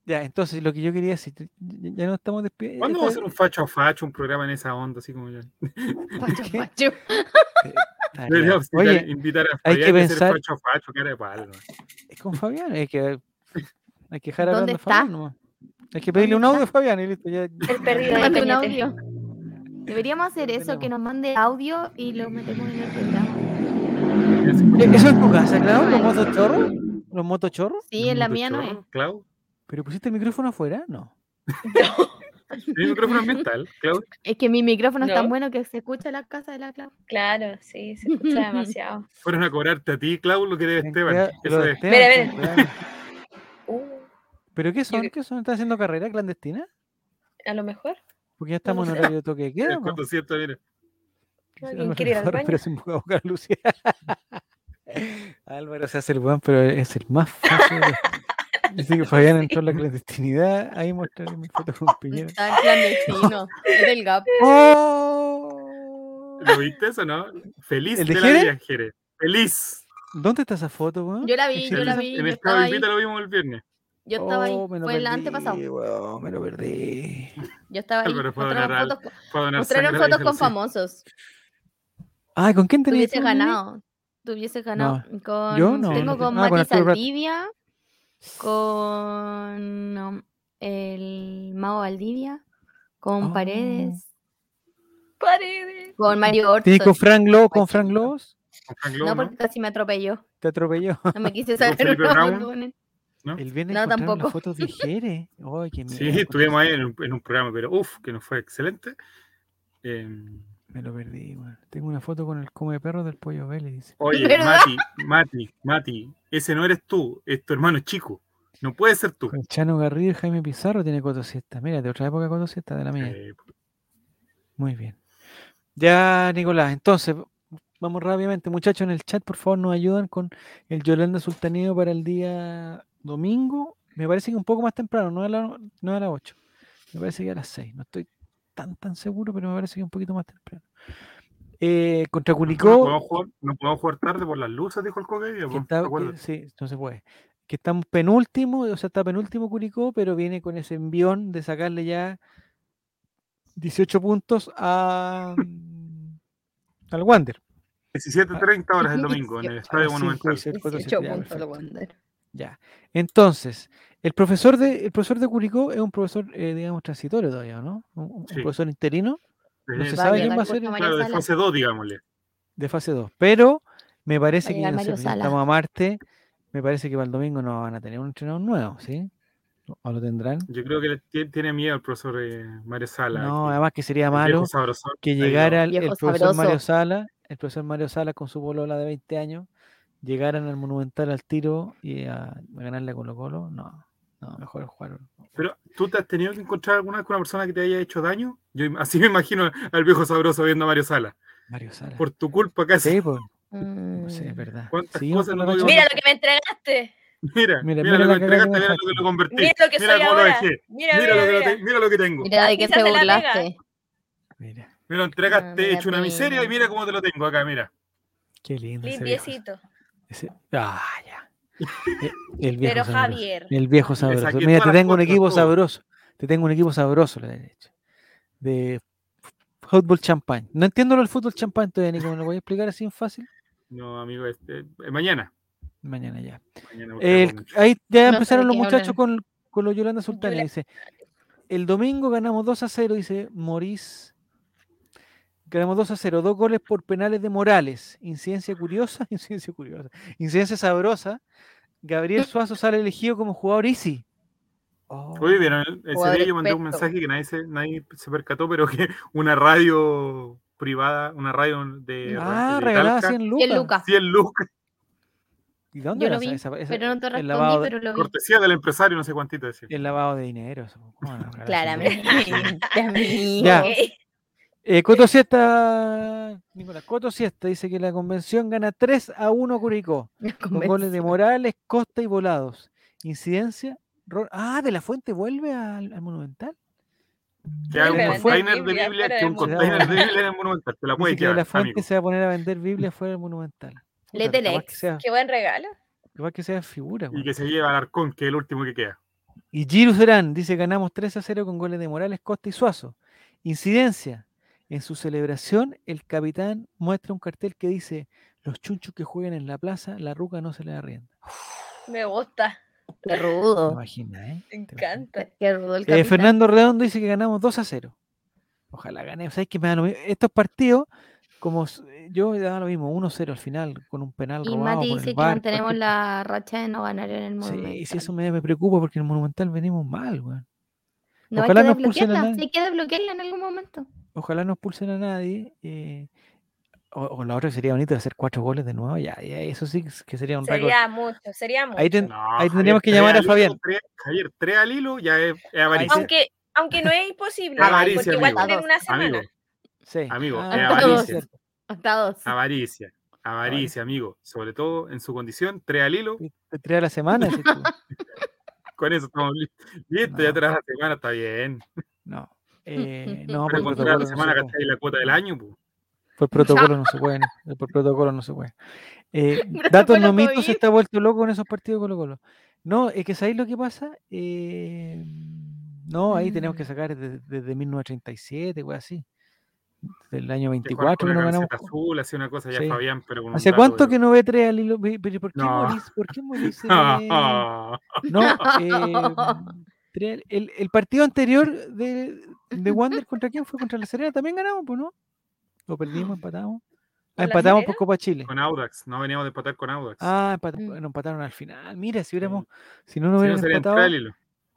A: ya, entonces lo que yo quería decir, ya- ya no estamos despidiendo.
B: ¿Cuándo vamos a hacer un facho a facho, un programa en esa onda, así como ya?
A: ¿Qué?
C: Pacho.
B: Deberíamos invitar-
A: Oye,
B: invitar a
A: hay que
B: Fabián y hacer
A: pensar-
B: facho a facho, cara de palo.
A: es con Fabián, hay que, hay que dejar
C: ¿Dónde
A: hablando a
C: está?
A: Fabián nomás. Hay que pedirle un
C: ¿Dónde
A: audio a Fabián y listo. Ya,
D: El perdido
C: Mande
D: de
C: un
D: Cañete.
C: audio. Deberíamos hacer eso, que nos mande audio y lo metemos en el programa. Eh,
A: ¿E- ¿Eso es tu casa, claro? ¿Los motochorros? ¿Los motochorros?
C: Sí, en la mía no es.
B: Clau,
A: ¿Pero pusiste el micrófono afuera? No.
B: ¿Tiene micrófono ambiental, Clau?
C: Es que mi micrófono es tan
D: No.
C: bueno que se escucha en la casa de la Clau.
D: Claro, sí, se escucha demasiado.
B: Fueron a cobrarte a ti, Clau, lo que debe
A: Ten
B: Esteban.
A: cuidado,
B: Eso
A: lo de
B: Este, es.
A: Esteban, ten
D: Mira,
A: cuidado.
D: Uh,
A: ¿Pero qué son?
D: que-
A: ¿Qué son? ¿Estás haciendo carrera clandestina?
D: a lo mejor.
A: Porque ya estamos en
D: sé.
A: horario de toque de queda.
B: Es
A: po.
B: cuando siento, mira.
A: Sí,
D: Alguien
A: Álvaro
D: quiere ir al
A: Navarro,
D: baño.
A: Pero se empujó a buscar a Lucía. Álvaro se hace el buen, pero es el más fácil. de- Así que Fabián entró en la clandestinidad. Ahí mostraré mi foto con Piñera.
C: Está clandestino. Es del GAP.
A: ¡Oh!
B: ¿Lo viste eso, no? Feliz
A: ¿El de
B: de la
A: Jere?
B: vida, Jere. Feliz.
A: ¿Dónde está esa foto, weón?
C: Yo la vi, yo la
B: En
C: vi.
B: el
C: Yo
B: estado
C: estaba ahí.
B: invita lo vimos el viernes.
C: Yo estaba ahí.
A: Oh, me lo
C: Fue el
A: perdí,
C: antepasado.
A: weón, me lo perdí.
C: Yo estaba ahí.
B: Álvaro fue a
C: Mostraron
B: donar al-
C: fotos, con-
B: Fue a donar
C: mostraron
B: sangre a la
C: fotos con
B: iglesia.
C: famosos.
A: Ay, Ah, ¿con quién
C: Tú
A: tenías?
C: hubieses ganado. Tú hubieses ganado. Con,
A: Yo no,
C: Tengo
B: no
C: con
A: tengo. Ah, con
C: Mati
A: Arturo Prat.
C: Saldivia. Con um, el Mago Valdivia. Con
A: Oh.
C: Paredes.
D: Paredes.
C: Con Mario Ortiz.
A: ¿Y con Frank Lowe? ¿Con
C: Pues,
A: Frank
C: sí.
A: Lobos?
B: Con Frank Lowe,
C: No,
B: ¿no?
C: porque casi me atropelló.
A: ¿Te atropelló?
C: No me quise
B: ¿Con
C: sacar
B: Felipe
C: una
B: Brown?
C: foto con él.
B: ¿No?
A: El viernes
C: No,
A: encontraron
C: tampoco.
A: las fotos de Jere. Ay, qué
B: Sí,
A: mierda,
B: estuvimos ahí en un, en un programa, pero uff, que nos fue excelente. Eh,
A: Me lo perdí, weón. Tengo una foto con el come perro del pollo Vélez. dice.
B: oye,
C: ¿Verdad?
B: Mati, Mati, Mati, ese no eres tú, es tu hermano chico. No puede ser tú.
A: Con Chano Garrido y Jaime Pizarro tiene Cotosiesta. Mira, de otra época Cotosiesta, de la mía.
B: Eh,
A: Muy bien. Ya, Nicolás, entonces, vamos rápidamente. Muchachos, en el chat, por favor, nos ayudan con el Yolanda Sultaneo para el día domingo. Me parece que un poco más temprano, no a las no a las 8. Me parece que a las 6. No estoy tan tan seguro, pero me parece que un poquito más temprano. Eh, contra
B: No
A: Curicó,
B: podemos, jugar, no podemos jugar tarde por las luces, dijo el coquetillo.
A: que eh, está- que- sí, no se puede. Que está penúltimo, o sea, está penúltimo Curicó, pero viene con ese envión de sacarle ya 18 puntos a, mm, al Wander.
B: 17.30 horas el domingo en el
A: A las
B: Estadio
A: cinco,
B: Monumental.
A: dieciocho, diecisiete,
C: 18
A: ya,
C: puntos lo
A: perfecto.
C: Wander.
A: Ya. Entonces, el profesor de, el profesor de Curicó es un profesor, eh, digamos, transitorio todavía, ¿no? Un, un
B: Sí.
A: profesor interino no
B: Eh,
A: se
C: Va a
A: sabe
C: llegar
A: quién va a
C: Costa
A: ser el-
C: María
B: Claro, de
C: Sala.
B: fase 2, digámosle.
A: de fase 2. Pero me parece que
C: llegar
A: no sé,
C: Mario
A: pues, ya
C: Sala.
A: estamos a Marte. Me parece que para el domingo no van a tener un entrenador nuevo, ¿sí? ¿O lo tendrán?
B: Yo creo que le tie- tiene miedo el profesor eh, Mario Sala.
A: No,
B: que-
A: además que sería
B: el
A: malo
B: viejo sabrosón
A: que
B: ahí lo-
A: llegara el,
C: Viejo
A: el profesor Mario
C: sabroso.
A: Sala, el profesor Mario Sala con su polola de 20 años, llegaran al Monumental al tiro y a, a ganarle a Colo Colo. No, no, mejor jugar.
B: Pero tú te has tenido que encontrar alguna vez con una persona que te haya hecho daño. Yo im- así me imagino al viejo sabroso viendo a Mario Sala.
A: Mario Sala.
B: Por tu culpa casi.
A: Sí, pues.
C: Mm.
A: Sí, es verdad.
B: ¿Cuántas
A: Seguimos
B: cosas
A: con
B: no
A: la
B: podemos
A: racha.
D: Mira lo que me entregaste.
B: Mira,
A: Mira,
B: mira,
A: mira
B: lo
A: la
B: que
A: cagada que
B: entregaste, mira lo
A: dejaste.
B: que lo convertí.
D: Mira lo que soy
B: cómo lo
D: ahora.
B: dejé.
D: Mira,
B: Mira,
D: mira,
B: lo, que lo
D: mira.
B: te- mira lo que tengo.
C: Mira de qué
D: Quizás
C: te
D: se la pega.
C: burlaste.
A: Mira,
B: Me lo entregaste
C: me da
B: hecho una miseria y
C: pena.
B: mira cómo te lo tengo acá, mira.
A: qué lindo. ese viejo.
D: Limpiecito.
A: Ese- Ah, ya. Eh, El viejo
D: Pero
A: sabroso.
D: Javier.
A: El viejo
B: saqué
A: sabroso. Mira, te
B: todas las
A: tengo un
B: cosas,
A: equipo
B: todo.
A: sabroso. Te tengo un equipo sabroso, le he dicho. De fútbol champán. No entiendo lo del fútbol champán todavía, Nico. ¿Me lo voy a explicar así en fácil?
B: No, amigo, este, eh, mañana.
A: Mañana ya.
B: Mañana porque
A: El-
B: hago mucho.
A: ahí ya
C: No sé
A: empezaron
C: de
A: los
C: qué
A: muchachos
C: hablan.
A: con, con los Yolanda Sultana.
D: Yola-
A: Dice: El domingo ganamos 2 a 0, dice Morís. Ganamos 2 a 0, dos goles por penales de Morales. Incidencia curiosa, incidencia curiosa. Incidencia sabrosa. Gabriel Suazo sale elegido como jugador Easy. Oh,
B: Oye, vieron, el- ese
C: Jugador
B: día yo mandé un
C: experto.
B: mensaje que nadie se, nadie se percató, pero que una radio privada, una radio de.
A: ah,
B: de
A: regalaba
B: Talca,
A: 100
C: Y el
A: lucas.
C: Lucas.
B: 100 lucas,
A: ¿Y dónde
C: Yo
A: era
C: lo
A: esa-
C: vi,
A: esa- esa-
C: Pero no te
A: el,
C: respondí,
A: lavado, de-
C: pero lo vi.
B: cortesía del empresario, no sé cuántito decir.
A: el lavado de dinero? eso, ¿cómo van a regalar 100 lucas?
C: Claramente. amigo.
A: Ya.
D: Ok.
A: Eh, Coto Siesta, Nicolás, Coto Siesta dice que la convención gana 3 a 1 a Curicó. Con goles de Morales, Costa y Volados. Incidencia. Ro- Ah, de la fuente vuelve al, al Monumental.
B: Que hay un
A: Pero
B: container
D: vender
B: de Biblia,
D: Biblia fuera
B: que
D: del
B: un container de
A: Monumental.
B: Biblia en el Monumental. Te la
A: Dice
B: puedes
A: que de la
B: quedar,
A: fuente
B: amigo.
A: se va a poner a vender Biblia fuera del Monumental. Puta,
C: Letel
A: capaz que
C: Ex,
A: sea-
D: Qué buen regalo.
A: Capaz que sea figura.
B: Y
A: weón.
B: que se lleva al arcón, que es el último que queda.
A: Y Giru Serán dice: ganamos 3 a 0 con goles de Morales, Costa y Suazo. Incidencia. En su celebración, el capitán muestra un cartel que dice: Los chunchos que jueguen en la plaza, la ruca no se le arrienda.
D: Me gusta.
C: Qué
A: Te
C: rudo.
A: imaginas, ¿eh?
D: Me
A: Te imaginas.
D: encanta.
C: Qué rudo el
A: Eh,
C: Oh. capitán.
A: Fernando Redondo dice que ganamos 2 a 0. Ojalá gane. ¿Sabes que me da lo mismo? Estos partidos, como s- eh, yo me daba lo mismo, 1 a 0 al final, con un penal
C: Y
A: robado.
C: Mati
A: por
C: dice
A: el
C: que
A: VAR,
C: mantenemos
A: cualquier
C: la racha de no ganar en el
A: cosa.
C: momento.
A: Sí, sí, eso me, me preocupa porque en el Monumental venimos mal, weón.
C: No
A: Ojalá
C: hay
A: no
C: que
A: expulsen a
C: desbloquearla,
A: nadie.
C: hay que desbloquearla en algún momento.
A: Ojalá no expulsen a nadie. eh, o, o la otra sería bonito de hacer 4 goles de nuevo. Ya, ya, eso sí que s- que sería un récord.
D: Sería mucho, sería mucho.
A: Ahí ten-
B: No,
A: Ahí tendríamos que
B: tres
A: llamar a
B: al hilo,
A: Fabián.
B: tres- Javier, tres al hilo ya es, es
A: Ahí
B: avaricia.
A: sí.
D: Aunque, aunque no es imposible,
B: Avaricia,
D: porque igual
B: amigo.
D: tienen una semana.
B: Amigo,
A: Sí.
B: Amigo, eh,
A: Ah,
B: es
A: ya,
C: avaricia.
A: cierto.
C: Hasta dos.
B: Ah, avaricia,
A: Avaricia.
B: avaricia, amigo. Sobre todo en su condición, tres al hilo.
A: Te trae la semana. decís tú.
B: Con eso estamos listos. Listo, ya
A: No.
B: tras la semana está bien.
A: Ah. No. pues, eh, no,
B: Pero
A: porque
B: contra
A: protocolo
B: la
A: no se
B: semana,
A: puede.
B: ¿cachai? La cuota del año, pues. pu.
A: Por protocolo no se puede. no, Por protocolo no se puede. Eh, datos
C: Protocolo
A: no mitos se
C: COVID.
A: está vuelto loco en esos partidos de Colo Colo. No, es que ¿sabéis lo que pasa? Eh, no, ahí tenemos que
C: Mm.
A: sacar desde, desde 1937, o así. Del año
B: Te juegan
A: 24
B: con
A: que
B: la
A: no ganamos.
B: camiseta azul, así una cosa ya
A: Sí.
B: Fabián, pero con un
A: ¿Hace
B: dato
A: cuánto
B: de-
A: que no ve tres al hilo? Pe- pero ¿Por qué
B: No.
A: morís? ¿Por qué morís? eh?
B: Ah,
A: No, eh, tres al- el, el partido anterior de, de Wander contra quién fue contra la Serena, también ganamos, pues, ¿no? Lo perdimos, empatamos. Ah,
D: ¿Con La
A: empatamos por
D: Serena?
A: Copa Chile.
B: con Audax, no veníamos de empatar con Audax.
A: Ah, empata-
C: Mm.
A: bueno, empataron al final. Mira, si hubiéramos, si no
B: Si
A: nos
B: no,
A: hubieran
B: sería
A: empatado,
B: entrar al hilo.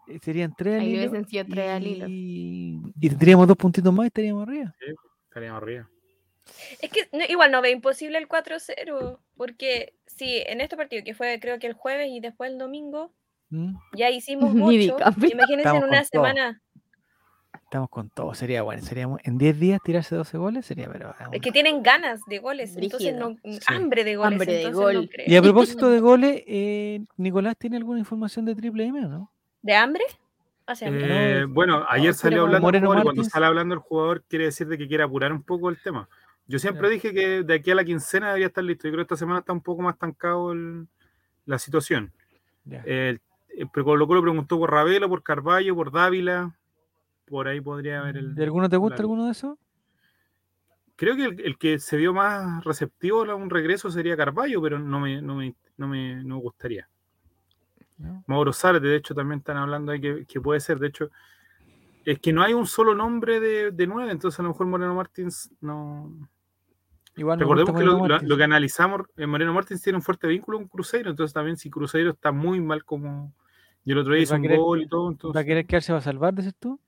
A: eh, serían tres al
C: Ahí
A: hilo
C: hubiesen sido tres al hilo.
A: Y... y tendríamos dos puntitos más y estaríamos arriba.
B: Estaríamos arriba.
D: Es que no- igual no ve imposible el 4-0, porque sí, en este partido que fue creo que el jueves y después el domingo,
A: ¿Mm?
D: ya hicimos
C: Ni
D: mucho.
C: DiCaprio.
D: Imagínense
A: Estamos
D: en una
A: con todo.
D: semana.
A: Estamos con todo, sería bueno, seríamos en 10 días tirarse 12 goles, sería pero ah,
D: Es que tienen ganas de goles, entonces
C: Brígido.
D: no, hambre de goles.
C: Hambre de
D: entonces
C: gol.
D: no creo.
A: Eh, Y pues, a propósito de goles, eh, Nicolás tiene alguna información de Triple M o no?
D: ¿De hambre? Hace hambre.
B: Eh, bueno, ayer
A: espera,
B: salió
A: con
B: hablando el
A: Moreno
B: jugador, y cuando
A: Martins.
B: sale hablando el jugador quiere decir de que quiere apurar un poco el tema. Yo siempre
A: Ya.
B: dije que de aquí a la quincena debería estar listo. Yo creo que esta semana está un poco más estancado el- la situación.
A: Ya.
B: El, el Eh, Colo Colo preguntó por Ravelo, por Carballo, por Dávila. Por ahí podría haber el.
A: ¿De alguno te gusta
B: la-
A: alguno de esos?
B: Creo que el, el que se vio más receptivo a un regreso sería Carballo, pero no me, no me, no me, no me gustaría.
A: ¿No?
B: Mauro Zárate, de hecho, también están hablando ahí que, que puede ser. De hecho, es que no hay un solo nombre de, de nueve, entonces a lo mejor Moreno Martins no.
A: Igual me
B: Recordemos
A: gusta
B: que lo,
A: Ah, Moreno
B: lo-
A: Martins.
B: lo que analizamos, eh, Moreno Martins tiene un fuerte vínculo con Cruzeiro, entonces también si Cruzeiro está muy mal como. Y el otro día
A: Él
B: hizo
A: va a
B: un
A: querer-
B: gol y todo,
A: ¿Va a
B: entonces
A: querer quedarse va a salvar, dices tú?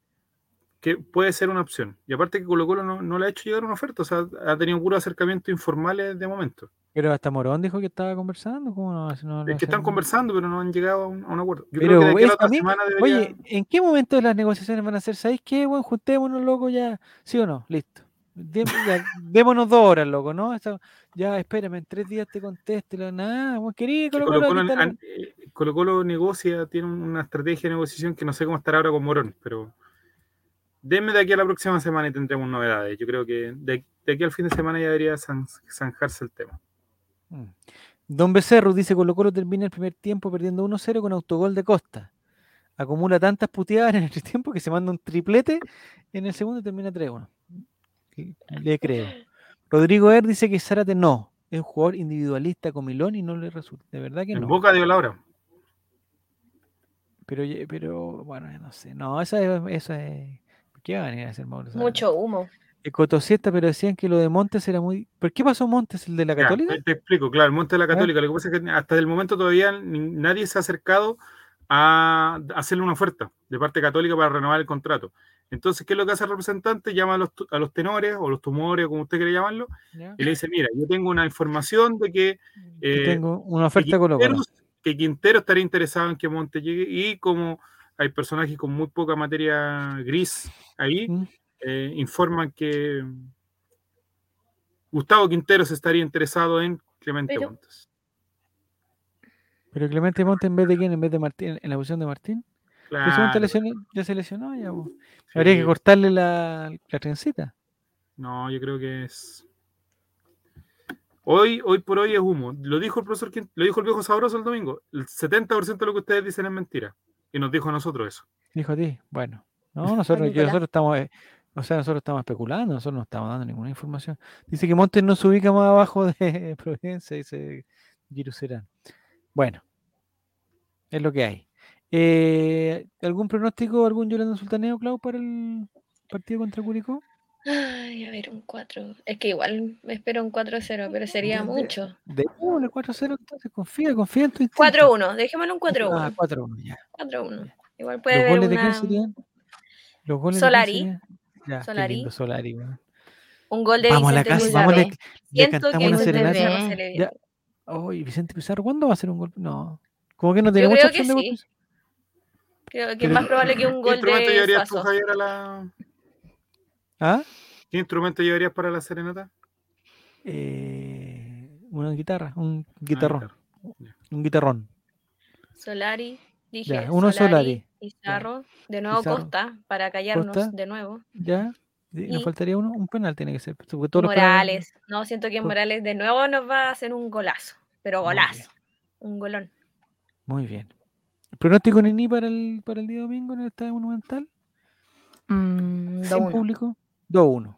B: que puede ser una opción. Y aparte que Colo Colo no, no le ha hecho llegar una oferta, o sea, ha tenido puros acercamientos informales de momento.
A: Pero hasta Morón dijo que estaba conversando. ¿Cómo no, si no lo
B: Es que
A: hace-
B: están conversando, pero no han llegado a un, a un acuerdo. Yo
A: Pero
B: creo que de aquí a
A: eso
B: la
A: a
B: otra
A: mí-
B: semana debería.
A: Oye, ¿en qué momento de las negociaciones van a ser? ¿Sabéis qué? Bueno, juntémonos, loco, ya. ¿Sí o no? Listo. Dé- ya, démonos dos horas, loco, ¿no? Eso- ya, espérame, en tres días te contesto. y la- Nada, bueno, querido,
B: que
A: Colo
B: Colo
A: Colo,
B: Colo,
A: aquí está la-
B: an- eh, Colo Colo negocia, tiene un- una estrategia de negociación que no sé cómo estará ahora con Morón, pero denme de aquí a la próxima semana y tendremos novedades. Yo creo que de, de aquí al fin de semana ya debería zan- zanjarse el tema.
A: Mm. Don Becerro dice: Colo Colo termina el primer tiempo perdiendo 1-0 con autogol de Costa. Acumula tantas puteadas en el tiempo que se manda un triplete en el segundo y termina 3-1. Y Le creo. Rodrigo Er dice que Zárate no. Es un jugador individualista con Milón y no le resulta. De verdad que
B: En
A: no.
B: boca de Laura.
A: Pero, ye- pero bueno, no sé. No, esa es. Esa es... ¿Qué va a venir a hacer Mauro Zárate?
D: Mucho humo.
A: Eh, Cotosieta, pero decían que lo de Montes era muy. ¿Por qué pasó Montes, el de la
B: Ya, pues,
A: Católica?
B: te, te explico, claro, el Monte de la
A: ver.
B: Católica. Lo que pasa es que hasta el momento todavía ni- nadie se ha acercado a hacerle una oferta de parte católica para renovar el contrato. Entonces, ¿qué es lo que hace el representante? Llama a los, tu- a los tenores o los tumores, como usted quiere llamarlo,
A: Ya.
B: y le dice, mira, yo tengo una información de que,
A: Que
B: eh,
A: tengo una
B: que
A: oferta Colo Colo.
B: Quinteros- que Quintero estaría interesado en que Monte llegue y como hay personajes con muy poca materia gris ahí,
A: Mm.
B: eh, informan que Gustavo Quinteros estaría interesado en Clemente
D: Pero-
B: Montes.
A: Pero Clemente Monte en vez de quién, en vez de Martín, en la posición de Martín. Pero según te
B: Claro,
A: lesionó- ya se lesionó, ya. po.
B: sí.
A: Habría que cortarle la, la trencita.
B: No, yo creo que es. Hoy, hoy por hoy es humo. Lo dijo el profesor, Quin- lo dijo el viejo sabroso el domingo. El 70% de lo que ustedes dicen es mentira. Y nos dijo a nosotros eso.
A: Dijo a ti. Bueno, no, nosotros, yo-
C: Nicolás.
A: nosotros estamos, eh, o sea, nosotros estamos especulando, nosotros no estamos dando ninguna información. Dice que Montes no se ubica más abajo de Providencia, dice Giruserán. Bueno, es lo que hay. Eh, ¿Algún pronóstico, algún Yolanda Sultaneo, Clau, para el partido contra Curicó?
D: Ay, a ver, un 4. Es que igual me espero un 4-0, pero sería
A: Ya, de-
D: mucho.
A: De 4-0, entonces confía, confía en tu instinto.
D: 4-1, dejémoslo un
A: Ah,
D: 4-1.
A: 4-1, ya.
D: 4-1. Igual
A: ¿Los
D: puede haber
A: goles de quién
D: una,
A: serían? ¿Los goles de quién
D: Solari.
A: serían? Ya, qué
D: Solari.
A: lindo, Solari, weón.
D: un gol de
A: Vamos a la
D: Vicente
A: casa,
C: Luis
A: vamos, le,
D: Pizarro.
A: le
D: Siento que
A: cantamos una
C: Luis
D: Vicente
A: serenata.
C: Pizarro serenata.
D: Pizarro se le
A: Ya.
D: viene.
A: Oye, Vicente Pizarro, ¿cuándo va a hacer un golpe? No. Como que no tiene mucha
D: creo que
A: opción de golpe.
D: sí. Creo que es
A: Pero-
D: más probable que un
B: ¿Qué
D: gol
B: instrumento
D: de
B: llevarías tú,
D: Suazo.
B: Javier, a la...
A: ¿Ah?
B: ¿Qué instrumento llevarías para la serenata?
A: Eh, una guitarra, un
B: Una
A: guitarrón,
B: guitarra.
A: un guitarrón.
D: Solari, dije.
A: uno Solari,
D: Pizarro. De nuevo
A: Pizarro.
D: Costa, para callarnos
A: Costa.
D: de nuevo.
A: ¿Ya? Sí, Nos
D: Y-
A: faltaría uno, un penal tiene que ser. porque todos los penales-
D: Morales. No, siento que
A: Por-
D: Morales de nuevo nos va a hacer un golazo. Pero
A: Muy
D: golazo. Un golón.
A: Muy bien. ¿Pronóstico Nini para el, para el día domingo en el Estadio Monumental?
C: Mm,
A: Sin
C: do uno.
A: público. 2-1.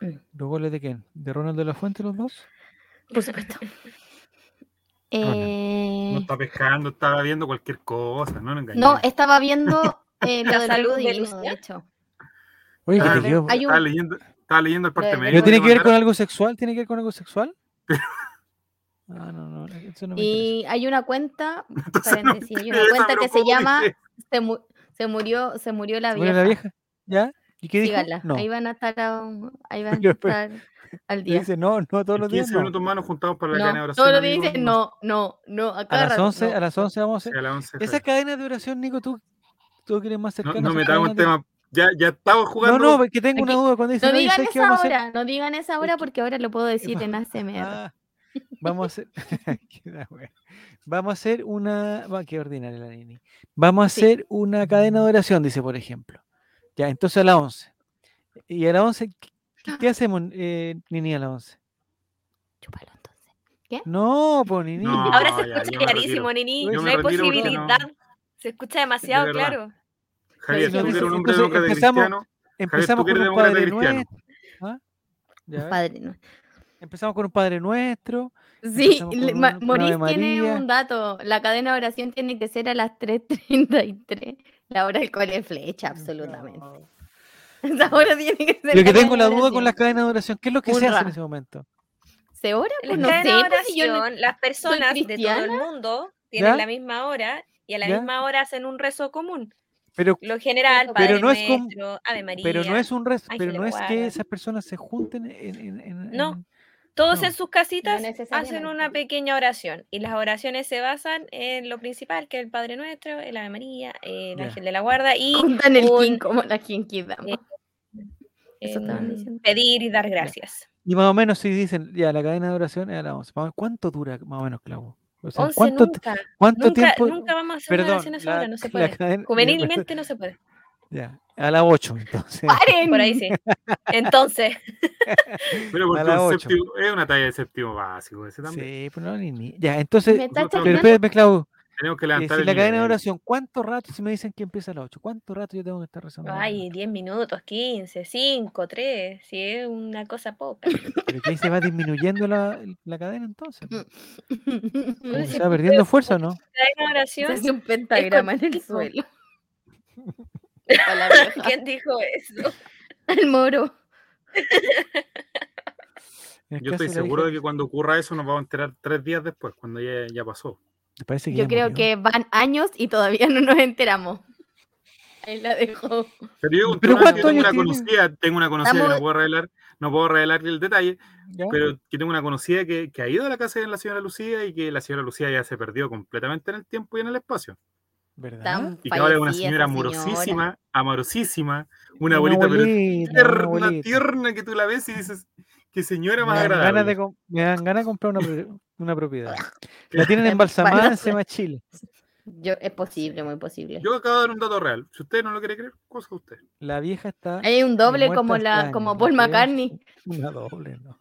C: Mm.
A: ¿Los goles de quién? ¿De Ronald de la Fuente los dos?
C: Por supuesto.
A: Ronan,
C: Eh,
B: No está pescando, está viendo cualquier cosa, no nos engañemos.
C: no, estaba viendo eh, lo
D: La
C: del
D: salud
C: Reino
D: de
C: Divino, de
D: Lucía.
C: hecho.
A: Oye, que
B: Ah,
A: te
B: pero
A: quedó-
C: hay
B: Estaba
C: un-
B: leyendo, estaba leyendo el parte
C: Pero
A: ¿Pero
B: médico.
A: tiene
B: me
A: que ver con
B: mandaron.
A: algo sexual? ¿Tiene que ver con algo sexual? Ah, no, no, eso no me interesa.
C: Y hay una cuenta,
B: Entonces no
C: paréntesis, hay una
B: interesa,
C: cuenta
B: pero
C: que se
B: ¿cómo
C: llama
B: dije?
C: se, mu- se murió se murió la
A: ¿Se
C: vieja.
A: muere la vieja? ¿Ya? ¿Y qué dijo?
C: Síganla,
A: No.
C: Ahí van a estar a un- ahí van a
A: Pero, pero,
C: estar al
A: Le
C: día.
A: dice no, no todos los
B: En
A: días.
B: 15
A: no.
B: minutos más nos juntamos para la cadena de
C: No,
B: oración.
C: todos los días
B: amigo,
C: dicen
B: no
C: no, no, no, a
A: A
C: cada
A: las
C: rato,
A: 11,
C: no.
A: a las 11 vamos a
B: sé,
A: hacer.
B: a las 11
A: Esa cadena de oración, Nico, tú, tú que eres más
B: No,
A: cercano.
B: no
A: esas
B: metamos
A: cadenas de-
B: tema. Ya, ya estamos jugando.
A: No, no, porque tengo una
C: Aquí-
A: duda cuando dice
C: No
A: "Oye,
C: digan
A: ¿sabes qué
C: esa
A: vamos a hacer?"
C: hora, no digan esa hora
A: que-
C: porque ahora lo puedo decir
A: va-
C: en ACMR.
A: Ah, vamos a hacer. Qué la wea. Vamos a hacer una. Va, qué ordinaria la Nini. Vamos a
C: Sí.
A: hacer una cadena de oración, dice, por ejemplo. Ya, entonces a las 11. Y a las 11, ¿qué- ¿qué, qué hacemos, eh, Nini, a las 11?
C: Chúpalo entonces.
A: No, pues Nini.
B: No,
D: Ahora se
B: ya,
D: escucha
B: yo me
D: clarísimo,
B: retiro.
D: Nini.
A: Yo
D: No
A: me
D: hay
B: retiro porque no-
D: posibilidad. Se escucha demasiado
B: De verdad.
D: claro.
B: Javier,
C: Pero
B: tú
C: si
B: que
C: no
B: eres un
A: dices-
B: hombre
A: entonces
B: demócrata
A: empezamos-
B: cristiano.
A: Empezamos
B: Javier,
A: con
B: tú
A: un
B: que eres
A: Padre
B: demócrata
A: Nuestro. ¿Ah? Ya ves.
C: Padre, ¿no?
A: Empezamos con un Padre Nuestro.
C: Sí,
A: Empezamos
C: le-
A: con
C: Ma-
A: una- con Ave
C: Maurice tiene
A: María.
C: un dato. La cadena de oración tiene que ser a las 3.33. La hora del cole flecha, absolutamente.
A: No.
C: Esa hora tiene que ser.
A: Lo que
C: la
A: tengo la
C: cadena de
A: duda con las
C: oración.
A: cadenas de oración, ¿qué es lo que se
C: Burra.
A: hace en ese momento?
C: ¿Se ora?
D: La
C: Pues no sé.
D: cadena de
C: pues si yo no-
D: oración, las personas de todo el
C: cristiana.
D: mundo tienen
A: ¿Ya?
D: la misma hora y a la
A: ¿Ya?
D: misma hora hacen un rezo común.
A: Pero,
D: Lo general,
C: Pero
D: Padre
A: no es com-
D: Nuestro, Ave María.
A: pero no es un resto,
D: Ángel
A: pero
D: de
A: no es que
D: guarda.
A: esas personas se junten en, en- en-
D: No.
A: en-
D: Todos
A: no.
D: en sus casitas hacen
C: necesariamente.
D: una pequeña oración y las oraciones se basan en lo principal, que es el Padre Nuestro, el Ave María, el
A: Ya.
D: Ángel de la Guarda y
C: Juntan el
D: un-
C: king como la Kinkidama.
D: Eh,
C: eso estaban
D: en
C: diciendo.
D: pedir y dar gracias.
A: Y más o menos si dicen, ya, la cadena de oración es a las 11. Vamos a ver, ¿Cuánto dura más o menos, Clavo? O sea,
D: 11
A: ¿Cuánto, te-
D: nunca,
A: cuánto
D: nunca,
A: tiempo?
D: nunca vamos a hacer
A: Perdón,
D: una oración a esa
A: la-
D: hora, no se
A: la
D: puede.
A: cadena- ya,
D: Juvenilmente no se puede.
A: perdón, ya, a las 8, entonces.
C: ¡Paren!
D: Por ahí sí. Entonces,
B: Pero porque
A: A las
B: un
A: ocho.
B: séptimo- es una talla de séptimo básico ese también.
A: Sí, pero no, ni, ni- Ya, entonces,
C: Me está
B: nosotros-
A: pero
C: chateando.
A: espérate, Clavo,
B: Tenemos que
A: eh,
B: levantar
A: si
B: el
A: la
B: nivel.
A: cadena de oración, ¿cuánto rato, si me dicen que empieza a las 8, cuánto rato yo tengo que estar rezando? a la
D: ay, 10 minutos, 15, 5, 3, si es una cosa poca.
A: hora? Pero que ahí se va disminuyendo la, la cadena
D: Mm,
A: entonces. pues. Como que
D: Entonces,
A: se va perdiendo fuerza, ¿o ¿no?
D: Cadena de
C: Se
D: oración,
C: hace un pentagrama en el
D: cortito.
C: suelo. Pa' la vieja.
D: ¿quién dijo eso?
C: El moro.
A: En el
B: Yo
A: caso de
B: estoy
A: la
B: seguro
A: hija-
B: de que cuando ocurra eso nos vamos a enterar tres días después, cuando ya, ya pasó.
A: ¿Te parece que
C: Yo
A: ya
C: creo
A: murió?
C: que van años y todavía no nos enteramos. Ahí la dejo.
B: Pero
A: ¿Pero
B: yo, tengo una- yo
A: cuántos
B: tengo una
A: años
B: conocida, tengo una conocida que
C: Estamos-
B: no puedo revelar, no puedo revelarle el detalle,
A: ¿Ya?
B: pero que tengo una conocida que, que ha ido a la casa de la señora Lucía y que la señora Lucía ya se perdió completamente en el tiempo y en el espacio.
A: ¿Verdad?
C: Tan
B: Y que ahora es una
C: fallecida
B: señora
C: esa señora.
B: amorosísima, amorosísima,
A: Una
B: una abuelita pero
A: abuelita, una
B: tierna,
A: abuelita.
B: tierna que tú la ves y dices, qué señora
A: Me
B: más
A: dan, ganas
B: agradable.
A: de, com- me dan ganas de comprar una, pro- una propiedad. La
B: Claro.
A: tienen
C: Me
A: embalsamada en
C: parece.
A: Sema Chile.
C: Yo, es posible, muy posible.
B: Yo acabo de dar un dato real. Si usted no lo quiere creer, cosa de usted.
A: La vieja está
C: Hay un doble
A: muerta
C: como
A: hace
C: la
A: años,
C: como
A: la
C: Paul
A: crearon.
C: McCartney.
A: una doble, ¿no?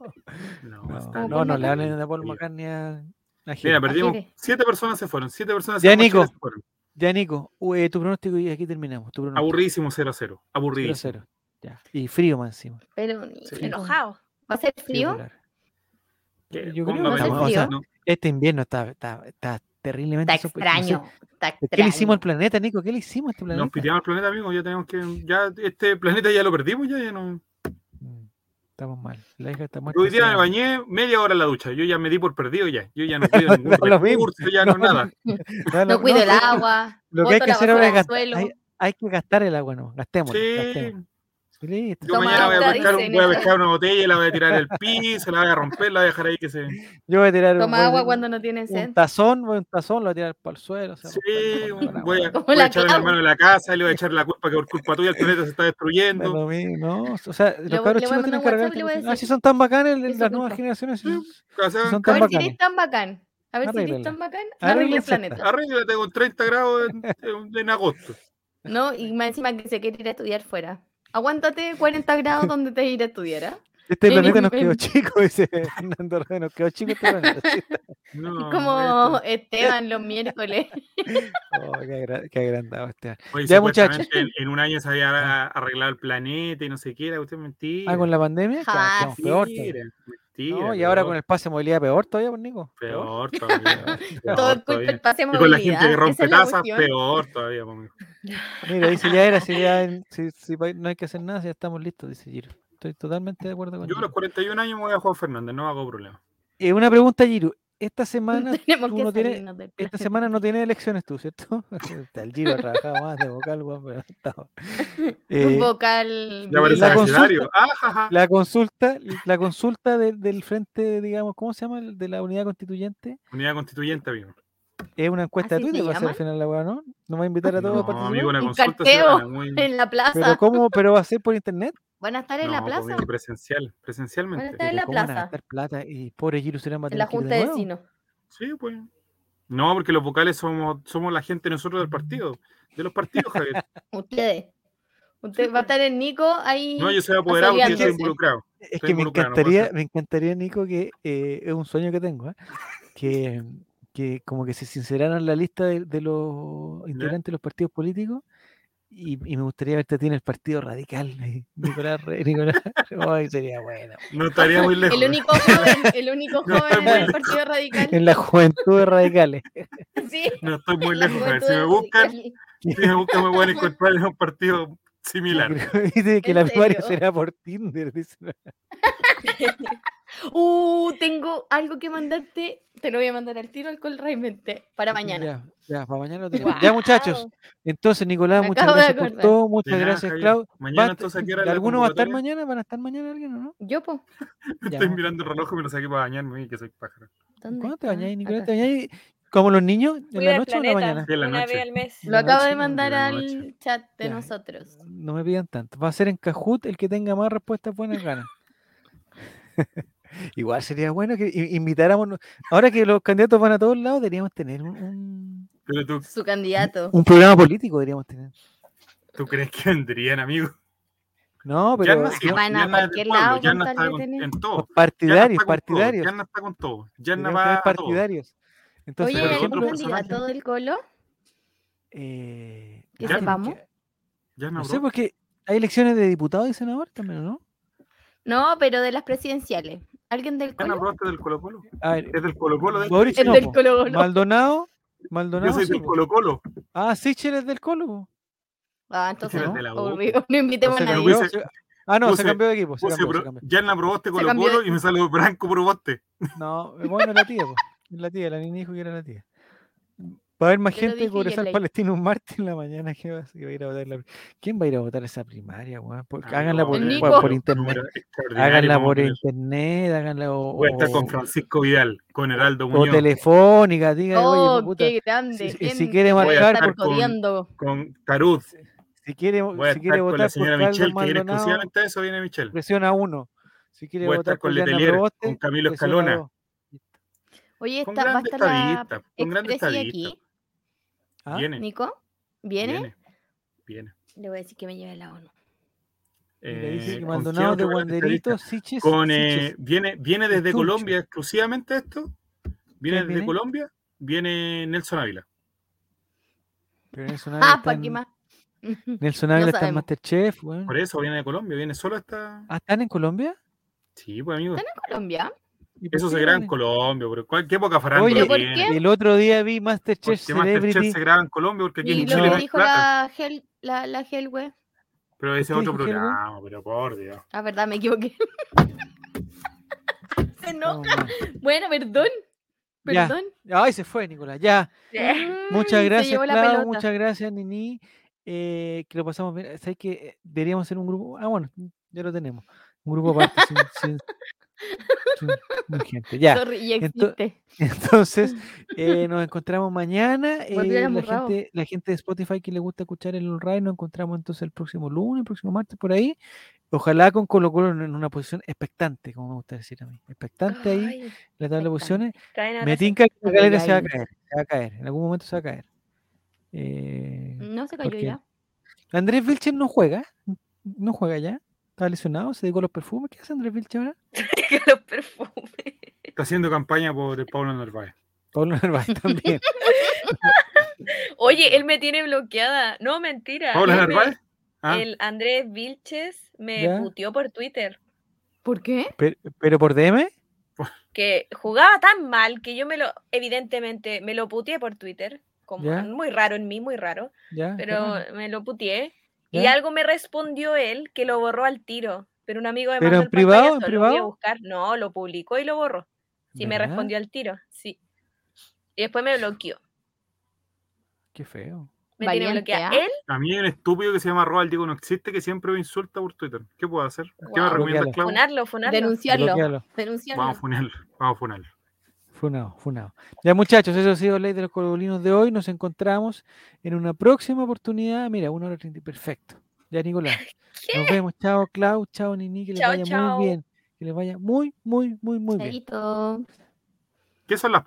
B: No,
A: No,
B: está
A: no,
C: Paul
A: no, le
B: loco.
A: hablen a Paul McCartney a a
B: Mira,
A: Gil.
B: perdimos.
C: Imagínate.
B: Siete personas se fueron. Siete personas
A: Ya,
B: fueron,
A: Nico.
B: ocho se fueron.
A: Ya, Nico, u- eh, tu pronóstico y aquí terminamos. Tu pronóstico.
B: Aburridísimo 0 a 0.
A: 0
B: Aburridísimo.
A: cero. Ya. Y frío más encima.
C: Pero
B: Sí.
C: hijo, ¿Va
D: Enojado.
C: a ser frío?
A: polar.
B: Que
A: Yo creo
B: ponga
A: que
C: no
B: menos,
C: se
B: o sea,
C: frío.
B: no,
A: Este invierno está, está, está terriblemente
C: Está
A: sopo- no sé,
C: extraño. Está
A: ¿Qué
C: extraño.
A: le hicimos al planeta, Nico? ¿Qué le hicimos a este planeta?
B: Nos piteamos el planeta, amigo. Ya tenemos que. Ya este planeta ya lo perdimos. Ya, ya no.
A: Mm, Estamos mal. La hija está
B: Yo
A: muerta.
B: hoy día
A: hace
B: me
A: años.
B: bañé media hora en la ducha. Yo ya me di por perdido ya. Yo ya no cuido ningún
A: No, lo mismo.
B: recurso, ya no,
A: No,
B: nada.
A: No,
C: No
A: no,
C: cuido el
A: no,
C: agua.
A: Lo que hay
C: boto
A: que
C: la
A: hacer ahora es
C: basura al
A: gastar.
C: suelo.
A: Hay, hay que gastar el agua, no. Gastémoslo.
B: Sí.
A: gastémoslo. Y listo.
B: Yo
C: Toma
B: mañana voy a,
C: agua,
B: pescar, un-
C: dicen
B: voy a
C: ellos.
B: pescar una botella y la voy a tirar al piso, la voy a romper, la voy a dejar ahí que se.
A: Yo voy a tirar un- voy
C: Toma
A: a
C: agua
A: tirar
C: cuando no tienes
A: un
C: sed.
A: tazón, voy a un tazón, lo voy a tirar para el suelo. o sea,
B: Sí,
A: voy a- voy a-
B: voy a,
A: voy
C: Como
B: voy a
C: la
B: echar a mi
C: Clau.
B: hermano de la casa y le voy a echar la culpa que por culpa tuya el planeta se está
A: a-
B: destruyendo.
A: lo mismo, ¿no? O sea,
C: voy-
A: los cabros
C: le voy a
A: chicos
C: mandar
A: tienen
C: un
A: que
C: WhatsApp y le voy a
A: arreglar. Ah,
C: decir,
A: sí, son tan bacanes el-
C: es su
A: las nuevas
C: culpa.
A: generaciones. sí,
B: Mm.
A: sí,
B: O sea,
A: sí, son
C: A
A: tan
C: ver si
A: bacanes.
C: eres tan bacán. A ver si eres
A: Arréglala.
C: tan bacán. Arregla el
A: Arréglensela.
C: planeta.
B: Arréglate con 30 grados en, en- en agosto.
C: No, y más encima que se quiere ir a estudiar fuera. Aguántate 40 grados donde te iré a estudiar. ¿ah?
A: Este
C: Ven y
A: planeta nos quedó
C: ven.
A: chico, dice Fernando Rueda, nos quedó chico este planeta. sí.
B: No,
C: Es como Esteban los miércoles.
A: Oh, qué, agra- qué agrandado este.
B: Oye,
A: Ya, muchachos.
B: supuestamente En, en un año se había a- arreglado el planeta y no sé qué, era usted mentira.
A: Ah, con la pandemia, claro,
C: Ah,
A: quedamos
C: sí.
A: peor. todavía.
B: mentira, mentira,
A: No, y ahora
B: peor,
A: con el pase de movilidad peor todavía, pues, Nico.
B: Peor todavía. peor
C: Todo es culpa
B: todavía.
C: del pase de
B: Y con la
C: movilidad.
B: gente que
C: esa
B: rompe
C: es la
B: tazas,
C: cuestión.
B: peor todavía. po, mijo.
A: Mira, dice, ya era, si ya en- si, si pa- no hay que hacer nada, si ya estamos listos, dice Giro. Estoy totalmente de acuerdo
C: Pues
A: con
B: Yo a los
A: Giro.
B: 41 años me voy a Juan Fernández, no hago problema.
A: Eh, una pregunta, Giro. Esta semana,
C: Tenemos
A: tú
C: que
A: no tienes-
C: salirnos del
A: esta
C: plan.
A: semana no tienes elecciones tú, ¿cierto? Está el Giro ha trabajado más de vocal, weón, pero estaba.
C: Un
A: Eh,
C: vocal.
B: Ya parece
A: la
C: brillo.
A: consulta-
B: abecedario. Ah, ja, ja.
A: la consulta, la consulta de- del frente, digamos, ¿cómo se llama? El De la unidad constituyente.
B: Unidad constituyente, amigo.
A: Es una encuesta de
C: ¿Así se
A: Twitter, va a ser al
C: llama?
A: final la weá, ¿no? Nos va a invitar a todos a
B: No,
A: participar.
B: amigo, la
C: Un
B: consulta
C: carteo.
B: ciudadana, muy-
C: En la plaza.
A: Pero cómo, pero va a ser por internet.
C: Van a estar en
B: No, pues,
C: la
B: po,
C: plaza.
B: amigo, presencial, presencialmente.
C: Está en
A: Pero
C: la
A: cómo van a
C: plaza.
A: gastar plata y pobre Giro Serán va a
C: En
A: tener
C: la
A: que ir
C: junta
A: de
C: de
A: nuevo.
C: vecinos.
B: Sí, pues. No, porque los vocales somos, somos la gente nosotros del partido. De los partidos, Javier.
C: Ustedes. Usted va a estar el Nico ahí.
B: No, yo soy apoderado porque yo soy
C: Solidándose.
B: involucrado.
A: Es
B: Estoy
A: que me
B: involucrado, no puedo hacer.
A: encantaría, me encantaría, Nico, que eh, es un sueño que tengo, ¿ah? que, que como que se sinceraran la lista de, de los integrantes de los partidos políticos y, y me gustaría verte a ti en el partido radical, ahí, Nicolás. Re- Nicolás ay, sería bueno.
B: No estaría muy lejos.
C: El único joven, el único
B: No,
C: joven en
B: muy
C: el Partido Radical.
A: En la juventud de radicales.
C: Sí.
B: No estoy muy
C: la
B: lejos, Javier. Si
C: juventud
B: me
C: del
B: buscan,
C: radical.
B: si me buscan, me pueden encontrar en un partido similar.
A: Dice que
C: ¿En
A: la primaria
C: serio?
A: será por Tinder. dice.
C: Uh, tengo algo que mandarte. Te lo voy a mandar al tiro alcohol realmente. Para mañana.
A: Ya, ya, para mañana lo tenemos. Ya, muchachos.
D: Guau.
A: Entonces, Nicolás,
C: Me
A: muchas
C: acabo de
A: gracias por
C: acordar.
A: todo.
B: De
A: Muchas
B: nada,
A: gracias,
B: Javier.
A: Claudio.
B: Mañana, entonces, ¿a qué hora la
A: ¿Alguno va a estar
B: convocatoria?
A: mañana? ¿Van a estar mañana alguien o no?
C: Yo, po.
A: Ya,
B: Estoy
A: vamos.
B: mirando el reloj y me lo saqué para bañarme, y que soy pájaro.
C: ¿Dónde
A: ¿Cuándo te
C: está?
A: bañáis, Nicolás? ¿Te
C: Acá.
A: bañáis como los niños? ¿En
D: Cuida
A: la
D: el
A: noche o en la
D: planeta
A: mañana?
B: Sí, en la
D: una
B: noche.
D: vez al mes.
A: En
C: Lo
A: la
C: acabo
A: noche,
C: de
A: ¿no?
C: mandar
B: De la noche.
C: al chat de
A: Ya.
C: nosotros.
A: No me pidan tanto. Va a ser en Cajut el que tenga más respuestas buenas ganas. Igual sería bueno que i- invitáramos. no- Ahora que los candidatos van a todos lados, deberíamos tener un, un-
B: Pero tú,
C: Su candidato.
A: un programa político. Deberíamos tener.
B: ¿tú crees que vendrían, amigo?
A: No,
B: Ya
A: pero
B: no
A: yo-
C: Van a cualquier lado
B: ya
C: con tal
B: está
C: de
B: con-
C: tener.
B: en
A: los
B: todo.
A: partidarios,
B: Ya
A: partidarios.
B: no está con todo. Ya no
A: deberíamos
B: va
A: tener
B: a todo.
A: partidarios. Entonces,
C: Oye,
A: por
B: pero
C: ¿algún
A: ejemplo,
B: otro personaje.
C: candidato del colo?
A: eh, no
C: que
A: sé, porque-
C: sepamos.
B: Ya no,
A: No sé,
B: bro.
A: porque hay elecciones de diputados y senadores también, ¿o ¿no?
C: No, pero de las presidenciales. ¿Alguien del
B: Ya no,
C: colo?
B: bro, este es del Colo Colo.
A: A ver,
B: Es del Colo Colo. de-
A: Boric
C: El
A: no,
C: del
A: po.
C: colo, no.
A: Maldonado,
B: Yo
A: Maldonado.
B: soy
A: sí,
B: del
A: po.
B: Colo Colo.
A: Ah, Sichel es del Colo. po.
C: Ah, entonces
A: Ese es
C: no,
B: pues, de la U,
C: aburrido. No invitemos
A: Se
C: a
B: Entonces,
C: nadie.
A: cambió,
B: Puse-
A: se- Ah, no,
B: puse-
A: se cambió de equipo. Se
B: Puse
A: cambió, se
B: pro-
A: cambió.
B: Ya no probaste Colo
C: cambió de-
B: Colo y me sale Branco probaste.
A: No, eh, bueno, la tía, po. Es la tía, la niña dijo que era la tía. Va a haber más
C: Yo lo
A: gente de
C: dije y es
A: Cobresal
C: ley.
A: Palestino un martes en la mañana que va, que va a ir a votar. la- ¿Quién va a ir a votar esa primaria, weón? Por- háganla por,
C: El
A: por-
C: Nico.
A: por internet. Háganla por Oh. internet, háganla o,
B: Voy a estar
A: o-
B: con Francisco Vidal, con Heraldo
A: o
B: Muñoz,
A: telefónica, diga,
C: Oh,
A: oye, puta,
C: qué grande.
A: si-
C: ¿Quién
A: si quiere pues,
C: va a
B: marcar
C: estar
B: con-
C: codeando?
B: con Tarut.
A: si quiere,
B: Voy a
A: si quiere
B: estar con la
A: votar por
B: señora
A: Carlos
B: Michelle, que viene
A: Maldonado,
B: exclusivamente a eso, viene Michelle.
A: presiona uno. Si quiere
B: Voy a
A: votar
B: estar
A: por
B: con
A: Diana
B: Letelier,
A: Proboste,
B: con Camilo
A: presiona
B: Escalona,
A: dos.
C: Oye,
B: con
C: está, va a
B: grandes
C: estar la
B: estadistas, con grandes
C: expresi
B: estadistas.
C: aquí,
A: ¿Ah?
B: Viene,
C: Nico. ¿Viene?
B: viene, viene.
C: Le voy a decir que me lleve a la ONU.
A: Mira,
B: Eh,
A: dice que
B: ¿con
A: Maldonado
B: quién
A: de
B: otro grandes
A: Wanderitos,
B: estadistas?
A: Siches,
B: Con,
A: Siches.
B: eh, viene, viene desde
A: Estuche.
B: Colombia exclusivamente esto. Viene
A: ¿Quién
B: desde
A: viene?
B: Colombia, viene Nelson Ávila.
A: Pero Nelson Ávila
C: Ah,
A: está
C: ¿para qué
A: en-
C: más?
A: Nelson Ávila está en
C: sabemos.
A: Masterchef, weón.
B: Por eso viene de Colombia, viene solo hasta.
A: Mm. Ah, ¿están en Colombia?
B: Sí, pues amigo.
C: Colombia.
A: ¿Y por
B: Eso
A: qué
B: se
A: no
B: graba en
A: le-
B: Colombia, pero cuál, qué poca farándula
A: Oye,
C: ¿por
B: tiene.
C: qué?
A: El otro día vi
B: Porque
A: Masterchef
B: Masterchef
A: Celebrity.
B: se graba en Colombia porque aquí
C: Y
B: en
C: lo
B: Chile no
C: que
A: Chileno.
B: hay
C: dijo
B: plata.
C: la Hel, la, la Hel, güey.
B: Pero ese es
A: ¿Qué
B: otro
A: dijo Helga?
B: programa, pero por Dios.
C: Ah, verdad, me equivoqué.
A: Estamos
C: Se enoja.
A: mal.
C: Bueno, perdón.
A: Ya.
C: Perdón.
A: Ay, se fue, Nicolás. Ya. Muchas
C: Mm,
A: gracias,
C: Se llevó la
A: Clau,
C: pelota.
A: Muchas gracias, Nini. eh, que lo pasamos bien. ¿Sabes que eh, deberíamos hacer un grupo? Ah, bueno, ya lo tenemos. Un grupo aparte sin, sin- sin- sin gente. Ya.
C: Sorry, y
A: ento-
C: existe.
A: Entonces, eh, nos encontramos mañana.
C: Volvió el
A: eh, la,
C: amurrao.
A: gente, la gente de Spotify que le gusta escuchar el All Right, nos encontramos entonces el próximo lunes, el próximo martes, por ahí. Ojalá con Colo Colo en en una posición expectante, como me gusta decir a mí. Expectante ahí,
D: Ay,
A: la tabla de posiciones.
D: traen a
A: Me
D: la-
A: tinca que la
C: Ay,
A: galera se va a
C: ay.
A: caer, se va a caer, en algún momento se va a caer. Eh,
C: No se cayó
D: Mm.
A: porque-
C: ya.
A: Andrés Vilches no juega. no juega ya. Está lesionado, se dedicó a los perfumes. ¿Qué hace Andrés Vilche ahora?
D: los perfumes.
B: Está haciendo campaña por el Pablo Narváez.
A: Pablo Narváez también.
D: Oye, él me tiene bloqueada. No, mentira.
B: ¿Pablo
D: Él me-
B: Narváez? Ah,
D: El Andrés Vilches me
A: ¿Ya?
D: puteó por Twitter.
C: ¿Por qué?
A: Pero, pero por DM,
D: Que jugaba tan mal que yo me lo, evidentemente, me lo puteé por Twitter. Como
A: ¿Ya?
D: muy raro en mí, muy raro.
A: ya.
D: Pero
A: ya,
D: me lo puteé. Y
A: ya.
D: algo me respondió él que lo borró al tiro. Pero un amigo de
A: ¿Pero
D: mandó
A: en
D: el
A: privado,
D: pantallazo,
A: en
D: lo voy a
A: privado?
D: buscar. No, lo publicó y lo borró. Sí, me
A: ¿Verdad?
D: respondió al tiro. Sí. Y después me bloqueó.
A: Qué feo.
D: Me tiene
C: Valiente,
D: bloqueada
C: ¿ah?
D: él.
B: a mí hay un estúpido que se llama Roald Diego No Existe que siempre me insulta por Twitter. ¿Qué puedo hacer? ¿Qué me
D: Wow.
B: recomiendas,
A: Bloquealo.
B: Clau?
D: Funarlo, funarlo.
C: Denunciarlo.
A: Bloquealo.
C: Denunciarlo.
B: Vamos a funarlo. Vamos a funarlo.
A: Funado, funado. Ya muchachos, eso ha sido Ley de los Cololinos de hoy. Nos encontramos en una próxima oportunidad. Mira, una hora treinta. y- Perfecto. Ya, Nicolás. Nos vemos. Chao, Clau. Chao, Nini. Que les
D: Chao,
A: vaya
D: chao.
A: muy bien. Que les vaya muy, muy, muy, muy bien.
C: Chaito.
B: ¿Qué son las